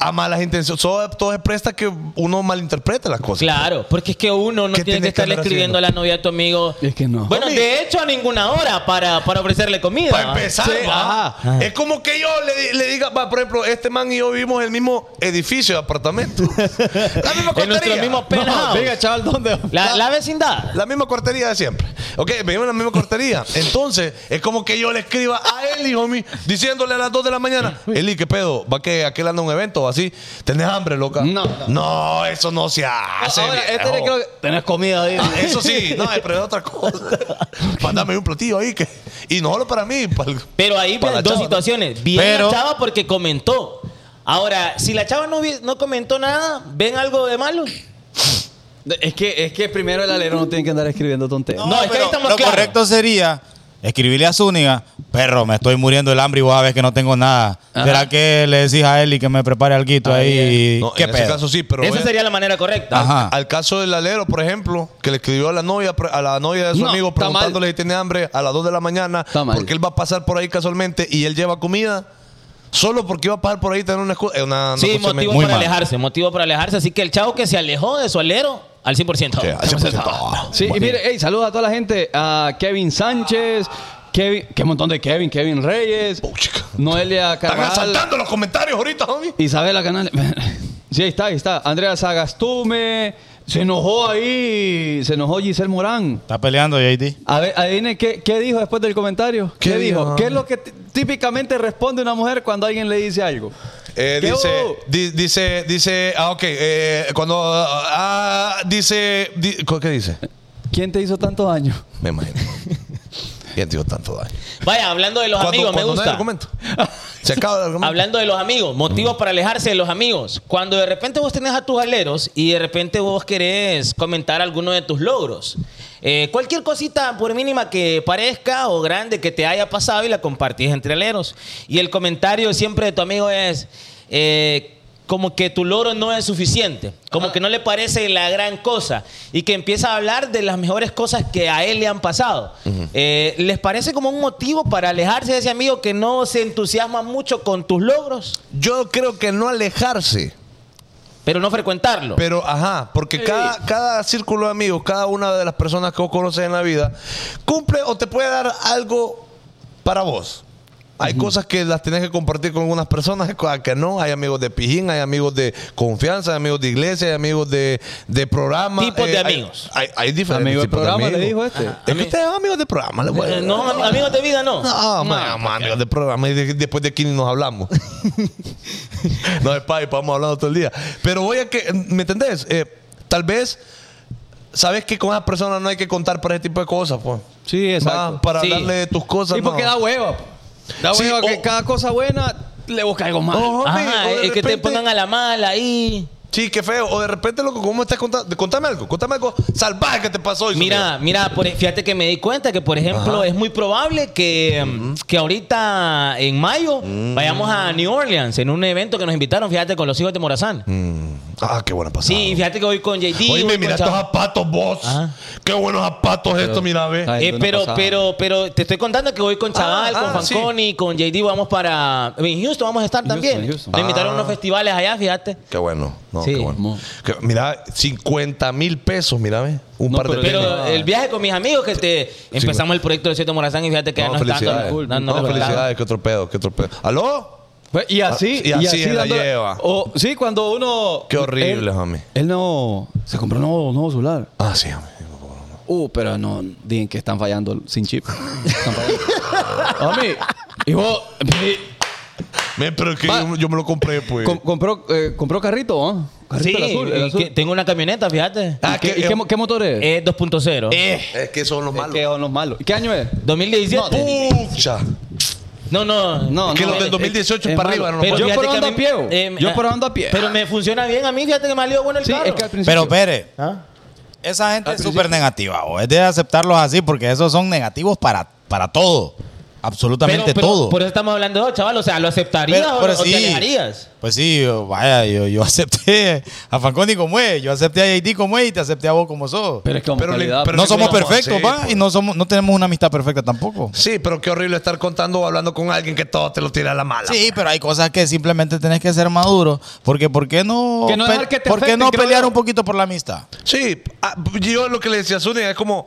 a malas intenciones. Todo, todo se presta que uno malinterprete las cosas. Claro, porque es que uno no ¿Qué tenés tiene que que estarle andar escribiendo haciendo? a la novia de tu amigo. Es que no. Bueno, Mami. de hecho, a ninguna hora para, para ofrecerle comida. Para empezar, Sí, va. ajá. Es como que yo le, di- le diga, va, por ejemplo, este man y yo vivimos en el mismo edificio de apartamento. la misma En nuestro costería. mismo penthouse. Venga, chaval, ¿dónde? la, la vecindad. La misma cortería de siempre. Ok, vivimos en la misma cortería. Entonces, es como que yo le escriba a Eli, homie, diciéndole a las 2 de la mañana, Eli, ¿qué pedo? ¿Va que aquel anda a un evento o así? ¿Tenés hambre, loca? No. No, eso no se hace. Ahora, este le viejo. creo que- Tenés comida ahí. Ah, Eso sí, no, pero es otra cosa. Mándame un platillo ahí que. Y no solo para mí, para el- Pero ahí para la ven dos chava, ¿no? situaciones. Bien Pero- la chava porque comentó. Ahora, si la chava no, vi- no comentó nada, ¿ven algo de malo? Es que, es que primero el alero no tiene que andar escribiendo tonterías. No, es que ahí pero estamos Lo claros. correcto sería escribirle a Zúñiga, perro, me estoy muriendo del hambre y vos sabés que no tengo nada. ¿Será que le decís a Eli que me prepare algo ahí? y No, ¿Qué en ese pedo? caso sí, pero. Esa vea, sería la manera correcta. Ah. Ajá. Al caso del alero, por ejemplo, que le escribió a la novia, pre- a la novia de su No, amigo está mal. preguntándole si tiene hambre a las 2 de la mañana, Está mal. porque él va a pasar por ahí casualmente y él lleva comida, solo porque iba a pasar por ahí y tener una excusa. es una- una Sí, cosa motivo muy para mal. alejarse, motivo para alejarse. Así que el chavo que se alejó de su alero al 100%. Sí, al 100%. Sí, y mire, hey, saludos a toda la gente. A Kevin Sánchez, Kevin, qué montón de Kevin, Kevin Reyes, Puchica. Noelia Están Carral, asaltando los comentarios ahorita, homie. Isabela Canales. Sí, ahí está, ahí está. Andrea Sagastume, se enojó ahí, se enojó Giselle Morán. Está peleando, JD. A ver, adivine qué, qué dijo después del comentario. ¿Qué, ¿Qué dijo? dijo? ¿Qué es lo que t- típicamente responde una mujer cuando alguien le dice algo? Eh, ¿Qué dice, hubo? di- dice, dice, ah, ok, eh, cuando, ah, ah, dice, di- ¿qué dice? ¿Quién te hizo tanto daño? Me imagino. ¿Quién te dio tanto daño? Vaya, hablando de los Cuando- amigos, me cuando no hay gusta. argumento. Mm. Se acaba el argumento. Hablando de los amigos, motivos para alejarse de los amigos. Cuando de repente vos tenés a tus aleros y de repente vos querés comentar alguno de tus logros. Eh, cualquier cosita, por mínima que parezca o grande que te haya pasado y la compartís entre aleros. Y el comentario siempre de tu amigo es eh, como que tu logro no es suficiente, como Ah. que no le parece la gran cosa y que empieza a hablar de las mejores cosas que a él le han pasado. Eh, ¿Les parece como un motivo para alejarse de ese amigo que no se entusiasma mucho con tus logros? Yo creo que no alejarse, pero no frecuentarlo. pero ajá, porque cada, cada círculo de amigos, cada una de las personas que vos conoces en la vida, cumple o te puede dar algo para vos. Hay cosas que las tenés que compartir con unas personas, hay cosas que no. Hay amigos de pijín, hay amigos de confianza, hay amigos de iglesia, hay amigos de, de programa. eh, Tipos de hay- amigos. Hay, hay diferentes Amigo de tipos programa, le amigos. dijo este. Ajá. Es que ustedes son amigos de programa. le voy a- Eh, no, am- amigos de vida no. No, Ah, man, man, amigos de programa. Y de- después de aquí ni nos hablamos. no es pa, y vamos hablando todo el día. Pero voy a que, ¿me entendés? Eh, tal vez, sabes que con esas personas no hay que contar para ese tipo de cosas, pues. Sí, exacto. Va, para Sí. darle tus cosas. Y porque no. da hueva. Da Sí, hueva que o- cada cosa buena le busca algo más. Ojo, Ajá, amigo, de es que te repente- pongan a la mala ahí. Sí, qué feo. O de repente, loco, ¿cómo estás contando? Contame algo, contame algo salvaje que te pasó. hoy, Mira, mira, por- e, fíjate que me di cuenta que, por ejemplo, es muy probable que, mm, que ahorita en mayo Mm. vayamos a New Orleans en un evento que nos invitaron, fíjate, con los hijos de Morazán. Sofía. Ah, qué buena pasada. Sí, fíjate que voy con JD. Oye, voy con mira estos Chava- zapatos, vos. Ajá. Qué buenos zapatos estos, mira, ve. Ay, Eh, no pero, pasaba. pero, pero te estoy contando que voy con Chaval, Ah, ah, con sí. Fanconi, con JD, vamos para. En Houston vamos a estar Houston, también. en Houston. Me invitaron a Ah. unos festivales allá, fíjate. Qué bueno. No, Sí. qué bueno. Que- mira, 50 mil pesos, mira, ve. Un No, par de pero- tenis. Pero el viaje con mis amigos que te empezamos el proyecto de Cierto Morazán y fíjate que ya pues. no, no, está felicidades. dando- No, dando resultados. felicidades, qué otro pedo, qué otro pedo. ¿Aló? Pues, y así, Ah, y así se la dándole- lleva. O, sí, cuando uno. Qué horrible, él- homie. Él no. Se compró un nuevo, nuevo celular. Ah, sí, homie. Uh, pero no. Dicen que están fallando sin chip. Están fallando. Homie, y vos. Men, pero que Va. yo, yo me lo compré, pues. com- compró, eh, compró carrito, ¿no? Sí, Carrito el azul. el y azul. que tengo una camioneta, fíjate. Ah, ¿Y qué, que- y qué mo- qué motor es? Es 2.0. es que son los malos. ¿Qué son los malos? ¿Qué año es? 2017. Pucha. No, no. No, que no, los del es- 2018 es para malo. arriba. no Pero los yo fíjate por que ando a mí- eh, pie, vos. eh, Yo por ando a pie. Pero me funciona bien a mí, fíjate que me ha salido bueno el Sí, carro. es que al principio. Pero Pere, ¿Ah? esa gente Al es principio. súper negativa, o es de aceptarlos así, porque esos son negativos para, para todo. Absolutamente Pero- pero todo. Por eso estamos hablando de dos, chaval. O sea, ¿lo aceptarías Pero- o, pero o sí. te alejarías? Pues sí, yo- vaya, yo, yo acepté a Fanconi como es, yo acepté a JD como es y te acepté a vos como sos. Pero es que como Pero le- calidad, pero no le- somos ¿cómo perfectos, así, pa, pues? y no somos, no tenemos una amistad perfecta tampoco. Sí, pero qué horrible estar contando o hablando con alguien que todo te lo tira a la mala. Sí, pero hay cosas que simplemente tenés que ser maduro, porque ¿por qué no, Que no pe- dejar que te por qué afecten, no creo pelear yo. un poquito por la amistad? Sí, ah, yo lo que le decía a Zúñiga es como,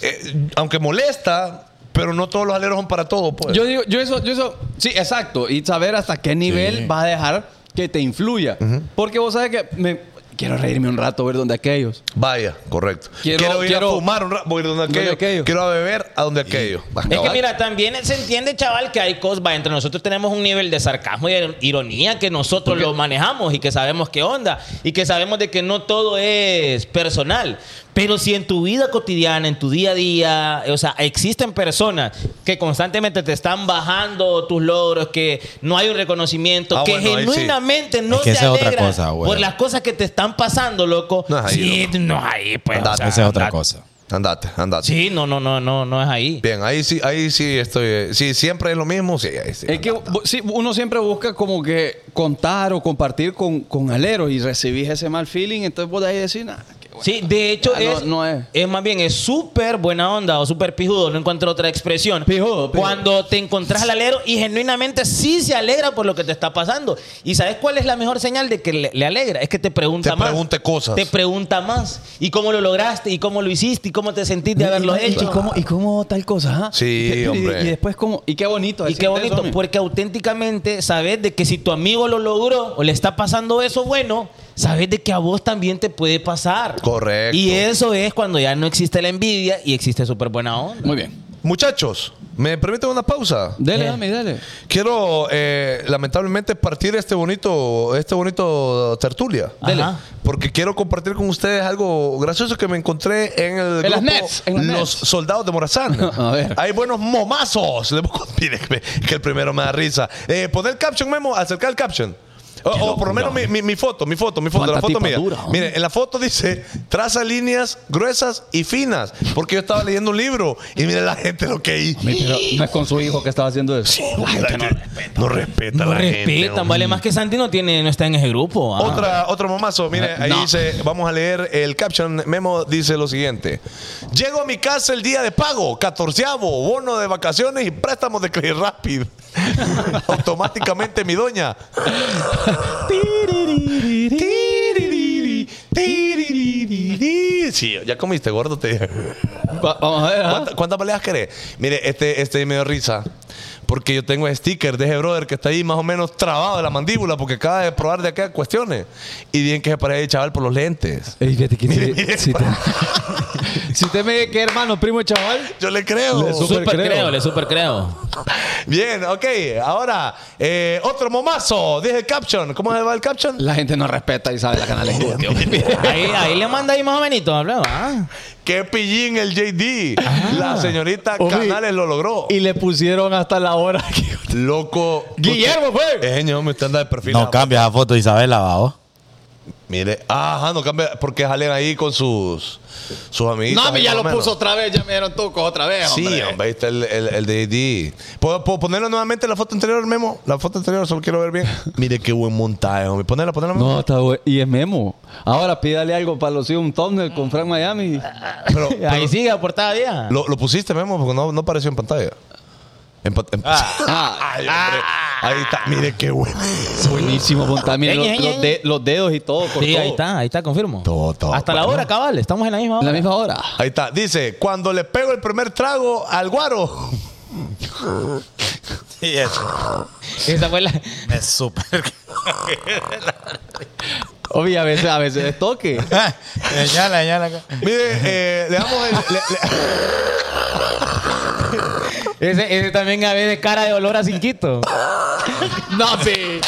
eh, aunque molesta, pero no todos los aleros son para todo, pues. Yo digo, yo eso, yo eso, sí, exacto. Y saber hasta qué nivel Sí. vas a dejar que te influya. Porque vos sabes que me quiero reírme un rato, ver donde aquellos. Vaya, correcto. Quiero, Quiero- ir quiero- a fumar un ra- voy a ir donde donde aquello. aquello. Quiero a beber a donde aquello. Ah, Va, Es que cabal. mira, también se entiende, chaval, que hay cosas. va, Entre nosotros tenemos un nivel de sarcasmo y de ironía que nosotros lo manejamos y que sabemos qué onda y que sabemos de que no todo es personal. Pero si en tu vida cotidiana, en tu día a día, eh, o sea, existen personas que constantemente te están bajando tus logros, que no hay un reconocimiento, Ah, que bueno, ahí sí. genuinamente no Es que te esa es otra alegran cosa, güey. por las cosas que te están pasando, loco. No es ahí, sí, no es ahí, pues. Andate, Esa es otra andate. cosa. Andate, andate. Sí, no, no, no, no, no es ahí. Bien, ahí sí, ahí sí estoy. eh, Sí, siempre es lo mismo. Sí, ahí sí. Es que bu- sí, uno siempre busca como que contar o compartir con, con aleros y recibís ese mal feeling, entonces vos de ahí decís, "Nah, qué bueno". Sí, de hecho Ya no- es, no es. es. más bien, es súper buena onda o súper pijudo, no encuentro otra expresión. Pijudo, pijudo. Cuando te encontrás al alero y genuinamente sí se alegra por lo que te está pasando. ¿Y sabes cuál es la mejor señal de que le, le alegra? Es que te pregunta Te más. pregunte cosas. Te pregunta más. ¿Y cómo lo lograste? ¿Y cómo lo hiciste? ¿Y cómo te sentiste de haberlo y, hecho? Y cómo, y cómo tal cosa, ajá. Sí, y, y- hombre. Y, después como, y qué bonito. Y qué decirte eso, bonito, homie. porque auténticamente sabes de que si tu amigo lo logró o le está pasando eso bueno, sabes de que a vos también te puede pasar. Correcto. Y eso es cuando ya no existe la envidia y existe súper buena onda. Muy bien. Muchachos, ¿me permiten una pausa? Dele, Eh. dame, dale. Quiero eh, lamentablemente partir este bonito, este bonito tertulia. Dele. Ajá. Porque quiero compartir con ustedes algo gracioso que me encontré en el grupo En las nets, en las Los nets. Soldados de Morazán. A ver. Hay buenos momazos. Le busco- Mire, que- que el primero me da risa. Eh, poner caption, Memo, acercar el caption. O, o por lo menos mi, mi- mi foto, mi foto, mi foto, la Cuánta foto mía. tipadura, hombre. Mire, en la foto dice, traza líneas gruesas y finas. Porque yo estaba leyendo un libro y mire la gente lo que hizo. Homie, pero no es con su hijo que estaba haciendo eso. La gente no respeta. No respeta a No la gente, respetan, hombre. vale más que Santi no tiene, no está en ese grupo. ah. Otra, otro mamazo, mire, ahí No. dice, vamos a leer el caption. Memo dice lo siguiente: Llego a mi casa el día de pago, catorceavo, bono de vacaciones y préstamos de Credit Rapid. Automáticamente mi doña. Tiririri, tiririri. Sí, ya comiste, gordo. Te dije. Va- vamos a ver, ¿ah? ajá. ¿Cuánta- ¿Cuántas peleas querés? Mire, este, este me dio risa. Porque yo tengo sticker de ese brother que está ahí más o menos trabado de la mandíbula porque acaba de probar de aquellas cuestiones. Y bien que se parece el chaval por los lentes. Ey, fíjate que Mire, sí- mire. sí te- si usted me dice que hermano, primo, chaval, Yo le creo. Le Súper Súper creo. creo. le súper creo. Bien, ok. Ahora, eh, otro momazo. Dije el caption. ¿Cómo se va el caption? la gente no respeta y sabe la canal Ahí, ahí le manda ahí más o menos, ¿verdad? Ah. ¡Qué pillín el JD! La señorita Oye. Canales lo logró. Y le pusieron hasta la hora que... Loco. Guillermo, pues. Eh, señor, me usted anda de perfil. No cambias la foto, Isabela, va, vos. Mire, ajá, no cambia, porque salen ahí con sus, sus amiguitos. No, a mí ahí ya más lo o menos. puso otra vez, ya me dieron tuco otra vez. Sí, hombre. hombre, ahí está el, el, el DD. ¿Puedo, puedo ponerlo nuevamente la foto anterior, Memo? La foto anterior, solo quiero ver bien. Mire qué buen montaje, hombre. Ponela, ponela, Memo. No, está bueno. Y es memo. Ahora pídale algo para los hijos, un thumbnail con Frank Miami. Pero, Ahí sigue a portada vieja. lo, lo pusiste, Memo, porque no, no apareció en pantalla. En pa- en- Ah, Ay, hombre. Ahí está. Mire qué bueno. Buenísimo, montaje. Miren Ey, los, ey, los ey. de- los dedos y todo. Por Sí, todo. ahí está, ahí está, confirmo. Todo, todo. Hasta la Bueno. hora, cabal. Estamos en la misma hora. La misma hora. Ahí está. Dice, cuando le pego el primer trago al guaro. Y eso. Esa fue la. Me súper. Oye, a veces, a veces es toque. Señala, señala acá. Mire, eh, le damos el... le- le- Ese, ese también a veces cara de olor a cinquito. No, sí.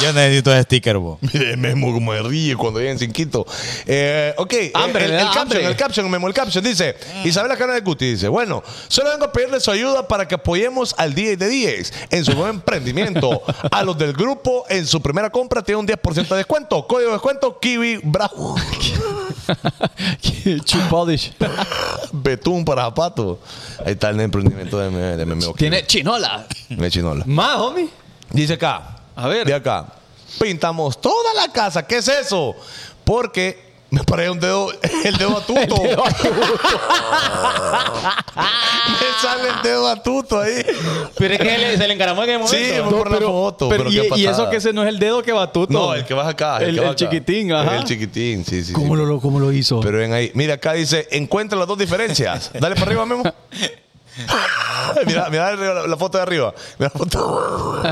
Yo necesito ese sticker, bo. Mire, Memo como se ríe cuando llega en Cinquito. Eh, ok, eh, Hambre, el, le el da caption, hambre. el caption, Memo, el caption dice, Isabela Cano de Cuti dice, bueno, solo vengo a pedirle su ayuda para que apoyemos al DJ de 10 en su nuevo emprendimiento. A los del grupo, en su primera compra tiene un 10% de descuento. Código de descuento, Kiwi Bravo. Chupodish. Betún para zapatos. Ahí está el emprendimiento de, mi- de mi amigo Tiene chinola. Kiwi, de Chinola. Más, homie. Dice acá. A ver. De acá. Pintamos toda la casa. ¿Qué es eso? Porque me paré un dedo, el dedo atuto. me sale el dedo atuto ahí. Pero es que él- se le encaramó en el momento. Sí, fue por la foto. Pero, y, e, qué y eso patada. que ese no es el dedo que batuto. No, el que vas acá. El, que el va acá. chiquitín, ajá. El chiquitín, sí, sí. ¿Cómo sí. lo, ¿Cómo lo hizo? Pero ven ahí. Mira, acá dice, encuentra las dos diferencias. Dale para arriba, Memo. mira, mira arriba la, la foto de arriba. Mira la foto.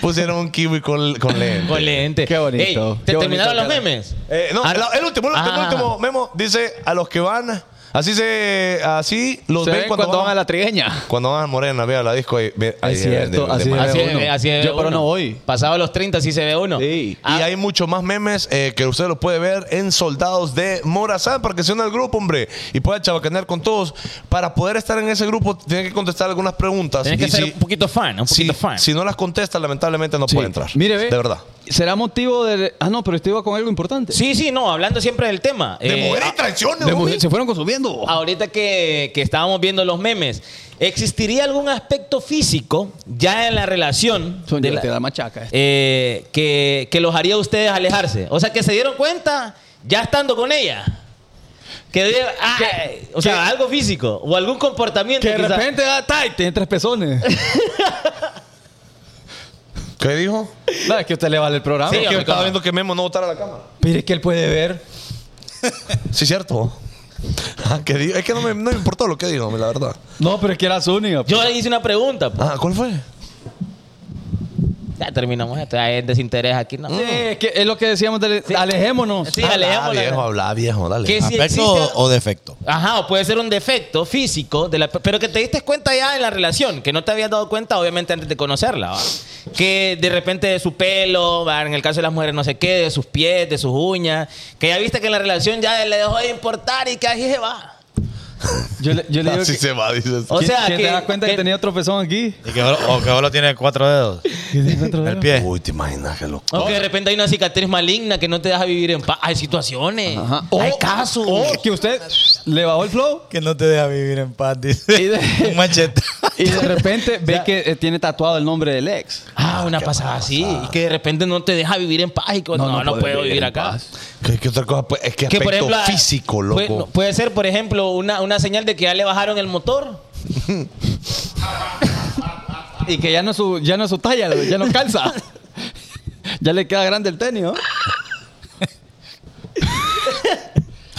Pusieron un kiwi con, con lente. Con lente. Qué bonito, Ey, qué ¿Te bonito terminaron los cara. memes? Eh, no, Ah, la- el último, el último, el ah. último. Memo dice a los que van, así se, así los Se ven, ven cuando, van a la trigueña. cuando van a Morena, vea la disco ahí. ve- ahí Es de- de- cierto, de- así de- es. de- Así es, uno. así es Yo, pero uno. no voy. Pasado los 30 sí se ve uno. Ah, Sí. Ah. Y hay muchos más memes eh, que usted los puede ver en Soldados de Morazán para que se una al grupo, hombre, y pueda chabacanear con todos. Para poder estar en ese grupo, tiene que contestar algunas preguntas. Tienes y que ser si- un poquito fan, un si, poquito fan. si no las contesta, lamentablemente no puede entrar. Mire, ve. De verdad. ¿Será motivo de.? Ah, no, pero esto iba con algo importante. Sí, sí, no, hablando siempre del tema. Ah, de Eh, mujer y traiciones, De homie. mujer- se fueron consumiendo. Ahorita que, que estábamos viendo los memes, ¿existiría algún aspecto físico ya en la relación Son de yo, la- te da machaca. eh, que, que los haría a ustedes alejarse? O sea, que se dieron cuenta ya estando con ella. Que, de- ah, o sea, algo físico o algún comportamiento. Que de quizá. repente da tight, tiene tres pezones. ¿Qué dijo? no, es que usted le vale el programa. Sí, Es que hombre, estaba ¿cómo? viendo que Memo no votara la cámara. Pero es que él puede ver. Sí, cierto. Ah, que digo- Es que no me, no me importó lo que dijo, la verdad. No, pero es que era su única. Yo le hice una pregunta. pues. Ah, ¿cuál fue? Ya terminamos esto, ya es desinterés aquí. No. Sí, es, que es lo que decíamos, de- alejémonos. Sí, alejémosla. Ah, viejo, habla, viejo, dale. Que si ¿Aspecto existe- o defecto? Ajá, o puede ser un defecto físico, de la, pero que te diste cuenta ya en la relación, que no te habías dado cuenta, obviamente, antes de conocerla. ¿va? Que de repente de su pelo, ¿va? en el caso de las mujeres, no sé qué, de sus pies, de sus uñas, que ya viste que en la relación ya le dejó de importar y que así se va. Yo, le- yo le digo. Así que- se va, dices. O ¿Quién- sea, ¿quién que, te das cuenta que, que- tenía otro pezón aquí? Y que, ahora- o que ahora tiene cuatro dedos. El pie. Uy, te imaginas que loco. Oh. o que de repente hay una cicatriz maligna que no te deja vivir en paz. Hay situaciones, Ajá. Oh, hay O- casos. O que usted le bajó el flow Que no te deja vivir en paz, dice. Y de- Un machete. y de repente ve que eh, tiene tatuado el nombre del ex. Ah, una pasada así. Y que de repente no te deja vivir en paz. Y que, no, no, puede puedo vivir en acá. paz. ¿Qué, qué otra cosa? pues? Es que Que, ah, aspecto físico, loco. Puede, pues, no, puede ser, por ejemplo, una, una señal de que ya le bajaron el motor. Y que ya no es su, ya no es su talla, ya no calza. ya le queda grande el tenis, ¿no?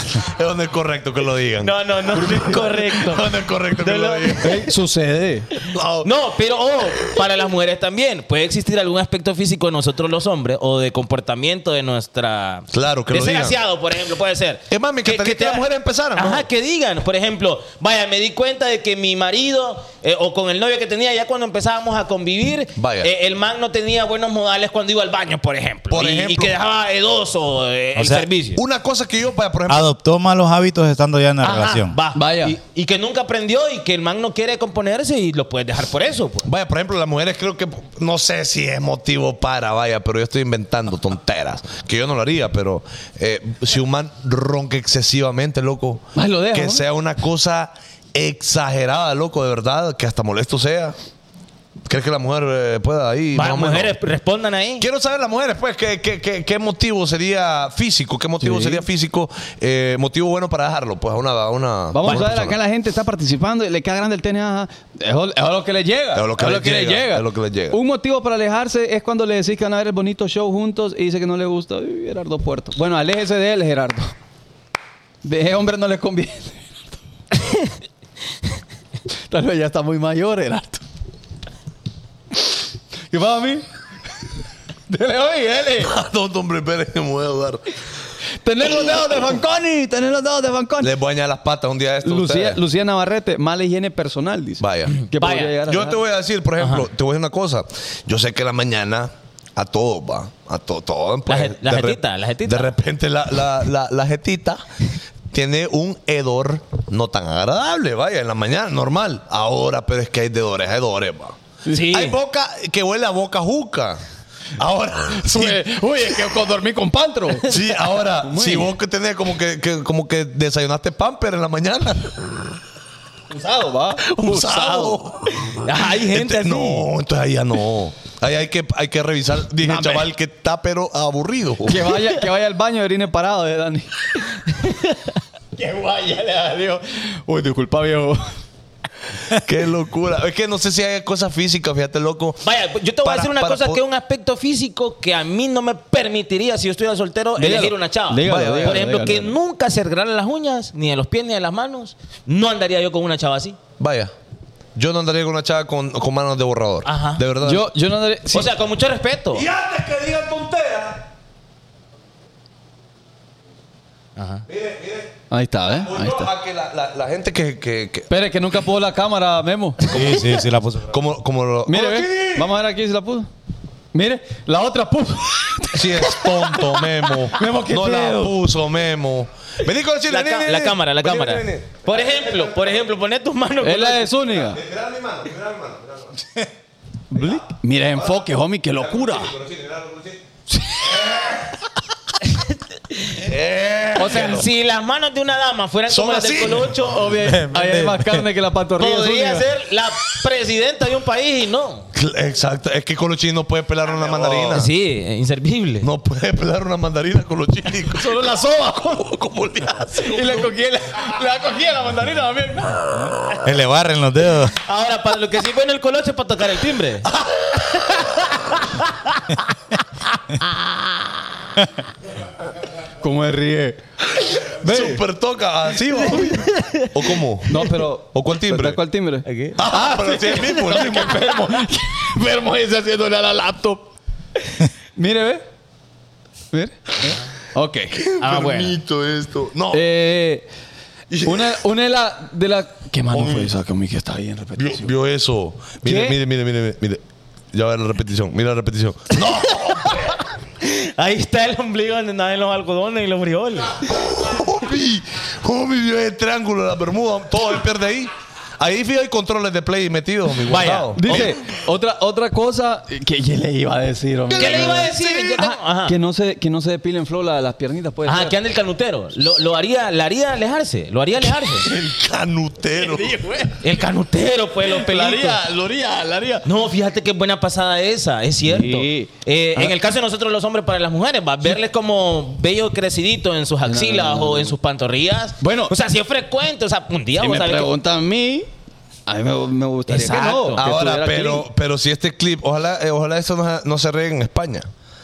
Es donde es correcto que lo digan. No, no, no, no es correcto. Es donde es correcto que No, lo no. digan. sucede. No. No, pero oh, para las mujeres también. Puede existir algún aspecto físico de nosotros los hombres o de comportamiento de nuestra. Claro, que De lo ser digan. aseado, por ejemplo, puede ser. Es más, me encantaría que las mujeres empezaran, ¿no? Ajá, que digan, por ejemplo, vaya, me di cuenta de que mi marido eh, o con el novio que tenía ya cuando empezábamos a convivir, Vaya. eh, el man no tenía buenos modales cuando iba al baño, por ejemplo. Por y, y ejemplo. que dejaba edoso eh, O el sea, servicio. Una cosa que yo, vaya, por ejemplo, Adoptó malos hábitos estando ya en la Ajá, relación. va. Vaya. Y, y que nunca aprendió y que el man no quiere componerse y lo puedes dejar por eso. pues. Vaya, por ejemplo, las mujeres creo que no sé si es motivo para, vaya, pero yo estoy inventando tonteras. Que yo no lo haría, pero eh, si un man ronca excesivamente, loco, Ay, lo dejo, que ¿no? sea una cosa exagerada, loco, de verdad, que hasta molesto sea. ¿Crees que la mujer eh, pueda ahí? Para más o menos? mujeres, respondan ahí. Quiero saber las mujeres, pues, ¿qué, qué, qué, qué motivo sería físico? ¿Qué motivo sería físico? eh, motivo bueno para dejarlo, pues, a una... a una Vamos una a ver, persona. acá la gente está participando y le cae grande el tenis. ajá. Es, lo- es lo que le llega. Es lo que les llega, es lo que les llega. Un motivo para alejarse es cuando le decís que van a ver el bonito show juntos y dice que no le gusta. Uy, Gerardo Puerto. Bueno, aléjese de él, Gerardo. De ese hombre no le conviene. Tal vez ya está muy mayor, Gerardo. ¿Qué pasa, mí? Dele, oye, dele. No, hombre, espere, me voy a ahogar. Tener los dedos de Fanconi. Tener los dedos de Fanconi. Les voy a dañar las patas un día de estos. Lucía, ustedes. Lucía Navarrete, mala higiene personal, dice. Vaya. Que Vaya. podría llegar a Yo ser. te voy a decir, por ejemplo, te voy a decir una cosa. Yo sé que la mañana a todos va, a to- todo. pues, je- la de re- jetita, la jetita. De repente la, la- la- la jetita tiene un hedor no tan agradable, vaya, en la mañana, normal. Ahora, pero es que hay de hedores, a hedores, va. Sí. Hay boca que huele a boca juca. Ahora, sí, eh, Uy, es que co- dormí con Pantro. sí, ahora, si vos que tenés como que, que- como que desayunaste pamper en la mañana, Usado, va. usado. Hay gente Ente- así. No, oh, entonces ahí ya no. Ahí hay que, hay que revisar. Dije, chaval, que está pero aburrido. Que vaya, que vaya al baño y orine parado, eh, Dani. que vaya, le adiós. Uy, disculpa, viejo. Qué locura. Es que no sé si hay cosas físicas, fíjate, loco. Vaya, yo te voy a Para- decir una para cosa po- que es un aspecto físico que a mí no me permitiría si yo estuviera soltero Dígalo. elegir una chava. Dígalo, Vaya, dígalo, Por ejemplo, dígalo, que dígalo. nunca se arreglaran las uñas, ni de los pies ni de las manos, no andaría yo con una chava así. Vaya. Yo no andaría con una chava con, con manos de borrador. Ajá. De verdad. Yo, yo no andaré. sí. O sea, con mucho respeto. Y antes que digan tonteras, Ahí está, ¿eh? Ahí Yo está. a que la, la- la gente que. que- que- Espere, que nunca puso la cámara, Memo. Sí, sí, sí, la puso. como, como lo. Mire, ve. Vamos a ver aquí si la puso. Mire, la otra puso. Sí, es tonto, Memo. Memo, qué no la pedo. puso, Memo. Vení con el chile, La, vení, ca- vení, la vení. cámara, la Vení, cámara. vení, vení. Por ejemplo, por ejemplo, poné tus manos. es con- la de Zúñiga. Mirá mi mano, mirá mi mano, mirá mi mano. Blick. Mira, enfoque, homie, qué locura. O sea, si las manos de una dama fueran Son como las así. del Colocho, obvio, Ahí hay más carne que la pantorrilla. podría Zúñiga. ser la presidenta de un país y no. Cl- Exacto, es que Colochín no puede pelar una mandarina. Sí, inservible. No puede pelar una mandarina con los chilicos. Solo la soba. ¿Cómo, cómo le hace? Y le cogí, la, le cogí a la mandarina también. Que le barren los dedos. Ahora, para lo que sí bueno el Colocho es para tocar el timbre. ¿Cómo se ríe? Super toca Ah, así, ¿o? ¿O cómo? No, pero. ¿O cuál timbre? ¿Pero ¿Cuál timbre? Ah, pero sí, el mismo, el mismo. Vermo ese haciéndole a la laptop. Mire, ve. Mire. Ok. Ah, bueno. Bonito esto. No, Eh, una una de las. De la, ¿Qué mano fue esa que mi que está ahí en vio, repetición? vio eso. Mire, ¿Qué? mire, mire, mire, mire. Ya va la repetición, mira la repetición. Ahí está el ombligo donde nadan los algodones y los frijoles. ¡Homie! ¡Homie! Vio el triángulo de la bermuda. Todo él pierde ahí. Ahí fíjate hay controles de play metidos, mi Vaya, guardado. Dice, otra, otra cosa que yo le iba a decir, hombre. ¿Qué le iba a decir? Ah, Yo tengo- Ajá. Ajá. Que no se, que no se depilen flow la- las piernitas, pues. puede Ajá, ser. que anda el canutero. Lo, lo haría, la haría alejarse. Lo haría alejarse. El canutero. El canutero, pues, los pelitos. lo haría, lo haría. No, fíjate qué buena pasada esa, es cierto. Sí. Eh, Ah. en el caso de nosotros los hombres para las mujeres, va a verles como bello crecidito en sus axilas o en sus pantorrillas. Bueno. o sea, si es frecuente, o sea, un día Si vos me sabés que- preguntan a mí, a mí me, me gustaría Exacto. que no. que Ahora, estuviera pero, clean. pero si este clip, ojalá, eh, ojalá eso no, no se regue en España.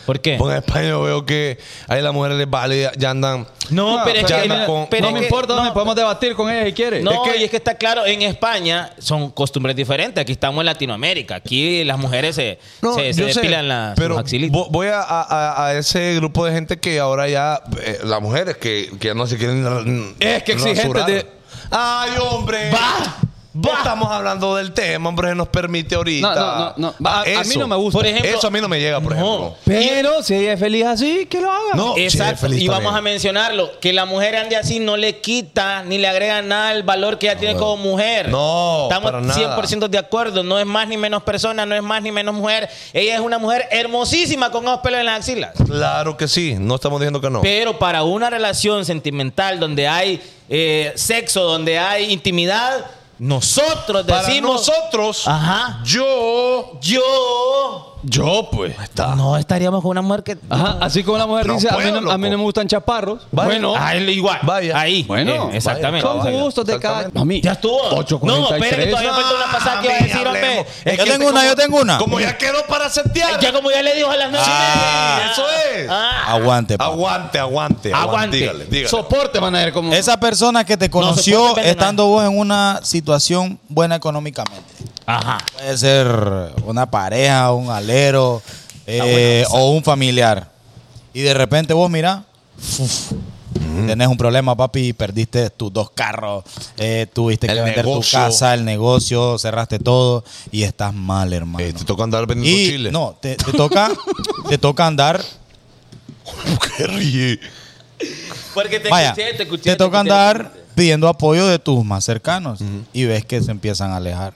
¿Por qué? Porque en España yo veo que ahí las mujeres les vale, ya- ya andan. No, No, pero es ya que no con- pero no es me que- importa, no, me podemos debatir con ella si quiere. No, Es que- y es que está claro, en España son costumbres diferentes. Aquí estamos en Latinoamérica. Aquí las mujeres se, No, se, se yo sé, depilan las pero sus axilitas. vo- voy a, a- a- a ese grupo de gente que ahora ya, eh, las mujeres que, que ya no se quieren. ra- Es que exigentes rasurar. de- ¡Ay, hombre! ¡Va! No estamos hablando del tema, hombre, que nos permite ahorita. No, no, no, no. A- a mí Eso. no me gusta. Por ejemplo- Eso a mí no me llega, por ejemplo. Pero si ella es feliz así, que lo haga. No, che, Exacto. feliz Y vamos también. a mencionarlo. Que la mujer ande así no le quita ni le agrega nada al valor que ella tiene como mujer. No, Estamos para nada. 100% de acuerdo. No es más ni menos persona, no es más ni menos mujer. Ella es una mujer hermosísima con unos pelos en las axilas. Claro que sí, no estamos diciendo que no. Pero para una relación sentimental donde hay eh, sexo, donde hay intimidad, nosotros Para decimos. Ah. nosotros, Ajá. yo, Yo. yo pues, está. No estaríamos con una mujer que. Ajá, así como la mujer No dice, a, mí puedo, no, a mí loco. no me gustan chaparros. Bueno, A él igual. Vaya. Ahí. Bueno, Eh, exactamente. Son gustos de cada... Exactamente. A mí. Ya estuvo. No, espera que 8.43. todavía falta una pasada que iba a Ah, decir, hombre. Yo tengo una, yo tengo una. Como ya quedó para setear. Ya como ya le dijo a las nueve y Ah, media. eso es. Ah. Aguante, pa. Aguante, aguante. Aguante. Dígale, dígale. Soporte van a ver como... Esa persona que te se puede conoció envenenar. estando vos en una situación buena económicamente. Ajá. Puede ser una pareja, un alero eh, o un familiar. Y de repente vos mirá, uf, tenés un problema, papi, perdiste tus dos carros, eh, tuviste que El vender negocio. tu casa, el negocio, cerraste todo y estás mal, hermano. Eh, te toca andar vendiendo y chile. no, te, te toca, te toca andar qué ríe. Porque te Vaya, escuché, te escuché. te toca escuché. andar pidiendo apoyo de tus más cercanos y ves que se empiezan a alejar.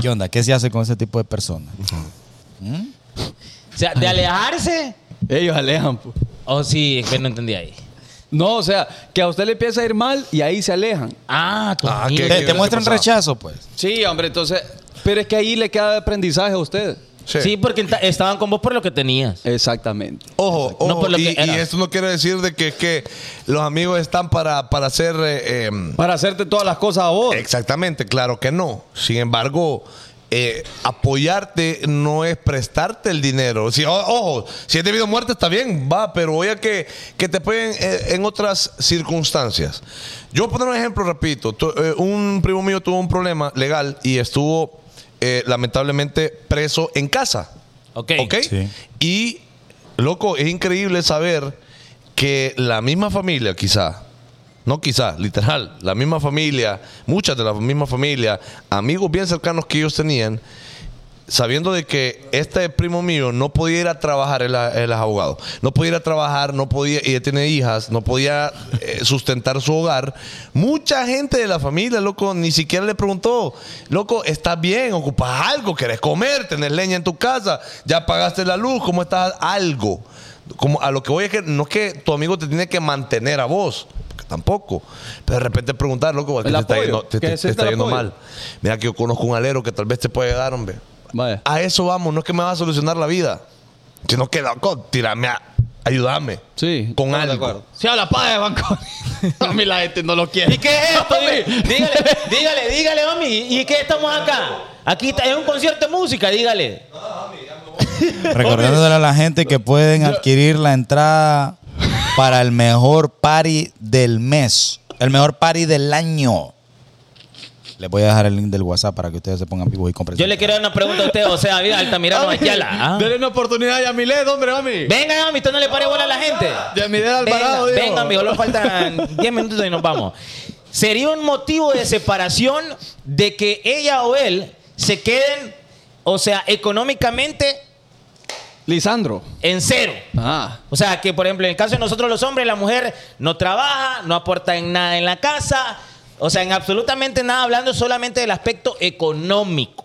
¿Qué onda? ¿Qué se hace con ese tipo de personas? O sea, de alejarse. Ellos alejan, pues. O sí, es que no entendí ahí. No, o sea, que a usted le empieza a ir mal y ahí se alejan. Ah, tu Ah, amigo. qué- Te, qué- te muestran pasaba? rechazo, pues. Sí, hombre, entonces... Pero es que ahí le queda de aprendizaje a usted. Sí. Sí, porque enta- estaban con vos por lo que tenías. Exactamente. Ojo, No ojo, por lo y, que y era. esto no quiere decir de que, que los amigos están para, para hacer eh, em, Para hacerte todas las cosas a vos. Exactamente, claro que no. Sin embargo, eh, apoyarte no es prestarte el dinero. Si, o- ojo, si es debido a muerte está bien, va, pero oye que, que te apoyen eh, en otras circunstancias. Yo voy a poner un ejemplo, repito. Tu- eh, un primo mío tuvo un problema legal y estuvo eh, lamentablemente preso en casa. Ok. ¿Ok? Sí. Y, loco, es increíble saber que la misma familia, quizá, no quizá, literal, la misma familia, muchas de la misma familia, amigos bien cercanos que ellos tenían, sabiendo de que este primo mío no podía ir a trabajar, él, a- él es abogado, no podía ir a trabajar, no podía, ella tiene hijas, no podía eh, sustentar su hogar, mucha gente de la familia, loco, ni siquiera le preguntó, loco, ¿estás bien? ¿Ocupas algo? ¿Querés comer? ¿Tenés leña en tu casa? ¿Ya pagaste la luz? ¿Cómo estás? Algo. Como a lo que voy es que no es que tu amigo te tiene que mantener a vos, porque tampoco. Pero de repente preguntar, loco, ¿a qué El te está apoyo, yendo, te- que te- te sienta está el yendo apoyo. mal? Mira que yo conozco un alero que tal vez te puede dar, hombre. Vaya. A eso vamos, no es que me va a solucionar la vida, sino que loco, tirame a ayúdame. Sí. Con estamos de algo. acuerdo. Se habla pa' de Banco. A mí la gente no lo ¿Y quiere. qué es esto? Dí- dígale, dígale, dígale, mami. ¿Y qué estamos acá? Aquí está- es un concierto de música, dígale. Recordándole a la gente que pueden adquirir la entrada para el mejor party del mes, el mejor party del año. Les voy a dejar el link del WhatsApp para que ustedes se pongan vivos y compren. Yo le quiero dar una pregunta a usted, o sea, vida Altamirano Ayala. ¿ah? Dale una oportunidad a Yamilet, hombre, mami. Venga, mami, usted no le pare bola a la gente. Yamilet Alvarado, venga, digo. venga, amigo, nos faltan 10 minutos y nos vamos. ¿Sería un motivo de separación de que ella o él se queden, o sea, económicamente Lisandro. en cero? Ah. O sea, que por ejemplo, en el caso de nosotros los hombres, la mujer no trabaja, no aporta en nada en la casa, o sea, en absolutamente nada, hablando solamente del aspecto económico.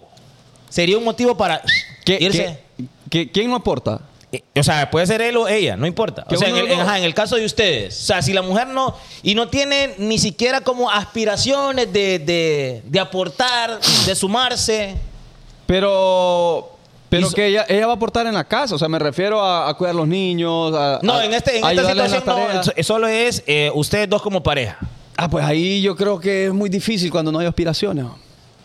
Sería un motivo para ¿Qué, irse. qué- qué- quién no aporta? Eh, O sea, puede ser él o ella, no importa. Que O sea, en uno el, de los en- dos. ajá, en el caso de ustedes, o sea, si la mujer no, y no tiene ni siquiera como aspiraciones de, de- de aportar, de sumarse, Pero. Pero Hizo- que ella, ella va a aportar en la casa. O sea, me refiero a, a cuidar a los niños. A, no, a- en, este, en a esta ayudarles Ah, en situación las no, tareas. es- solo es eh, ustedes dos como pareja. Ah, pues ahí yo creo que es muy difícil cuando no hay aspiraciones.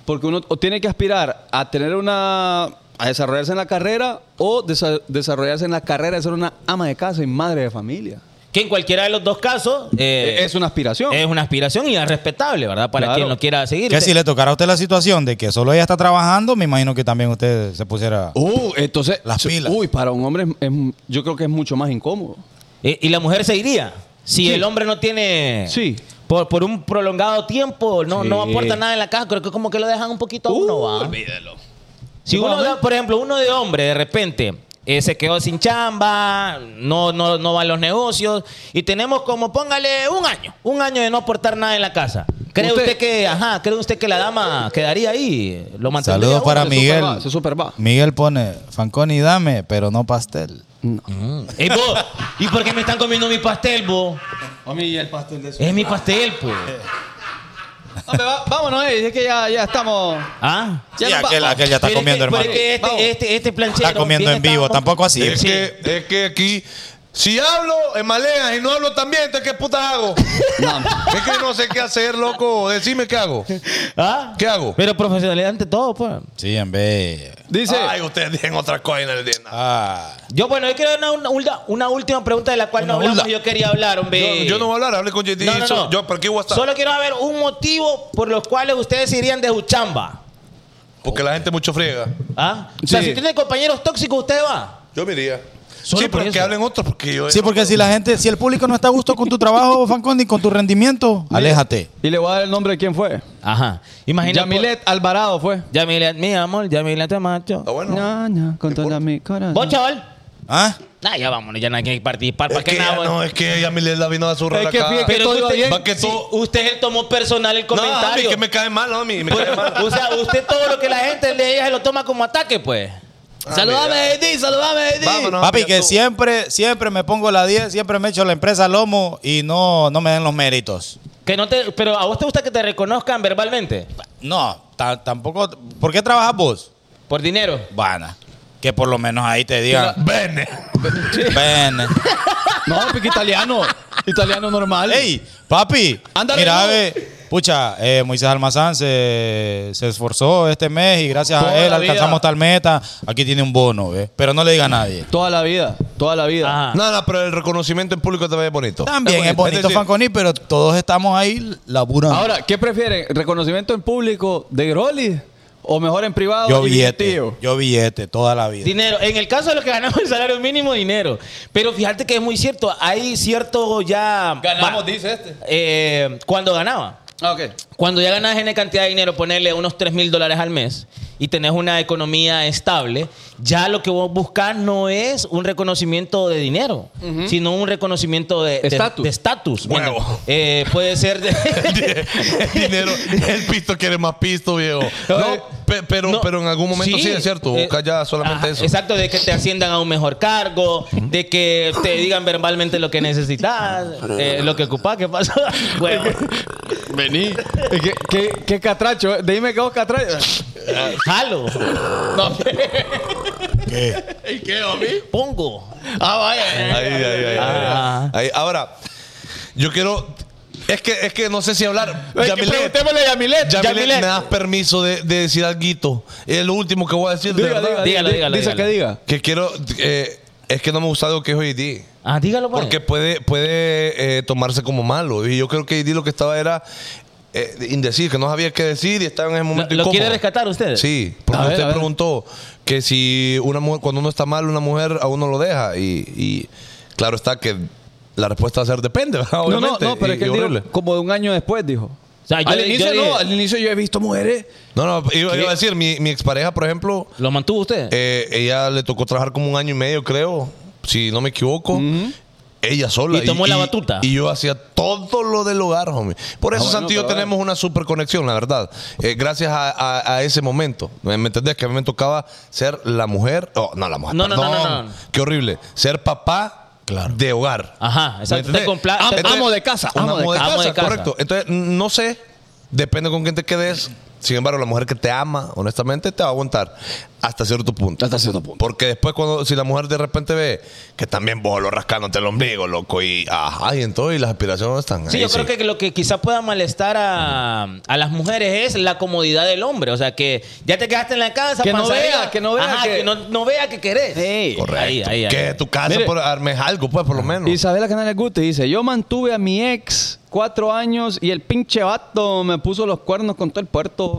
Porque uno o tiene que aspirar a tener una. a desarrollarse en la carrera o desa- desarrollarse en la carrera de ser una ama de casa y madre de familia. Que en cualquiera de los dos casos eh, es una aspiración. es una aspiración y es respetable, ¿verdad? Para Claro. quien lo quiera seguir. Que si le tocara a usted la situación de que solo ella está trabajando, me imagino que también usted se pusiera. Uh, entonces. Las sí, pilas. Uy, para un hombre es- es- yo creo que es mucho más incómodo. Eh, y la mujer se iría. Si Sí. el hombre no tiene Sí. por, por un prolongado tiempo no, no Sí. Uh, aporta nada en la caja. Creo que como que lo dejan un poquito a uno, va. Si uno, de- por ejemplo, uno de hombre de repente eh, se quedó sin chamba, no, no, no van los negocios y tenemos como, póngale un año, un año de no aportar nada en la casa. ¿Cree usted, Usted- que, ajá, cree usted que la dama quedaría ahí? Lo mantendría. Saludos uno? para se Miguel. superba, se superba. Miguel pone, Fanconi, dame, pero no pastel. Ey, vos, ¿Y por qué me están comiendo mi pastel, vos? Es mi pastel, pues. Hombre, va- vámonos, eh, es que ya, ya estamos. ¿Ah? Sí, nos aquel, vamos. aquel ya está Pero es comiendo, que- pero hermano. es que Vamos. este, este, este planchero Está comiendo bien en vivo, estábamos- tampoco así. Es, Sí. que, es que aquí, si hablo, en malean, y no hablo también, entonces ¿qué putas hago? Es que no sé qué hacer, loco. Decime qué hago. ¿Ah? ¿Qué hago? Pero profesionalidad ante todo, pues. Sí, en vez. Dice. Ay, ustedes dicen otra cosa en el día. Ah, Yo, bueno, yo quiero una, una, ulda- una última pregunta de la cual no hablamos ulda. y yo quería hablar, hombre. Yo, yo no voy a hablar, hablé con JD. No, no, so- no. Yo, ¿por qué voy a estar? Solo quiero saber un motivo por los cuales ustedes se irían de su chamba. Porque la gente mucho friega. ¿Ah? O sea, Sí. si tiene compañeros tóxicos, usted va. Yo me iría. Solo sí, por pero que eso. hablen otros, porque yo. sí, porque si la gente, si el público no está a gusto con tu trabajo, Fanconi, con tu rendimiento, aléjate. Y le voy a dar el nombre de quién fue. Ajá. Imagínate. pues. Yamilet Alvarado fue. Yamilet, mi amor, Yamilet te macho. Ah, bueno. No, no, con toda mi corazón. Vos, chaval. ¿Ah? Ah, ya vámonos, ya no hay que participar. ¿Para Es que qué nada? pues? ya no, es que ya Milela vino a su Es que fíjate que Pero todo iba usted, bien. Va que sí, todo- usted él tomó personal el No, a mí comentario. Pues, que me cae mal, a mí. Me cae mal. o sea, usted todo lo que la gente le diga se lo toma como ataque, pues. Ah, saludame, Eddie, saludame, Eddie. Vámonos. Papi, mira que tú. siempre, siempre me pongo la 10, siempre me echo la empresa al lomo y no, no me den los méritos. Que no te, pero a vos te gusta que te reconozcan verbalmente. No, ta- tampoco. ¿Por qué trabajas vos? Por dinero. Vana. Que por lo menos ahí te digan. Vene. Ven. No, porque italiano. italiano normal. Ey, papi. Ándale, mira, no. ve. Pucha, eh, Moisés Almazán se, se esforzó este mes y gracias Toda a él la vida. alcanzamos tal meta. Aquí tiene un bono, ¿ve? Pero no le diga a nadie. Toda la vida. Toda la vida. Ajá. No, no, pero el reconocimiento en público también es bonito. También es bonito, Es decir, Fanconi, pero todos estamos ahí laburando. Ahora, ¿qué prefieren? ¿Reconocimiento en público de Groli? ¿O mejor en privado? yo y billete, billeteo? yo billete toda la vida. Dinero. En el caso de los que ganamos el salario mínimo, dinero. Pero fíjate que es muy cierto. Hay cierto ya. Ganamos, va, dice este. eh, cuando ganaba. Ah, ok. Cuando ya ganas N cantidad de dinero, ponerle unos 3 mil dólares al mes y tenés una economía estable, ya lo que vos buscás no es un reconocimiento de dinero, sino un reconocimiento de de- Estatus. de estatus. Bueno, Huevo. eh, puede ser de. el dinero, el pisto quiere más pisto, viejo. No, pe- pero, No, pero en algún momento sí, es cierto. eh, Busca ya solamente ajá, eso. Exacto, de que te asciendan a un mejor cargo, de que te digan verbalmente lo que necesitas, eh, lo que ocupás, ¿qué pasa? Huevo. Vení. ¿Qué, qué, qué catracho? eh? Dime que vos catracho. Jalo. No, ¿Qué? ¿Y qué, homie? pongo. Ah, vaya. Ahí, ahí, ahí, ahí, Ah. ahí. Ahí, Ahora, yo quiero. Es que, es que no sé si hablar. Es que Yamilet, preguntémosle a Yamilet. Yamilet, Yamilet. me das permiso de, de decir algo. Es lo último que voy a decir, de Diga, verdad. diga, Dígalo, di- dígalo, Dice dígalo. que diga. Que quiero. eh, es que no me gusta lo que es hoy día. Ah, dígalo, pues. Porque puede, puede eh, tomarse como malo. Y yo creo que Didi lo que estaba era eh, indeciso, que no sabía qué decir y estaba en ese ¿Lo, momento lo incómodo. quiere rescatar usted? Sí, porque A ver, usted a ver. preguntó que si una mujer, cuando uno está mal, una mujer a uno lo deja. Y, y claro está que la respuesta va a ser depende, ¿verdad? No, no, Obviamente, no, y- pero es que ah, y él dijo horrible. como de un año después dijo. O sea, yo al le- yo inicio le dije- no, al inicio yo he visto mujeres. No, no, iba, ¿Qué? iba a decir, mi, mi expareja, por ejemplo, ¿Lo mantuvo usted? eh, ella le tocó trabajar como un año y medio, creo, si no me equivoco. Ella sola. Y tomó la batuta. Ah, Y yo hacía todo lo del hogar, homie. Por eso, bueno, Santi, y yo cabal. tenemos una super conexión, la verdad. Eh, gracias a, a- a ese momento. ¿Me me entendés? Que a mí me tocaba ser la mujer. oh, no, la mujer. No, no, no, perdón. no, no, no. Qué horrible. Ser papá. De hogar. Ajá, exacto. ¿Me entendés? Te compla- Am- te- amo de casa, Un amo de casa. Amo de casa. Correcto. Entonces, no sé, depende con quién te quedes. Sin embargo, la mujer que te ama, honestamente, te va a aguantar hasta cierto punto. Hasta cierto punto. Porque después, cuando si la mujer de repente ve que también vos lo rascándote el ombligo, loco, y ajá, y entonces, y las aspiraciones no están. Sí, ahí, yo creo que lo que quizá pueda molestar a, a las mujeres es la comodidad del hombre. O sea, que ya te quedaste en la casa. Que no panza vea, arriba. que no vea Ajá, que, que- no, no vea que querés. Sí. Correcto. Ahí, ahí, ahí. Que tu casa Mire. por armes algo, pues, por lo menos. Isabela Canales Guti dice, yo mantuve a mi ex cuatro años y el pinche vato me puso los cuernos con todo el puerto.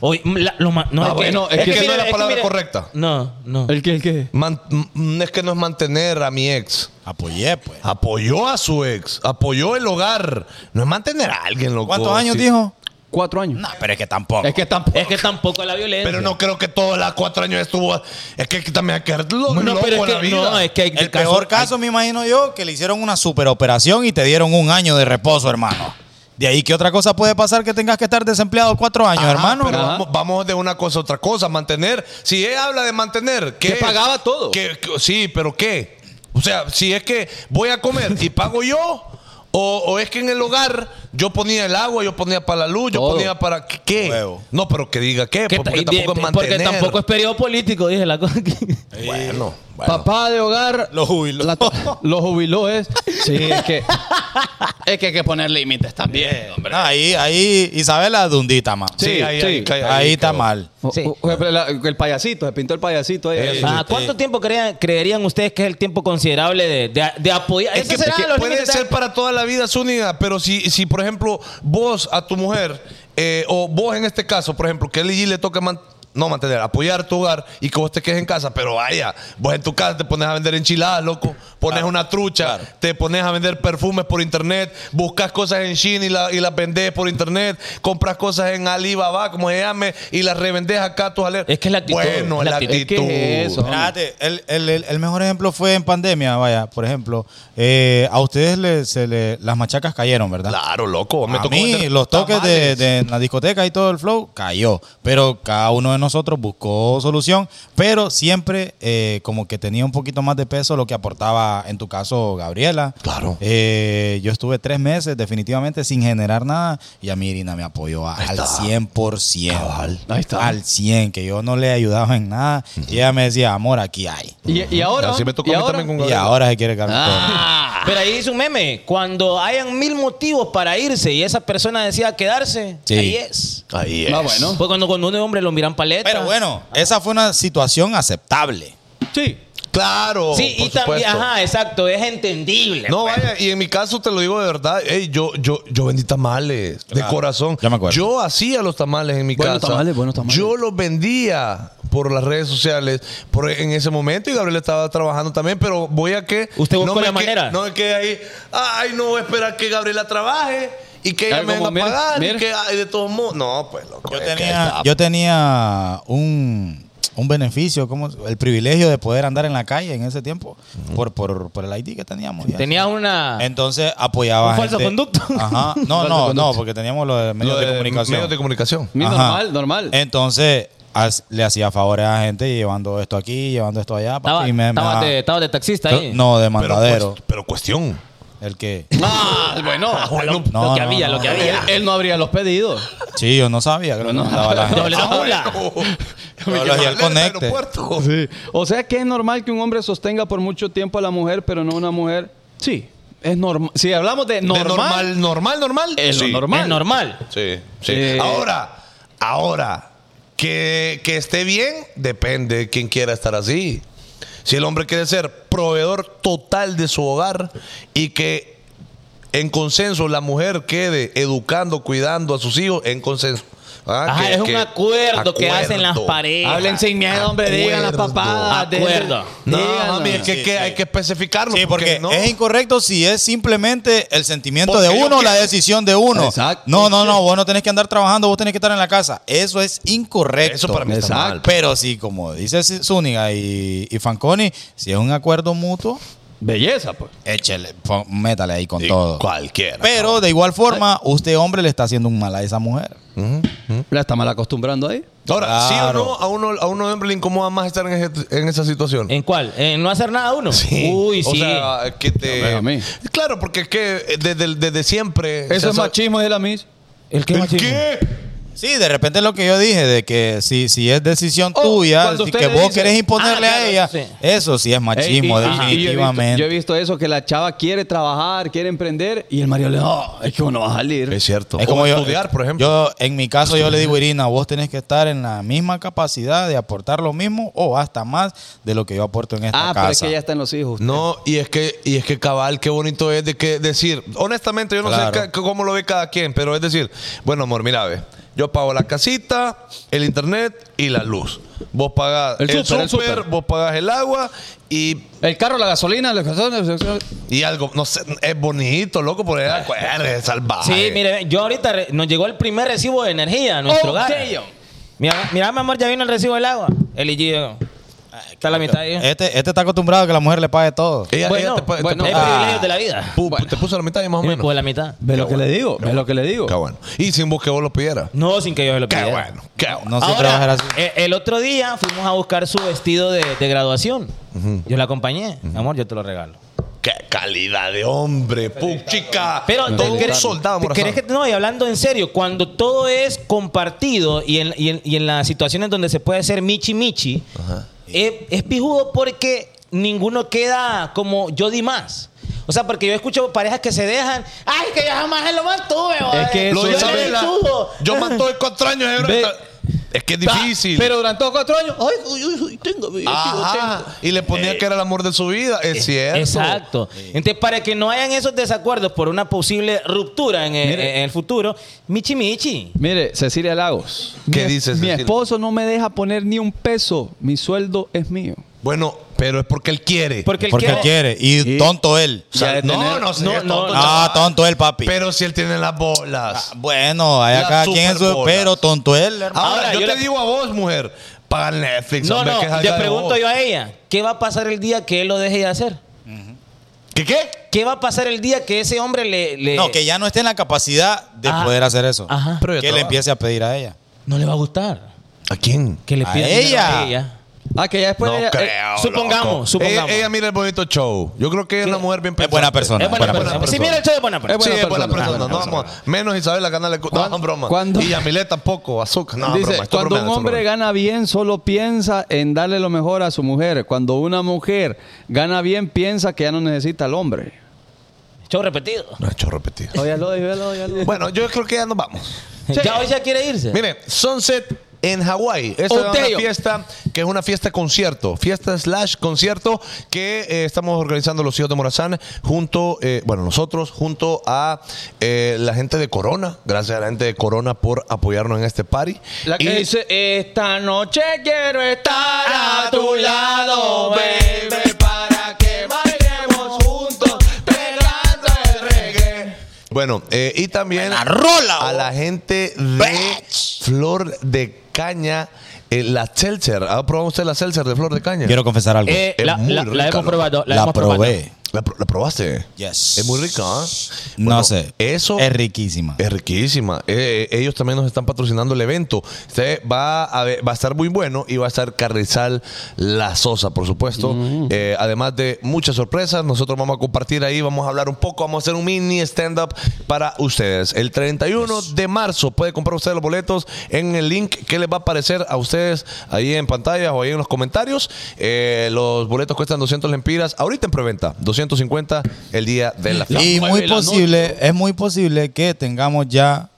Oye, mm, la- lo ma- no, Ah, es bueno, es que no mira, es la palabra mira- correcta. No, Ah. no. ¿El qué? ¿El qué? Man- m- m- es que no es mantener a mi ex. Apoyé, pues. Apoyó a su ex, apoyó el hogar. No es mantener a alguien, loco. ¿Cuántos años Sí. dijo? Cuatro años. No, pero es que tampoco. Es que tampoco. Es que tampoco la violencia. Pero no creo que todos los cuatro años estuvo. Es que también hay que ser lo- No, loco pero es la que, vida. no, es que hay El peor caso, me imagino yo, que le hicieron una superoperación y te dieron un año de reposo, hermano. De ahí que otra cosa puede pasar que tengas que estar desempleado cuatro años, Ajá, hermano. Pero Ajá. vamos, vamos de una cosa a otra cosa. Mantener. Si él habla de mantener. ¿qué Que es? pagaba todo. ¿Qué- qué- sí, pero ¿qué? O sea, si es que voy a comer y pago yo. O, o es que en el hogar yo ponía el agua, yo ponía para la luz, yo Todo. ponía para qué. Huevo. No, pero que diga qué, que ta- porque y de- tampoco es porque mantener. tampoco es periodo político, dije la cosa. que- Bueno, bueno. Papá de hogar. Lo jubiló. la- lo jubiló es. Sí, es que. Es que hay que poner límites también, hombre. Ah, ahí, ahí, Isabela Dundita, man. Sí, sí. Ahí, calla, está cagó. mal. Sí. O- o- la- el payasito, se pintó el payasito. ahí. Eh, Ah, ¿Cuánto tiempo crean- creerían ustedes que es el tiempo considerable de, de- de apoyar? Es Esos que, serán que los puede límites de- ser para toda la vida su unidad, pero si, si por ejemplo, vos a tu mujer, eh, o vos en este caso, por ejemplo, que él y le toca man- no mantener, apoyar tu hogar y que vos te quedes en casa, pero vaya, vos en tu casa te pones a vender enchiladas, loco, pones una trucha, te pones a vender perfumes por internet, buscas cosas en Shein y, la- y las vendés por internet, compras cosas en Alibaba, como se llame, y las revendés acá a tus ale- Es que es la actitud, Bueno, es la la actitud. actitud. Es que es eso. Espérate, el, el- el- el mejor ejemplo fue en pandemia, vaya, por ejemplo. Eh, a ustedes le- se le- las machacas cayeron, ¿verdad? Claro, loco, Pues me a tocó mí, vender los toques de, tamales. de la discoteca y todo el flow cayó. Pero cada uno de nosotros buscó solución, pero siempre eh, como que tenía un poquito más de peso lo que aportaba, en tu caso, Gabriela. Claro. Eh, yo estuve tres meses definitivamente sin generar nada y a mí Irina me apoyó a- al 100%. Ahí está. Al 100, que yo no le ayudaba en nada. Y ella me decía, amor, aquí hay. Y, y ahora. Así me tocó y a mí ahora- también con Y Gabriela. ahora se quiere cambiar. Ah. Ah. Pero ahí dice un meme, cuando hayan mil motivos para irse y esa persona decida quedarse, Sí. ahí es. Ahí Ah, es. bueno. Pues cuando, cuando un hombre lo miran paleta. Pero bueno, esa fue una situación aceptable. Sí. Claro. Sí, Oh, por y también, supuesto. ajá, exacto, es entendible. No, pues. vaya, y en mi caso te lo digo de verdad, ey, yo, yo, yo vendí tamales Claro. de corazón. Ya me acuerdo. Yo hacía los tamales en mi Buenos casa. tamales, buenos tamales. Yo los vendía por las redes sociales por, en ese momento y Gabriel estaba trabajando también, pero voy a que... ¿Usted no buscó me la que- manera? No me quede ahí, ay, no voy a esperar que Gabriela trabaje y que ella Claro, me venga como a mira, pagar mira. y que ay, de todos modos... No, pues, loco. Yo es que tenía, está- yo tenía un, un beneficio, como el privilegio de poder andar en la calle en ese tiempo por, por, por el ID que teníamos. ya. Tenía una... Entonces apoyaba. Un falso conducto. Ajá. No, no, no, porque teníamos los de medios lo de, de comunicación. Medios de comunicación. Mi Ajá. normal, normal. Entonces as- le hacía favores a la gente llevando esto aquí, llevando esto allá. papi, Estaba, y me- me estaba da- de, estaba de taxista ahí. No, de Pero, mandadero. cuest- pero cuestión. El que. Ah, bueno. lo, No, lo que no, había, no, lo que no. había. Él no abría los pedidos. Sí, yo no sabía. Creo que No, mandaba la gente. Doble tabla. Yo lo hacía al conecte. Sí. O sea que es normal que un hombre sostenga por mucho tiempo a la mujer, pero no una mujer. Sí, es normal. Si hablamos de normal, ¿Normal? normal, normal, normal. es lo Sí. normal. Es normal. Sí, sí. Eh, ahora, ahora, que, que esté bien, depende de quién quiera estar así. Si el hombre quiere ser proveedor total de su hogar y que en consenso la mujer quede educando, cuidando a sus hijos, en consenso. Ah, Ajá, que- es un que- acuerdo que hacen las acuerdo. parejas. Hablen sin miedo, hombre, digan las Acuerdo. papadas. de- Acuerdo. No, Díganlo. mami, es que, Sí, que sí. hay que especificarlo. Sí, porque, no. es incorrecto si es simplemente el sentimiento Porque de yo uno, quiero- la decisión de uno. Exacto. No, no, no, vos no tenés que andar trabajando, vos tenés que estar en la casa. Eso es incorrecto. Eso para mí está Exacto. mal. Pero sí, como dice Zúñiga y, y Fanconi, si es un acuerdo mutuo, Belleza, pues. échele, pon- métale ahí con todo. Cualquiera. Pero de igual forma, usted hombre le está haciendo un mal a esa mujer. La está mal acostumbrando ahí. Ahora, sí o Claro. no, a uno, a uno hombre le incomoda más estar en, ese- en esa situación. ¿En cuál? ¿En no hacer nada uno? Sí. Uy, O sí. sea, que te. No, pero a mí. Claro, porque es que eh, desde, desde siempre. Eso se es ha- machismo de la mis. ¿El qué ¿El machismo? qué? Sí, de repente lo que yo dije, de que si, si es decisión Oh, tuya, cuando si usted que le vos dice- querés imponerle Ah, claro, a ella, sí. eso sí es Ey, y- y- y yo machismo, he visto- definitivamente. yo, he visto eso, que la chava quiere trabajar, quiere emprender, y el marido le no, es que uno va a salir. Es cierto. Es como O yo, eh, estudiar, por ejemplo. Yo, en mi caso, yo le digo, Irina, vos tenés que estar en la misma capacidad de aportar lo mismo o hasta más de lo que yo aporto en esta ah, pero es casa. que ya están los hijos. No, y es que, y es que cabal, qué bonito es de que decir, honestamente, yo no Claro. sé ca- cómo lo ve cada quien, pero es decir, bueno, amor, mira, ve, Yo pago la casita, el internet y la luz. Vos pagás El el, súper, súper, el súper. vos pagás el agua y, El carro, la gasolina, las cosas- y algo. No sé, es bonito, loco, porque es salvaje. Sí, mire, yo ahorita re- nos llegó el primer recibo de energía a nuestro Oh, hogar. damn. Mira, mira, mi amor, ya vino el recibo del agua. El IG. Está a la mitad ahí. Este, este está acostumbrado a que la mujer le pague todo. Ella, Bueno, ella te, pa- te bueno, Hay puso- ah, privilegios de la vida. pu- te puso la mitad y más o Y me menos. puso pues- la mitad. Ve lo que le digo, ve lo que le digo. Qué bueno. Y sin vos que vos lo pidieras. No, sin que yo se lo Qué pidiera. bueno, qué bueno. No siempre va a ser Ahora, así. eh, el otro día fuimos a buscar su vestido de, de graduación. Yo la acompañé. Amor, yo te lo regalo. Qué calidad de hombre, puchica. Pero todo ¿te un crees- soldado, te Morazán. crees que no? Y hablando en serio, cuando todo es compartido y en, y en- y en las situaciones donde se puede hacer michi michi, es, es pijudo porque ninguno queda como yo di más. O sea, porque yo escucho parejas que se dejan, ay, que yo jamás se lo mantuve. Es que Lo eso de es- Isabela, estuvo. yo mantuve cuatro años. eh, Ve- es que es difícil. Pero durante todos cuatro años, ay, Ajá, y le ponía que era el amor de su vida. Es cierto. Eh, Exacto. Entonces, para que no hayan esos desacuerdos por una posible ruptura en el, Mire. en el futuro, michi michi. Mire, Cecilia Lagos. ¿Qué mi- dice Mi Cecilia? esposo no me deja poner ni un peso. Mi sueldo es mío. Bueno, pero es porque él quiere. Porque él Porque él quiere- quiere. Y Sí. tonto él. O sea, Ya de no, tener- no, no, sería no, Ah, tonto, no. Ah, chaval. tonto él, papi. Ah, Pero si él tiene las bolas. Bueno, La allá cada quien es su. superbola. Pero tonto él, hermano. Ahora, Ahora, yo, yo te le- digo a vos, mujer, paga el Netflix. No, hombre, no, que salga le de pregunto vos. yo a ella, ¿qué va a pasar el día que él lo deje de hacer? ¿Qué qué? ¿Qué va a pasar el día que ese hombre le... le- No, que ya no esté en la capacidad de Ajá. poder hacer eso. Ajá. Pero yo que le estaba- empiece a pedir a ella. No le va a gustar. ¿A quién? Que le A pida dinero ella. a ella. Ah, que ya después. No ella- creo. eh, loco. supongamos, supongamos. Ella, ella mira el bonito show. Yo creo que es una mujer bien Es buena persona. es buena, persona. persona. Si mira el show de buena persona. Es buena sí, es buena persona. persona. Ah, no, buena vamos. Menos Isabela que anda le- ¿Cuándo- No, broma. cuándo- Y Yamilet tampoco. Azúcar. No, dice, broma. estoy cuando bromeando, un estoy hombre bromeando. gana bien, solo piensa en darle lo mejor a su mujer. Cuando una mujer gana bien, piensa que ya no necesita al hombre. Show repetido. No, hecho repetido. Oh, ya lo dijo, ya lo dijo, ya lo dijo. Bueno, yo creo que ya nos vamos. Ya hoy ya quiere irse. Mire, Sunset en Hawái. Esta es Oteo. una fiesta que es una fiesta concierto, fiesta slash concierto que eh, estamos organizando los hijos de Morazán junto, eh, bueno, nosotros junto a eh, la gente de Corona. Gracias a la gente de Corona por apoyarnos en este party. La que Y- dice, esta noche quiero estar a tu lado, baby. para que bailemos juntos, pegando el reggae. oh. Bueno, eh, y también Buena rola, a vos. la gente de Flor de Caña, eh, la Seltzer. ¿Ha probado usted la Seltzer de Flor de Caña? Quiero confesar algo. Eh, Es la, muy la- la rica, hemos loco. probado. La, La hemos probé. ¿La, pro- la probaste? Yes. Es muy rica, ¿ah? no Bueno, sé. Eso es riquísima. es riquísima. Eh, eh, ellos también nos están patrocinando el evento. Usted va a, ver- va a estar muy bueno y va a estar Carrizal La Sosa, por supuesto. Mm. Eh, además de muchas sorpresas, nosotros vamos a compartir ahí, vamos a hablar un poco, vamos a hacer un mini stand-up para ustedes. El 31 de marzo puede comprar usted los boletos en el link que les va a aparecer a ustedes ahí en pantalla o ahí en los comentarios. Eh, los boletos cuestan 200 lempiras, ahorita en preventa, 250 el día de la fiesta. y nueve muy de la posible, es muy posible que tengamos ya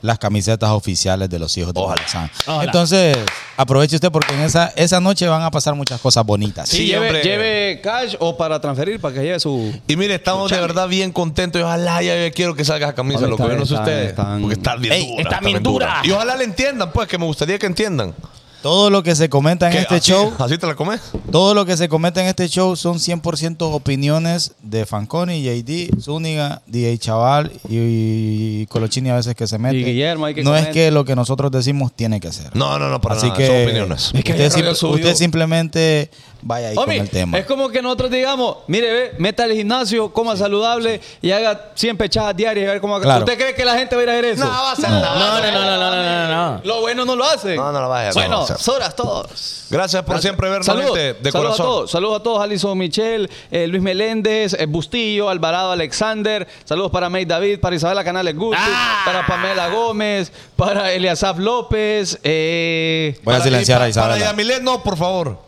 las camisetas oficiales de los hijos de Ojalá. Morazán. Ojalá. Entonces, aproveche usted porque en esa, esa noche van a pasar muchas cosas bonitas. Sí, Sí, lleve, hombre. lleve cash o para transferir, para que lleve su... Y mire, estamos de verdad bien contentos. Y ojalá ya yo quiero que salga esa camisa, Hombre, loco. está- Yo no sé está- ustedes. están- Porque está bien Ey, dura. está bien dura. Y ojalá le entiendan, pues, que me gustaría que entiendan. Todo lo que se comenta en Que este así- show, ¿Así te la comes? todo lo que se comenta en este show son 100% opiniones de Fanconi, JD, Zúñiga, DJ Chaval y, y Colochini a veces que se mete. Y Guillermo, hay que no es comentar. que lo que nosotros decimos tiene que ser. No, no, no, para Así nada. que, Son opiniones. Es que usted, ayer simple- había subido. usted simplemente vaya ahí Homie, con el tema. Es como que nosotros digamos, mire, ve, meta al gimnasio, coma saludable y haga 100 pechadas diarias y a ver cómo... Claro. ¿Usted cree que la gente va a ir a hacer eso? a ser No, no, no, no, no, no, no, no. Lo bueno no lo hacen. No, no lo vas a hacer, no lo Bueno, vas a hacer. soras todos. Gracias por siempre vernos, Saludos, gente, de saludos corazón. a todos. Saludos a todos. Alison Michel, eh, Luis Meléndez, eh, Bustillo, Alvarado Alexander. Saludos para May David, para Isabela Canales Guti, Ah. para Pamela Gómez, para Eliasaf López. eh, Voy a Para- silenciar para- a Isabela. Para Yamilet, no, por favor.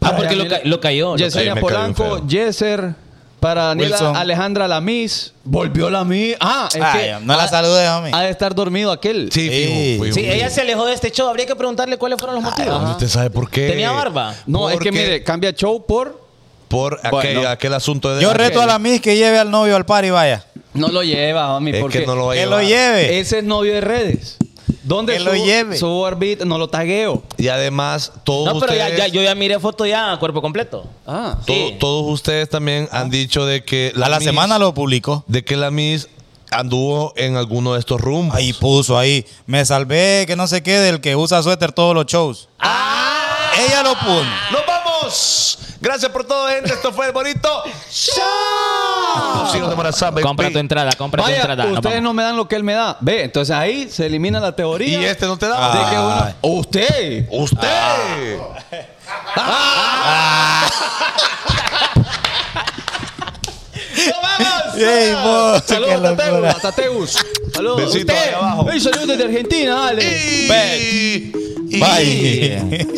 Ah, porque lo, ca- lo cayó. lo Yesenia me cae bien Polanco, feo. Yeser, para Daniela Wilson. Alejandra Lamis. Volvió Lamis. Ah, es Ay, que no la ha- salude, homie. Ha de estar dormido aquel. Sí, Sí. fijo, fijo. Sí, ella se alejó de este show. Habría que preguntarle cuáles fueron los motivos. Ah, Ay, ¿Usted sabe por qué? ¿Tenía barba? No, es que Porque- mire, cambia show por. Por aquel, aquel asunto de... Yo reto a la Miss que lleve al novio al par y vaya. No lo lleva, mami, Es porque que no lo va a Que lo llevar. lleve. ese es novio de redes. ¿Dónde Que lo subo- lleve. subo orbit? No lo tagueo. Y además, todos No, pero ya, ustedes. ya- yo ya miré foto ya a cuerpo completo. Ah. to- sí. Ah. Todos ustedes también han dicho de que A la Miss- semana lo publicó. de que la Miss anduvo en alguno de estos rumbos. Ahí puso, ahí. Me salvé, que no sé qué, del que usa suéter todos los shows. Ah. Ella lo puso. ¡Nos vamos! Gracias por todo, gente. Esto fue el bonito. ¡Chao! Hijos de Morazán, baby. Compra tu entrada, compra tu Vaya, entrada. Nos ustedes vamos. no me dan lo que él me da. Ve, entonces ahí se elimina la Y teoría. este no te da. Ah. de que uno- Ay. usted. ¡Usted! Ah. Ey, vos, qué Saludos, locura. Tateus. a Tateus. Saludos. Besito ahí abajo. Ey, saludos desde Argentina, dale. Y- y- Bye.